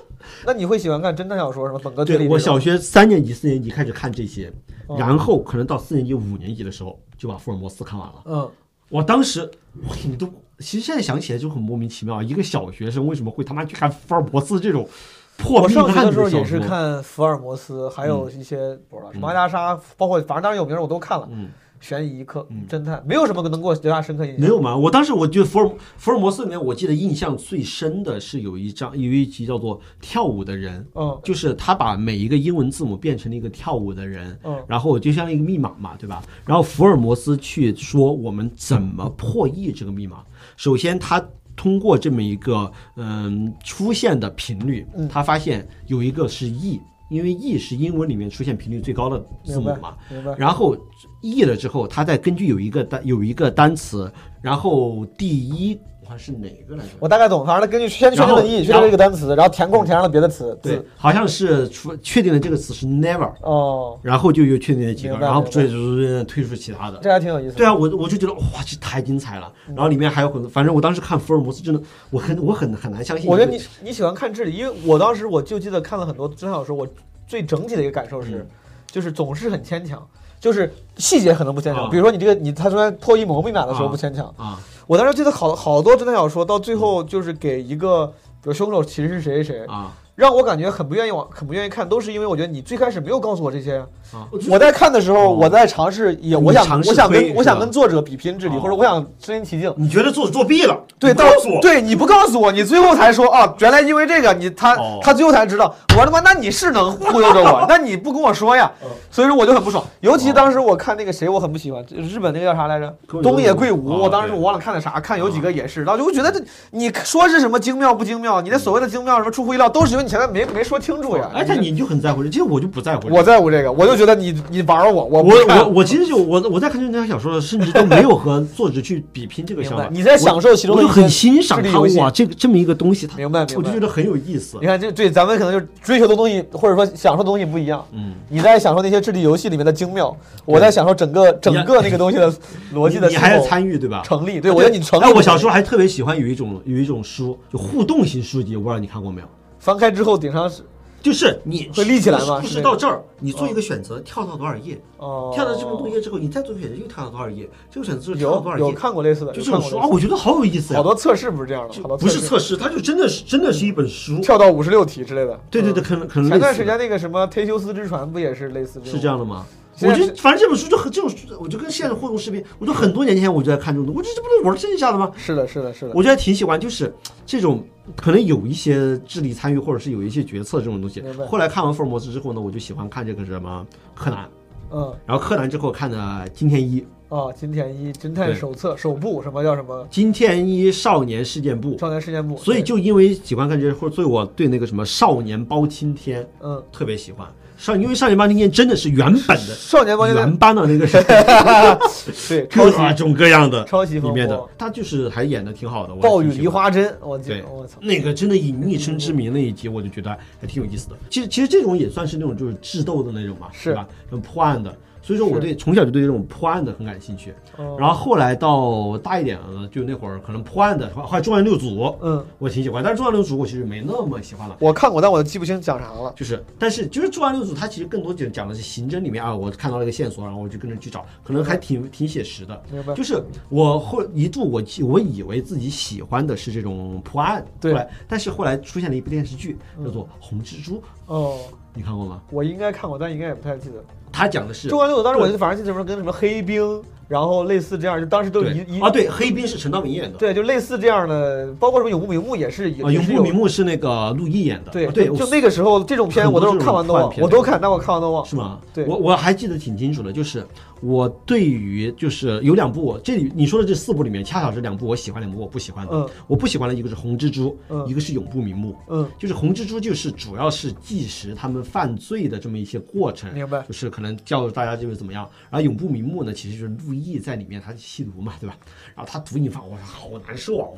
S2: 那你会喜欢看侦探小说什么本科推理这
S3: 对
S2: 种？
S3: 我小学三年级、四年级开始看这些，
S2: 哦
S3: 然后可能到四年级、五年级的时候就把福尔摩斯看完了。
S2: 嗯，
S3: 我当时我你都，其实现在想起来就很莫名其妙，一个小学生为什么会他妈去看福尔摩斯这种破
S2: 我
S3: 命
S2: 上学
S3: 案
S2: 的时候
S3: 小
S2: 也是
S3: 说嗯
S2: 看福尔摩斯，还有一些不知道什么阿加莎，包括反正当时有名儿我都看了，
S3: 嗯
S2: 悬疑科、侦探，没有什么能给我留下深刻印象。
S3: 没有吗？我当时我觉得福尔福尔摩斯里面，我记得印象最深的是有一章有一集叫做《跳舞的人》，
S2: 嗯
S3: 就是他把每一个英文字母变成了一个跳舞的人，
S2: 嗯
S3: 然后就像一个密码嘛，对吧？然后福尔摩斯去说我们怎么破译这个密码。首先，他通过这么一个嗯出现的频率，
S2: 嗯
S3: 他发现有一个是 e，因为 e 是英文里面出现频率最高的字母嘛，
S2: 明白明白
S3: 然后译了之后，他再根据有一个单有一个单词，然后第一我看是哪个来着？
S2: 我大概懂，反正根据先确定了意义，确定了这个单词，然后填空填上了别的词。
S3: 对
S2: 字，
S3: 好像是出确定了这个词是 never，
S2: 哦，
S3: 然后就又确定了几个，
S2: 明白
S3: 然后
S2: 明白
S3: 追追追追推出其他的。
S2: 这还挺有意思。
S3: 对，啊，我我就觉得哇，这太精彩了。
S2: 嗯
S3: 然后里面还有很多，反正我当时看福尔摩斯真的，我很我很很难相 信。
S2: 我觉 得你你喜欢看智力，因为我当时我就记得看了很多侦探小说，我最整体的一个感受是，
S3: 嗯
S2: 就是总是很牵强。就是细节可能不牵强，
S3: 啊
S2: 比如说你这个你他说破译某个密码的时候
S3: 啊
S2: 不牵强，
S3: 啊，
S5: 我当时记得好好多侦探小说，到最后就是给一个，比如凶手其实是谁谁谁，
S3: 啊，
S5: 让我感觉很不愿意往，很不愿意看，都是因为我觉得你最开始没有告诉我这些呀。
S2: 啊
S3: 啊
S2: 我在看的时候，我在尝试也，我想
S3: 哦尝试
S2: 我想
S3: 推
S2: 跟
S3: 是吧
S2: 我想跟作者比拼智力，
S3: 哦
S2: 或者我想身临其境。
S6: 你觉得作者作弊了？
S2: 对，
S6: 你不
S2: 到
S6: 告诉我，
S2: 对你不告诉我，你最后才说啊，原来因为这个，你他
S3: 哦
S2: 他最后才知道，我他妈，那你是能忽悠着 我，那你不跟我说呀？
S6: 嗯
S2: 所以说我就很不爽，尤
S6: 哦
S2: 其当时我看那个谁，我很不喜欢，日本那个叫啥来着
S3: 柯？
S2: 东野圭
S3: 哦
S6: 啊
S2: 吾，我当时
S3: 对
S2: 我忘了看的啥，看有几个也是，然后就觉得这你说是什么精妙不精妙，你的所谓的精妙什么出乎意料，都是因为你前面没没说清楚呀。
S6: 哎，但你就很在乎这，这我就不在乎这个。
S2: 我在乎这个，我就觉得你你玩我，我
S3: 我
S2: 不看
S3: 我我其实就我我在看侦探小说的，甚至都没有和作者去比拼这个
S2: 明
S3: 想
S2: 白
S3: 法，。
S2: 你在享受其中
S3: 我
S2: 的
S3: 就
S2: 一些
S3: 很欣赏
S2: 智力
S3: 他
S2: 游戏
S3: 哇，这个这么一个东西，他
S2: 明白
S3: 我
S2: 明
S3: 就
S2: 白
S3: 觉。得很有意思
S2: 你。看，这对咱们可能就是追求的东西，或者说享受的东西不一样。
S3: 嗯，
S2: 你在享受那些智力游戏里面的精妙，我在享受整个整个那个东西的逻辑的
S3: 你还
S2: 是
S3: 要参与对吧？
S2: 成立。对我觉得你成立。
S3: 哎，我小时候还特别喜欢有一种有一种书，就互动型书籍，我不知道你看过没有？
S2: 翻开之后顶上是
S3: 就是你
S2: 会立起来吗
S3: 故
S2: 是
S3: 事故事
S2: 那个
S3: 到这儿，你做一个选择，跳到多少页？
S2: 哦，
S3: 跳到这么多页之后，你再做一个选择，又跳到多少页？这个选择之后跳到多
S2: 有
S3: 少
S2: 有
S3: 页？
S2: 看过类似的，
S3: 就
S2: 有
S3: 这
S2: 看过
S3: 种书
S2: 类
S3: 啊，
S2: 似
S3: 我觉得好有意思
S2: 的
S3: 呀
S2: 好。多测试不是这样的，好多
S3: 不是测
S2: 试
S3: 试，它就真的是真的是一本书。
S2: 跳到五十六题之类的。
S3: 对对对，
S2: 嗯。
S3: 可能可能
S2: 前
S3: 类似的
S2: 段时间那个什么《忒修斯之船》不也是类似
S3: 是这样的吗？
S2: 现
S3: 我
S2: 在
S3: 觉得
S2: 是
S3: 反正这本书就很这种书，我就跟现在的互动视频，我就很多年前我就在看这种东西，我这这不是玩剩下的吗？
S2: 是的，是的，是的。
S3: 我觉得挺喜欢，就是这种可能有一些智力参与，或者是有一些决策这种东西
S2: 明白。
S3: 后来看完福尔摩斯之后呢，我就喜欢看这个什么柯南，
S2: 嗯
S3: 然后柯南之后看的金田一，
S2: 啊，金田一侦探
S3: 对
S2: 手册首部什么叫什么
S3: 金田一少年事件簿。
S2: 少年事件簿，
S3: 所以
S2: 对
S3: 就因为喜欢看这些，或者所以我对那个什么少年包青天
S2: 嗯，
S3: 特别喜欢。少因为少年包青天真的是原本的
S2: 少年包青
S3: 原
S2: 天
S3: 班的那 个 是啊
S2: 对抄袭
S3: 各种各样的
S2: 抄袭
S3: 里
S2: 风
S3: 面的
S2: 波，，
S3: 他就是还演的挺好的。我还
S2: 暴雨
S3: 挺喜
S2: 梨
S3: 欢
S2: 花针，我记
S3: 对
S2: 得，我操，
S3: 那个真的以昵称之名那一集，我就觉得还挺有意思的。其实其实这种也算是那种就是智斗的那种嘛，
S2: 是
S3: 对吧？那种破案的，所以说我
S2: 是
S3: 对从小就对这种破案的很感兴趣。
S2: 哦
S3: 然后后来到大一点了，就那会儿可能破案的，后来重案六组，
S2: 嗯，
S3: 我挺喜欢，但是重案六组我其实没那么喜欢了。
S2: 我看过，但我记不清讲啥了。
S3: 就是，但是就是《重案六组》，它其实更多讲讲的是刑侦里面啊，我看到了一个线索，然后我就跟着去找，可能还挺挺写实的。
S2: 明白
S3: 就是我后一度我记我以为自己喜欢的是这种破案，
S2: 对
S3: 后来但是后来出现了一部电视剧叫做《红蜘蛛》，
S2: 哦，
S3: 你看过吗？
S2: 我应该看过，但应该也不太记得。
S3: 它讲的是
S2: 重案六组当时我就反正记得什么跟什么黑冰，然后类似这样，就当时都
S3: 对
S2: 一一
S3: 啊，对，黑冰是陈道明演的，
S2: 对，就类似这样的，包括什么永不瞑目也是也
S3: 啊，永
S2: 是
S3: 不
S2: 有
S3: 瞑目是那个陆毅演的，
S2: 对
S3: 啊对，
S2: 就
S3: 我
S2: 那个时候这种片
S3: 很
S2: 我
S3: 多
S2: 都
S3: 这
S2: 是
S3: 种
S2: 看完都
S3: 犯
S2: 忘，
S3: 片
S2: 我都看，但我看完都忘。
S3: 是吗？
S2: 对
S3: 我我还记得挺清楚的，就是我对于就是有两部我这里你说的这四部里面，恰巧是两部我喜欢，两部我不喜欢的。
S2: 嗯
S3: 我不喜欢的一个是《红蜘蛛》
S2: 嗯
S3: 一个是《永不瞑目》。
S2: 嗯，
S3: 就是红蜘蛛，就是主要是纪实他们犯罪的这么一些过程，
S2: 明白
S3: 就是可能教育大家就是怎么样。然后永不瞑目呢，其实就是陆毅在里面他吸毒嘛，对吧？然后他毒瘾犯，我好难受啊，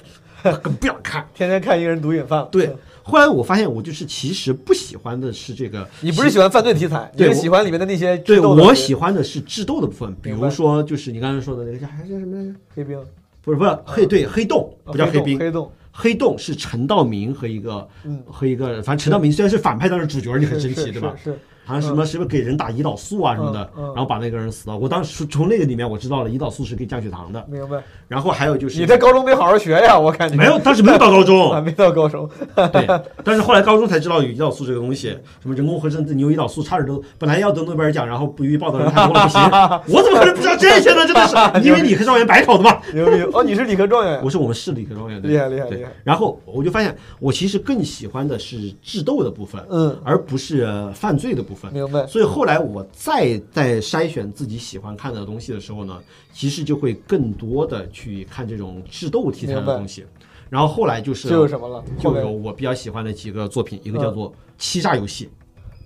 S3: 更不想看。
S2: 天天看一个人毒瘾犯。
S3: 对
S2: 嗯，，
S3: 后来我发现我就是其实不喜欢的是这个，
S2: 你不是喜欢犯罪题材，你
S3: 对
S2: 是
S3: 我
S2: 喜欢里面的那些
S3: 对
S2: 智斗的
S3: 我
S2: 人
S3: 喜欢的是智斗的部分，比
S2: 明
S3: 如
S2: 白
S3: 说就是你刚才说的那个叫还叫什么来着？
S2: 黑冰，
S3: 不是不是黑对黑洞，
S2: 啊
S3: 不叫
S2: 黑
S3: 冰。
S2: 黑洞
S3: 黑洞是陈道明和一个
S2: 嗯
S3: 和一个，反正陈道明虽然是反派，但是主角你很
S2: 是
S3: 神奇，
S2: 是
S3: 对吧？
S2: 是是
S3: 好像什么是不是给人打胰岛素啊什么的，
S2: 嗯嗯
S3: 然后把那个人死了。我当时从那个里面我知道了胰岛素是可以降血糖的。
S2: 明白。
S3: 然后还有就是
S2: 你在高中没好好学呀？我感觉
S3: 没有，当时没有到高中
S2: 还，没到高中。
S3: 对，但是后来高中才知道有胰岛素这个东西，什么人工合成，你有胰岛素，差点都本来要得诺贝尔奖，然后不予报道的人太多了，不行， 我怎么可能不知道这些呢？真的是，因为理科状元白考的嘛。
S2: 牛逼！哦，你是理科状元呀
S3: 我？是我们市理科状元，对
S2: 厉害厉害
S3: 对
S2: 厉害
S3: 然后我就发现，我其实更喜欢的是智斗的部分，
S2: 嗯
S3: 而不是呃犯罪的部分。
S2: 明白
S3: 所以后来我再在筛选自己喜欢看的东西的时候呢，其实就会更多的去看这种智斗题材的
S2: 明白
S3: 东西。然后后来就是啊
S2: 就有什么了
S3: 就
S2: 后嗯面
S3: 有我比较喜欢的几个作品，一个叫做《欺诈游戏》，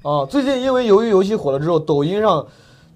S2: 哦，最近因为由于游戏火了之后，抖音上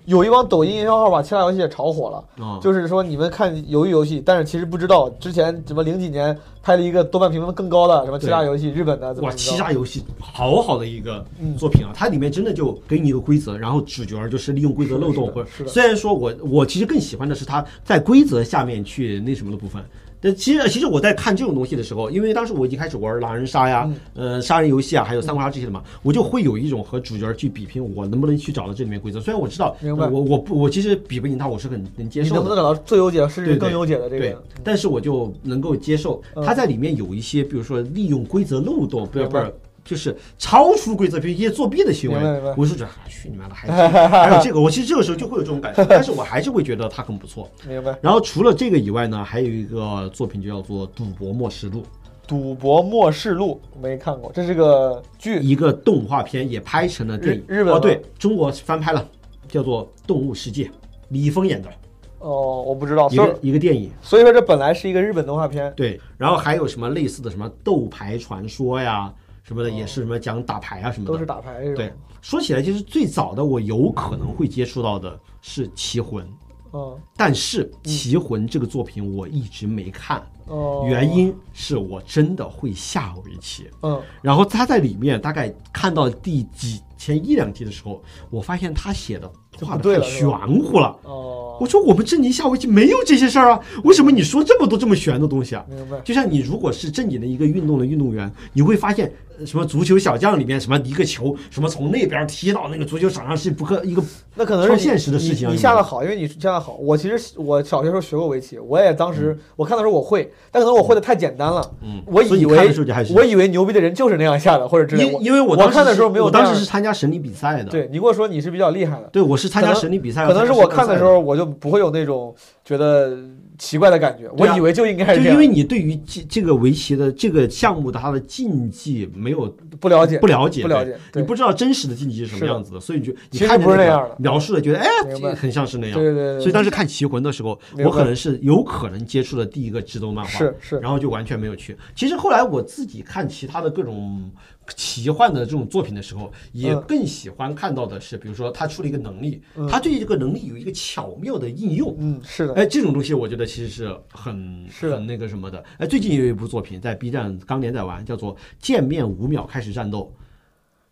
S2: 有一帮抖音营销号把其他游戏也炒火了。
S3: 啊
S2: 就是说你们看鱿鱼游戏，但是其实不知道之前什么零几年拍了一个豆瓣评分更高的什么欺诈游戏，日本的怎么
S3: 哇，
S2: 怎
S3: 欺
S2: 么着嗯
S3: 诈游戏好好的一个作品啊！它里面真的就给你一个规则，然后主角就是利用规则漏洞，
S2: 是的
S3: 或者
S2: 是的
S3: 虽然说我我其实更喜欢的是他在规则下面去那什么的部分，但其实其实我在看这种东西的时候，因为当时我已经开始玩狼人杀呀，
S2: 嗯
S3: 呃，杀人游戏啊，还有三国杀这些的嘛，我就会有一种和主角去比拼，我能不能去找到这里面规则。虽然我知道，
S2: 明白
S3: 呃我我不我其实比不赢他，我是很能接
S2: 你
S3: 受的。
S2: 能不能找到最优解，甚至
S3: 对对
S2: 更优解的这
S3: 对
S2: 个？，嗯
S3: 但是我就能够接受，它在里面有一些，比如说利用规则漏洞，不要
S2: 明
S3: 不
S2: 白
S3: 是。就是超出规则，比如一些作弊的行为
S2: 明白明白，
S3: 我是觉得啊去你妈的，还是还有这个，我其实这个时候就会有这种 感受，但是我还是会觉得它很不错。
S2: 明白？
S3: 然后除了这个以外呢，还有一个作品就叫做《赌博默示录
S2: 赌博末世录没看过，这是个》，剧，
S3: 一个动画片也拍成了电影，
S2: 日日本
S3: 哦
S2: 吗
S3: 对中国翻拍了，叫做《动物世界》，李易峰演的
S2: 哦，我不知道，
S3: 一
S2: 所以
S3: 个一个电影。
S2: 所以说这本来是一个日本动画片，
S3: 对，然后还有什么类似的什么斗牌传说呀什么的，也是什么讲打牌啊什么的。
S2: 哦都是打牌这种。
S3: 对，说起来就是最早的我有可能会接触到的是《棋魂》，
S2: 嗯，
S3: 但是《棋魂》这个作品我一直没看，
S2: 哦，
S3: 原，因是我真的会下围棋。
S2: 嗯，
S3: 然后他在里面大概看到第几前一两集的时候，我发现他写的画
S2: 不对
S3: 的太
S2: 了是
S3: 玄
S2: 吧
S3: 乎了。
S2: 哦，
S3: 我说我们珍妮下围棋没有这些事儿啊，为什么你说这么多这么玄的东西啊？
S2: 明白，
S3: 就像你如果是正经的一个运动的运动员，你会发现呃什么足球小将里面什么一个球什么从那边踢到那个足球场上是不可一个
S2: 那可能是
S3: 超
S2: 你
S3: 现实的事情啊
S2: 你你
S3: 你
S2: 下的
S3: 们
S2: 好，因为你下的好。我其实我小学时候学过围棋，我也当时我看的时候我会，但可能我会的太简单了。
S3: 嗯
S2: 我
S3: 所以
S2: 以
S3: 你
S2: 为
S3: 看的时候就还是
S2: 我以为牛逼的人就是那样下的，或者之类的。
S3: 因因为
S2: 我
S3: 当时
S2: 看的时候
S3: 是
S2: 没有
S3: 我
S2: 那
S3: 当
S2: 样
S3: 时是参加省里比赛的，
S2: 对你跟我说你是比较厉害的，
S3: 对，我是参加
S2: 可能
S3: 省里比赛，
S2: 可能是
S3: 参加
S2: 我
S3: 省比赛
S2: 看的时候我就不会有那种觉得奇怪的感觉，我
S3: 对啊
S2: 以为就应该是
S3: 就
S2: 这
S3: 因为
S2: 样，
S3: 你对于这这个围棋的这个项目的它的竞技没有
S2: 不了解
S3: 不了解，
S2: 不了解
S3: 对
S2: 对
S3: 你不知道真实的竞技是什
S2: 是的
S3: 么样子的，所以你就你
S2: 其实
S3: 看着
S2: 不是
S3: 那
S2: 那
S3: 个
S2: 样的
S3: 描述的，觉得哎
S2: 明白，
S3: 很像是那样。
S2: 对对对对
S3: 所以当时看《棋魂》的时候，
S2: 明白
S3: 我可能是有可能接触的第一个智斗漫画，
S2: 是是
S3: 然后就完全没有去。其实后来我自己看其他的各种奇幻的这种作品的时候，也
S2: 嗯
S3: 更喜欢看到的是，比如说他出了一个能力，他对这个能力有一个巧妙的应用。
S2: 嗯，是的，
S3: 哎，这种东西我觉得其实是很
S2: 是的
S3: 很那个什么的。哎，最近有一部作品在 B 站刚连载完，叫做《见面五秒开始战斗》。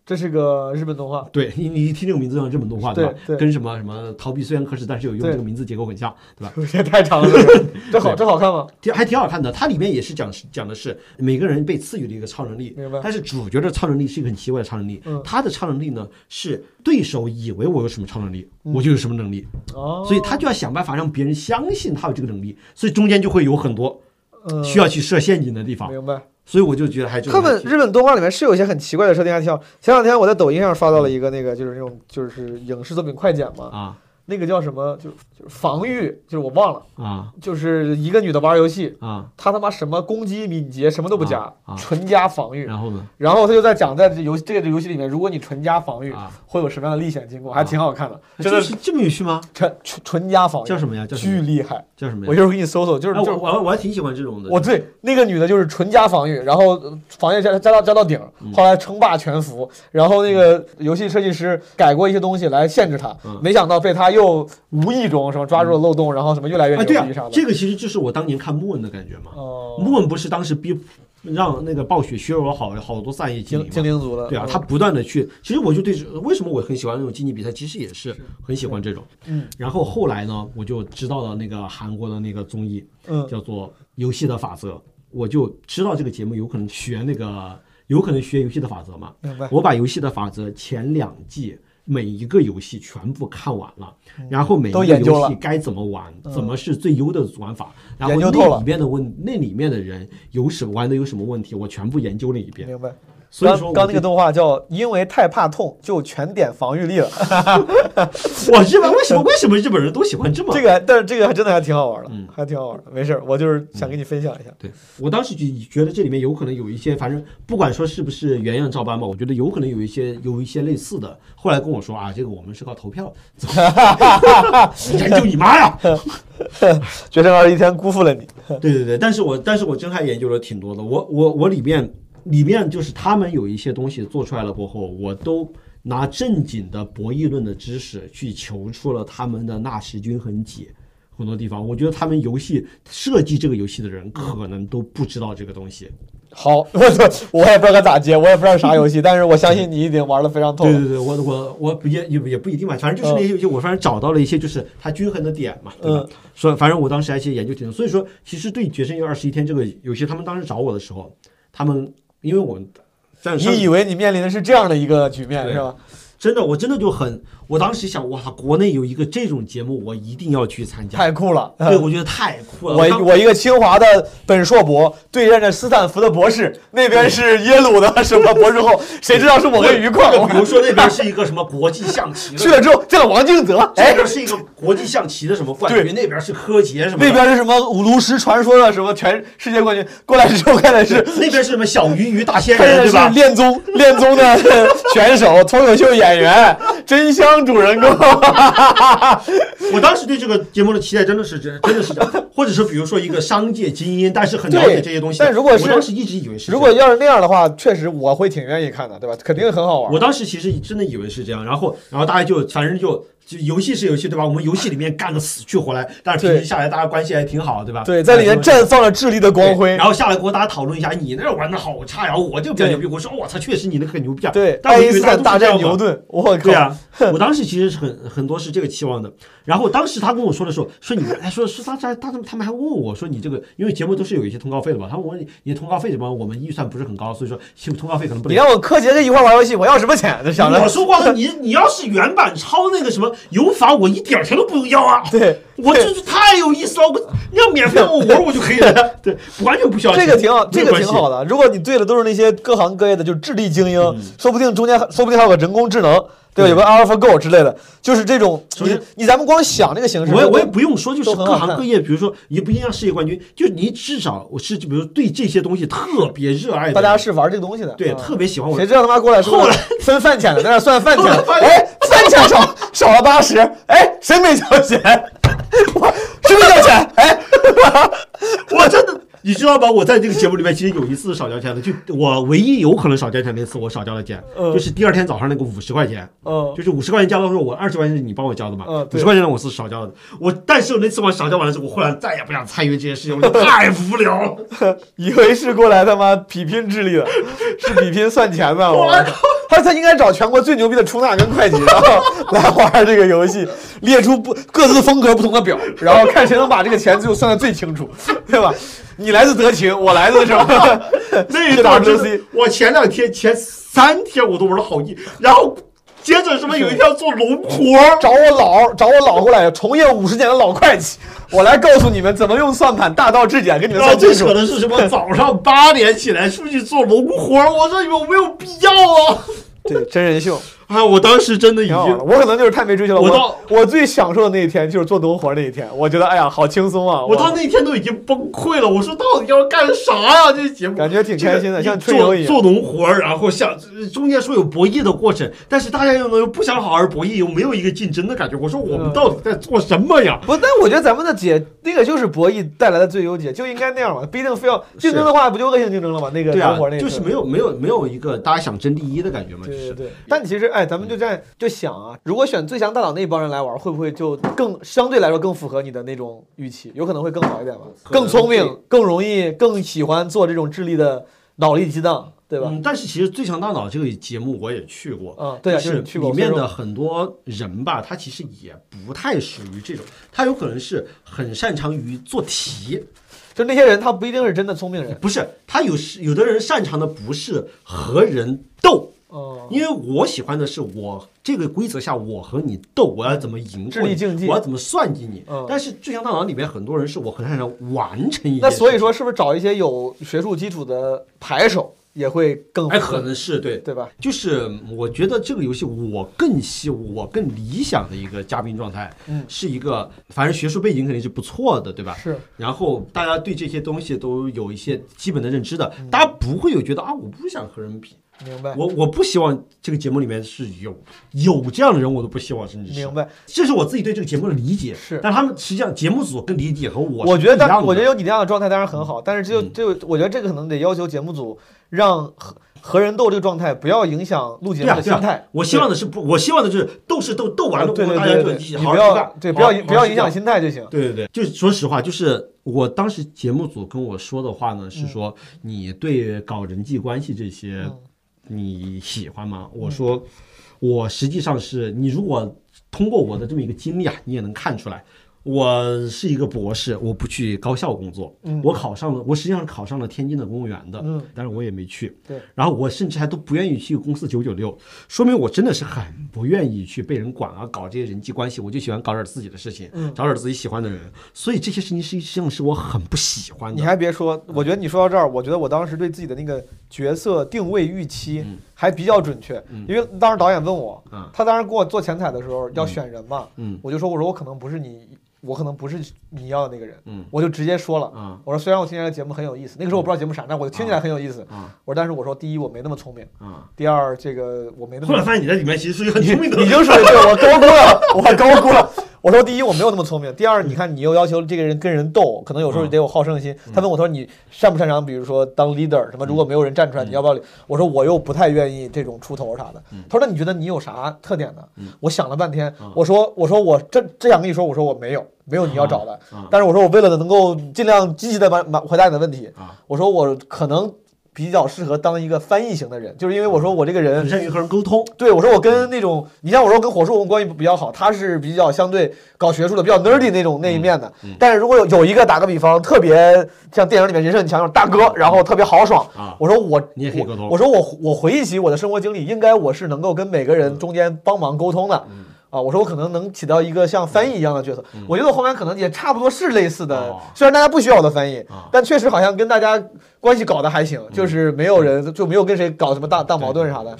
S2: 这是个日本动画，
S3: 对你，你一听这个名字就像日本动画
S2: 对
S3: 吧？
S2: 对
S3: 跟什么什么逃避虽然可耻，但是有用
S2: 对
S3: 这个名字结构很像，对吧？
S2: 这太长了， 这好这好看吗？
S3: 挺还挺好看的，它里面也是讲讲的是每个人被赐予的一个超能力
S2: 明白，
S3: 但是主角的超能力是一个很奇怪的超能力，
S2: 嗯
S3: 他的超能力呢是对手以为我有什么超能力，我就有什么能力，
S2: 哦，
S3: 所以他就要想办法让别人相信他有这个能力，所以中间就会有很多
S2: 嗯
S3: 需要去设陷阱的地方，
S2: 明白。
S3: 所以我就觉得还这
S2: 课
S3: 种
S2: 本
S3: 还挺
S2: 日本动画里面是有一些很奇怪的设定，还挺好。前两天我在抖音上刷到了一个那个，就是那种就是影视作品快剪嘛，
S3: 啊
S2: 那个叫什么，就是就是防御，就是我忘了，
S3: 啊
S2: 就是一个女的玩游戏，
S3: 啊，
S2: 她他妈什么攻击、敏捷什么都不加
S3: 啊啊，
S2: 纯加防御。
S3: 然后呢？
S2: 然后她就在讲，在这游戏这个游戏里面，如果你纯加防御
S3: 啊，
S2: 会有什么样的历险经过，还挺好看的，真
S3: 这
S2: 的
S3: 是这么有趣吗？
S2: 纯纯纯加防御，
S3: 叫什么呀叫什么
S2: 巨厉害！
S3: 叫什么呀？
S2: 我一会儿给你搜搜，就是
S3: 哎
S2: 就是
S3: 我我我还挺喜欢这种的，
S2: 我对那个女的就是纯加防御，然后呃防御加加到加到顶，后来称霸全服，然后那个游戏设计师改过一些东西来限制她，没想到被她又无意中什么抓住了漏洞，然后什么越来越
S3: 啊，
S2: 牛
S3: 对
S2: 逼啥
S3: 啊
S2: 的，。
S3: 这个其实就是我当年看莫恩的感觉嘛。
S2: 哦
S3: 莫恩不是当时逼让那个暴雪削弱了好好多赛季经
S2: 精
S3: 理
S2: 精
S3: 嘛？
S2: 灵族的，
S3: 对啊，
S2: 嗯
S3: 他不断的去，其实我就对这为什么我很喜欢那种竞技比赛，其实也是很喜欢这种。
S2: 嗯，
S3: 然后后来呢，我就知道了那个韩国的那个综艺，
S2: 嗯
S3: 叫做《游戏的法则》，我就知道这个节目有可能学那个，有可能学游戏的法则嘛。
S2: 明白
S3: 我把《游戏的法则》前两季每一个游戏全部看完了，然后每一
S2: 嗯都
S3: 个
S2: 研究
S3: 游
S2: 了嗯
S3: 戏该怎么玩，怎么是最优的玩法，然
S2: 研
S3: 后
S2: 究透
S3: 那
S2: 了
S3: 里面的问那里面的人有什么玩的有什么问题，我全部研究了一遍。
S2: 明白。
S3: 所以
S2: 刚
S3: 说我
S2: 刚那个
S3: 对
S2: 动画叫因为太怕痛就全点防御力 了，
S3: 哇，日本为什么为什么日本人都喜欢这么
S2: 这个还但是这个还真的还挺好玩的
S3: 嗯，
S2: 还挺好玩的。没事儿，我就是想跟你分享一下。
S3: 对我当时就觉得这里面有可能有一些，反正不管说是不是原样照搬吧，我觉得有可能有一些有一些类似的。后来跟我说啊，这个我们是靠投票， 走 研究你妈呀！
S2: 决胜二十一天辜负了你，
S3: 对对对，但是我但是我真还研究了挺多的，我我我里面里面就是他们有一些东西做出来了过后，我都拿正经的博弈论的知识去求出了他们的纳什均衡解。很多地方，我觉得他们游戏设计这个游戏的人可能都不知道这个东西，
S2: 好， 我操，我也不知道该咋接，我也不知道是啥游戏，但是我相信你一定玩的非常透
S3: 对
S2: 了。
S3: 对对，我我我不也也也不一定吧，反正就是那些游戏，我反正找到了一些就是它均衡的点嘛，对吧？
S2: 嗯
S3: 所以反正我当时还去研究挺多，所以说其实对《决胜夜二十一天》这个游戏，他们当时找我的时候，他们因为我们但是
S2: 你以为你面临的是这样的一个局面
S3: 对
S2: 是吧？
S3: 真的我真的就很，我当时想，哇，国内有一个这种节目，我一定要去参加。
S2: 太酷了！
S3: 对，我觉得太酷 了。
S2: 我
S3: 当
S2: 我一个清华的本硕博对战着斯坦福的博士，那边是耶鲁的什么博士后，谁知道是我跟余
S3: 这
S2: 矿？
S3: 个比如说那边是一个什么国际象棋的，
S2: 去了之后，这个王敬泽，
S3: 这
S2: 哎，
S3: 边是一个国际象棋的什么冠
S2: 对
S3: 军，那边是柯洁什么的，
S2: 那边是什么炉石传说的什么全世界冠军？过来之后看的是
S3: 那边是什么小鱼鱼大仙
S2: 看
S3: 人，
S2: 的
S3: 对
S2: 是
S3: 吧？
S2: 恋综恋综的 选手、脱口秀演员、真香主人公。
S3: 我当时对这个节目的期待真的是 这，真的是这样，或者是比如说一个商界精英，但是很了
S2: 对
S3: 解这些东西的。
S2: 但如果是
S3: 我当时一直以为是这
S2: 如
S3: 样，
S2: 果要是那样的话，确实我会挺愿意看的，对吧？肯定很好玩
S3: 我。当时其实真的以为是这样，然后然后大家就反正就就游戏是游戏对吧？我们游戏里面干的死去活来，但是平
S2: 对
S3: 时下来大家关系还挺好对吧？
S2: 对，在里面绽放了智力的光
S3: 对
S2: 辉
S3: 然。后下来给我大家讨论一下，你那儿玩的好差呀，我就比较
S2: 对
S3: 牛逼。我说我操，确实你那个很牛逼啊。
S2: 对，
S3: 但
S2: 爱
S3: 我
S2: 因
S3: 以为
S2: 斯
S3: 大家
S2: 坦
S3: 都
S2: 大
S3: 是这
S2: 战
S3: 样的
S2: 牛顿，我靠
S3: 对！ 啊，我当时其实是很很多是这个期望的。然后当时他跟我说的时候，说你们哎说说他他他他们还问我说你这个因为节目都是有一些通告费的嘛，他们问你你的通告费怎么？我们预算不是很高，所以说其实通告费可能不
S2: 你
S3: 能。
S2: 让我柯洁这一块玩游戏，我要什么钱？这想
S3: 嗯我
S2: 着
S3: 说过了，你你要是原版抄那个什么有法，我一点钱都不用要啊！
S2: 对
S3: 我就是太有意思了，我你要免费让我玩我就可 以了，对，完全不需要
S2: 这
S3: 钱。
S2: 个挺好，这个
S3: 没有关
S2: 挺
S3: 系
S2: 好的。如果你对的都是那些各行各业的，就是智力精英，
S3: 嗯
S2: 说不定中间还说不定还有个人工智能，对吧？有个 AlphaGo 之类的，就是这种。
S3: 首
S2: 你
S3: 先
S2: 你咱们光想这个形式，
S3: 我也我也不用说，就是
S2: 都很
S3: 各
S2: 好看
S3: 行各业，比如说也不一定要世界冠军，就你至少我是比如对这些东西特别热爱的人，
S2: 大家是玩这个东西的，
S3: 对
S2: 嗯
S3: 特别喜欢我
S2: 谁。知道他妈过来说
S3: 后来
S2: 分饭钱的，在那算饭钱
S3: 后来发，现
S2: 哎，饭钱少少了八十，哎，谁没交钱？我谁没交钱？哎，
S3: 我真的，你知道吗？我在这个节目里面其实有一次少交钱的，就我唯一有可能少交钱那次，我少交了钱，
S2: 嗯
S3: 就是第二天早上那个五十块钱，
S2: 嗯
S3: 就是五十块钱交的时候，我二十块钱是你帮我交的嘛，
S2: 嗯
S3: 五
S2: 对
S3: 十块钱我是少交的。我但是我那次我少交完了之后，我后来再也不想参与这些事情，我觉得太无聊了。
S2: 以为是过来他妈比拼智力的，是比拼算钱的。我他他应该找全国最牛逼的出纳跟会计，然后来玩这个游戏，列出不各自风格不同的表，然后看谁能把这个钱最后算的最清楚，对吧？你来自德勤，我来自什么？
S3: 那一段真
S2: WC
S3: 的。，我前两天前三天我都玩的好腻，然后接着什么有一天要做龙活儿，
S2: 找我老找我老过来，从业五十年的老会计，我来告诉你们怎么用算盘大道至简给你们
S3: 然后
S2: 算
S3: 最
S2: 清楚
S3: 扯。的是什么？早上八点起来出去做龙活儿，我说有没有必要啊？
S2: 对，真人秀
S3: 啊，我当时真的已
S2: 挺好玩的。
S3: 经。
S2: 我可能就是太没追求了。
S3: 我
S2: 我
S3: 到
S2: 我最享受的那一天就是做农活那一天，我觉得哎呀好轻松啊！
S3: 我到那天都已经崩溃了，我说到底要干啥呀、这节目
S2: 感觉挺开心的
S3: 这个
S2: 像春游一样
S3: 做做农活儿，然后像呃中间说有博弈的过程，但是大家又能又不想好好博弈，又没有一个竞争的感觉。我说我
S2: 嗯
S3: 们到底在做什么呀？
S2: 不，但我觉得咱们的解那个就是博弈带来的最优解，就应该那样嘛，不一定非要竞争的话，不就恶性竞争了吗？那个
S3: 对啊
S2: 农活那，一
S3: 就
S2: 次
S3: 是没有没有没有一个大家想争第一的感觉嘛，就
S2: 对对
S3: 是。嗯
S2: 对，但其实哎，咱们就这样就想啊，如果选最强大脑那一帮人来玩，会不会就更相对来说更符合你的那种预期？有可能会更好一点吧，更聪明，更容易，更喜欢做这种智力的脑力激荡，对吧？
S3: 嗯，但是其实《最强大脑》这个节目我也去过，
S2: 嗯对啊
S3: 就
S2: 就是
S3: 是
S2: 你去过
S3: 里面
S2: 所以说
S3: 的很多人吧，他其实也不太属于这种，他有可能是很擅长于做题，
S2: 就那些人，他不一定是真的聪明 人，
S3: 不是他有时有的人擅长的不是和人斗，
S2: 嗯，
S3: 因为我喜欢的是我这个规则下我和你斗，我要怎么赢过你，
S2: 智力竞技
S3: 我要怎么算计你。
S2: 嗯
S3: 但是《最强大脑》里面很多人是我很擅长完成一件
S2: 那所以
S3: 事
S2: 说，是不是找一些有学术基础的牌手也会更
S3: 情，
S2: 符
S3: 哎，
S2: 合
S3: 可能是对
S2: 对吧？
S3: 就是我觉得这个游戏我更希我更理想的一个嘉宾状态，
S2: 嗯
S3: 是一个反正学术背景肯定是不错的，对吧？
S2: 是。
S3: 然后
S2: 嗯
S3: 大家对这些东西都有一些基本的认知的，大家不会有觉得啊我不想和人比，
S2: 明白，
S3: 我我不希望这个节目里面是有有这样的人，我都不希望，甚至是
S2: 明白。
S3: 这是我自己对这个节目的理解。
S2: 是
S3: 但他们实际上节目组跟理解和我
S2: 我
S3: 是
S2: 觉得
S3: 不一样
S2: 当，
S3: 的嗯
S2: 我觉得有你那样的状态当然很好，但是就就我觉得这个可能得要求节目组让和和人斗这个状态不要影响录节
S3: 对
S2: 目
S3: 啊
S2: 的
S3: 对
S2: 心态
S3: 啊。。我希望的是不，我希望的就是斗是斗，斗完了
S2: 啊对
S3: 过
S2: 对
S3: 后大
S2: 对
S3: 家就
S2: 对
S3: 一起
S2: 对，
S3: 好
S2: 你不
S3: 好吃饭
S2: 要对不要
S3: 好好
S2: 不要
S3: 睡
S2: 影
S3: 觉
S2: 响心态就行。
S3: 对对对，就是说实话，就是我当时节目组跟我说的话呢，是说你对搞人际关系这些你喜欢吗？我说我实际上是你如果通过我的这么一个经历啊，你也能看出来。我是一个博士，我不去高校工作，我考上了，我实际上是考上了天津的公务员的，
S2: 嗯
S3: 但是我也没去，
S2: 对，
S3: 然后我甚至还都不愿意去公司九九六，说明我真的是很不愿意去被人管啊，搞这些人际关系，我就喜欢搞点自己的事情，
S2: 嗯
S3: 找点自己喜欢的人，所以这些事情实际上是我很不喜欢
S2: 你
S3: 的。
S2: 还别说，
S3: 嗯
S2: 我觉得你说到这儿，我觉得我当时对自己的那个角色定位预期还比较准确，因为当时导演问我，
S3: 嗯
S2: 他当时给我做前彩的时候要选人嘛，
S3: 嗯
S2: 我就说我说我可能不是你，我可能不是你要的那个人，
S3: 嗯
S2: 我就直接说了，
S3: 啊
S2: 我说虽然我听起来节目很有意思，那个时候我不知道节目啥，但我听起来很有意思，
S3: 啊
S2: 我说但是我说第一我没那么聪明，
S3: 啊！
S2: 第二这个我没那
S3: 后来
S2: 么。
S3: 发现你在里面其实是一个很聪明的
S2: 你
S3: 人，
S2: 就说对我高估了，我高估了。我说第一我没有那么聪明，第二你看你又要求这个人跟人斗，可能有时候得有好胜心。他问我说你擅不擅长，比如说当 leader 什么，如果没有人站出来，你要不要？我说我又不太愿意这种出头啥的。他说那你觉得你有啥特点呢？我想了半天，我说我说我这这样跟你说，我说我没有。没有你要找的，但是我说我为了能够尽量积极的满满回答你的问题，我说我可能比较适合当一个翻译型的人，就是因为我说我这个人
S3: 很善于和人沟通。
S2: 对，我说我跟那种，你像我说跟火树我们关系比较好，他是比较相对搞学术的，比较 nerdy 那种那一面的。
S3: 嗯
S2: 但是如果有有一个打个比方，特别像电影里面人设很强那种大哥，然后特别豪爽，
S3: 啊
S2: 我说我
S3: 你也可以沟通
S2: 我我说我我回忆起我的生活经历，应该我是能够跟每个人中间帮忙沟通的。啊，我说我可能能起到一个像翻译一样的角色，我觉得我后面可能也差不多是类似的
S3: 嗯哦，
S2: 虽然大家不需要我的翻译
S3: 啊，嗯
S2: 但确实好像跟大家关系搞得还行，就是没有人就没有跟谁搞什么大大矛盾啥的，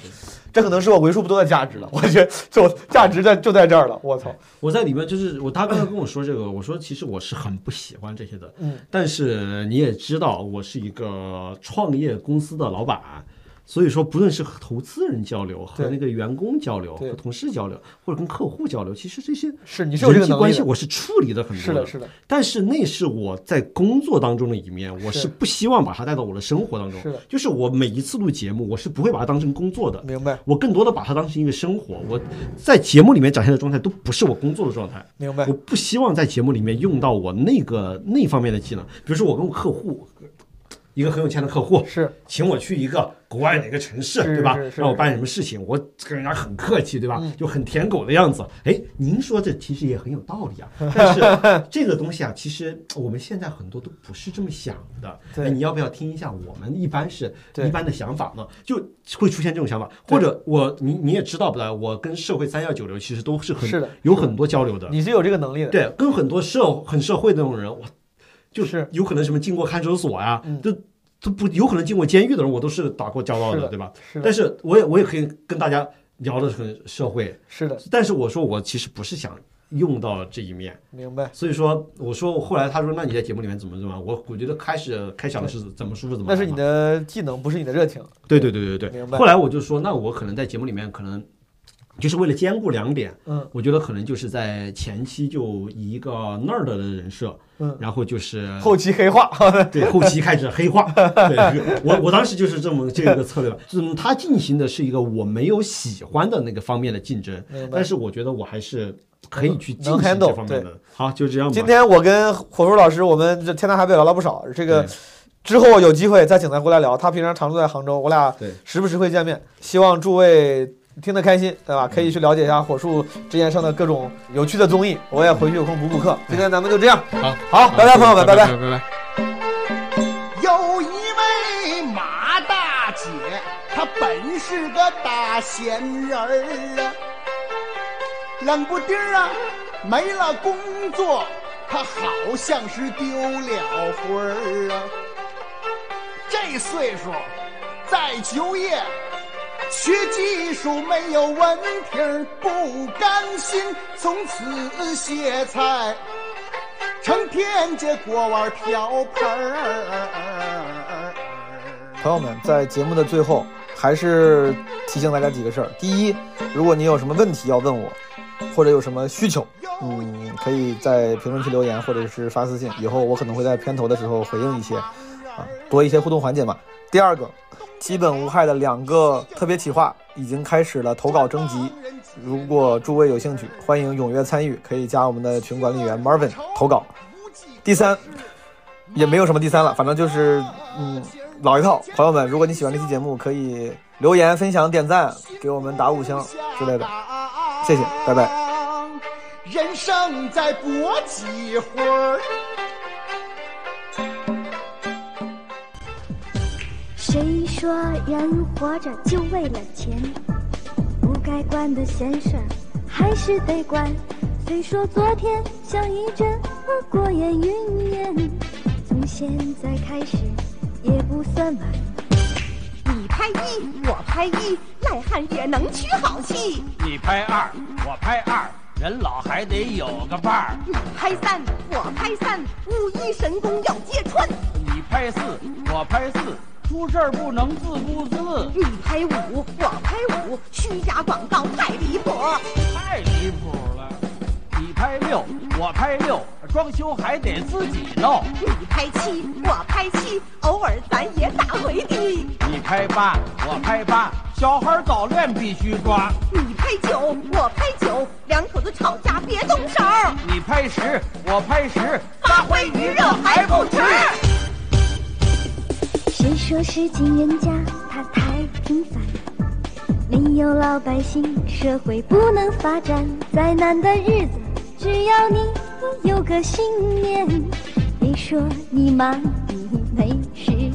S2: 这可能是我为数不多的价值了。我觉得就价值在就在这儿了。我操，
S3: 我在里面就是我，他刚才跟我说这个，我说其实我是很不喜欢这些的，
S2: 嗯，
S3: 但是你也知道，我是一个创业公司的老板，所以说不论是和投资人交流，和
S2: 对
S3: 那个员工交流，
S2: 对
S3: 和同事交流，或者跟客户交流，其实这些
S2: 是你是有这个
S3: 人际
S2: 能力
S3: 关系，
S2: 的
S3: 我是处理的很多
S2: 是的，是的，
S3: 但是那是我在工作当中的一面，我
S2: 是
S3: 是不希望把它带到我的生活当中。
S2: 是的
S3: 就是我每一次录节目，我是不会把它当成工作的。
S2: 明白
S3: 我更多的把它当成一个生活。我在节目里面展现的状态都不是我工作的状态。
S2: 明白
S3: 我不希望在节目里面用到我那个那方面的技能，比如说我跟我客户。一个很有钱的客户
S2: 是
S3: 请我去一个国外哪个城市，
S2: 是
S3: 对吧
S2: 是？是嗯
S3: 让我办什么事情，我跟人家很客气，对吧？就很舔狗的样子。哎，您说这其实也很有 道理啊。但是这个东西啊，其实我们现在很多都不是这么想的。
S2: 对
S3: 哎你要不要听一下我们一般是
S2: 对
S3: 一般的想法呢？就会出现这种想法，或者我你你也知道不啦？我跟社会三幺九六其实都是很
S2: 是的
S3: 有很多交流的。
S2: 你是有这个能力的。
S3: 对，跟很多社很社会的那种人，我就是有可能什么进过看守所呀、
S2: 嗯
S3: 都都不有可能进过监狱的人，我都是打过交道
S2: 是
S3: 的，
S2: 的
S3: 对吧？
S2: 是的
S3: 但是我也我也可以跟大家聊的很社会，
S2: 是的，
S3: 但是我说我其实不是想用到这一面。
S2: 明白。
S3: 所以说，我说我后来他说，那你在节目里面怎么怎么样？我我觉得开始开场是怎么舒服怎么来嘛。
S2: 那是你的技能，不是你的热情。
S3: 对对对对对。
S2: 明白
S3: 后来我就说，那我可能在节目里面可能就是为了兼顾两点，
S2: 嗯，
S3: 我觉得可能就是在前期就以一个 nerd 的人设，
S2: 嗯
S3: 然后就是
S2: 后期黑化，
S3: 对后期开始 黑化。对，我我当时就是这么这个策略吧。嗯，他进行的是一个我没有喜欢的那个方面的竞争
S2: 明白，
S3: 但是我觉得我还是可以去进
S2: 能
S3: 行
S2: handle，
S3: 这方面的。好，就这样吧。
S2: 今天我跟火叔老师，我们这天南海北聊了不少。这个
S3: 对
S2: 之后有机会再请他过来聊，他平常常住在杭州，我俩
S3: 对
S2: 时不时会见面。希望诸位听得开心，对吧？可以去了解一下火树之前上的各种有趣的综艺，我也回去有空补补课。今天咱们就这样，
S7: 好，
S2: 好，拜拜，朋友们，拜拜。
S7: 拜拜。
S8: 有一位马大姐，她本是个大闲人儿啊，冷不丁儿啊没了工作，她好像是丢了魂儿啊。这岁数再就业，学技术没有文凭儿不甘心，从此歇菜。成天这锅碗瓢盆儿。
S2: 朋友们，在节目的最后，还是提醒大家几个事儿。第一，如果你有什么问题要问我，或者有什么需求，嗯，可以在评论区留言，或者是发私信。以后我可能会在片头的时候回应一些，啊，多一些互动环节嘛。第二个，基本无害的两个特别企划已经开始了投稿征集，如果诸位有兴趣，欢迎踊跃参与，可以加我们的群管理员 Marvin 投稿。第三，也没有什么第三了，反正就是嗯，老一套。朋友们，如果你喜欢这期节目，可以留言、分享、点赞，给我们打五星之类的。谢谢拜拜。
S8: 人生再搏几回儿。
S9: 谁说人活着就为了钱？不该管的闲事儿还是得管。谁说昨天像一阵过眼云烟？从现在开始也不算晚。
S10: 你拍一，我拍一，赖汉也能取好戏。
S7: 你拍二，我拍二，人老还得有个伴儿。
S10: 你拍三，我拍三，武艺神功要揭穿。
S7: 你拍四，我拍四，出事儿不能自顾自，
S10: 你拍五，我拍五，虚假广告太离谱。
S7: 太离谱了。你拍六，我拍六，装修还得自己弄。
S10: 你拍七，我拍七，偶尔咱也打回的。
S7: 你拍八，我拍八，小孩早恋必须抓。
S10: 你拍九，我拍九，两口子吵架别动手，
S7: 你拍十，我拍十，
S10: 发挥余热还不迟。
S9: 谁说市井人家他太平凡？没有老百姓，社会不能发展。再难的日子，只要你有个信念，别说你忙，你没时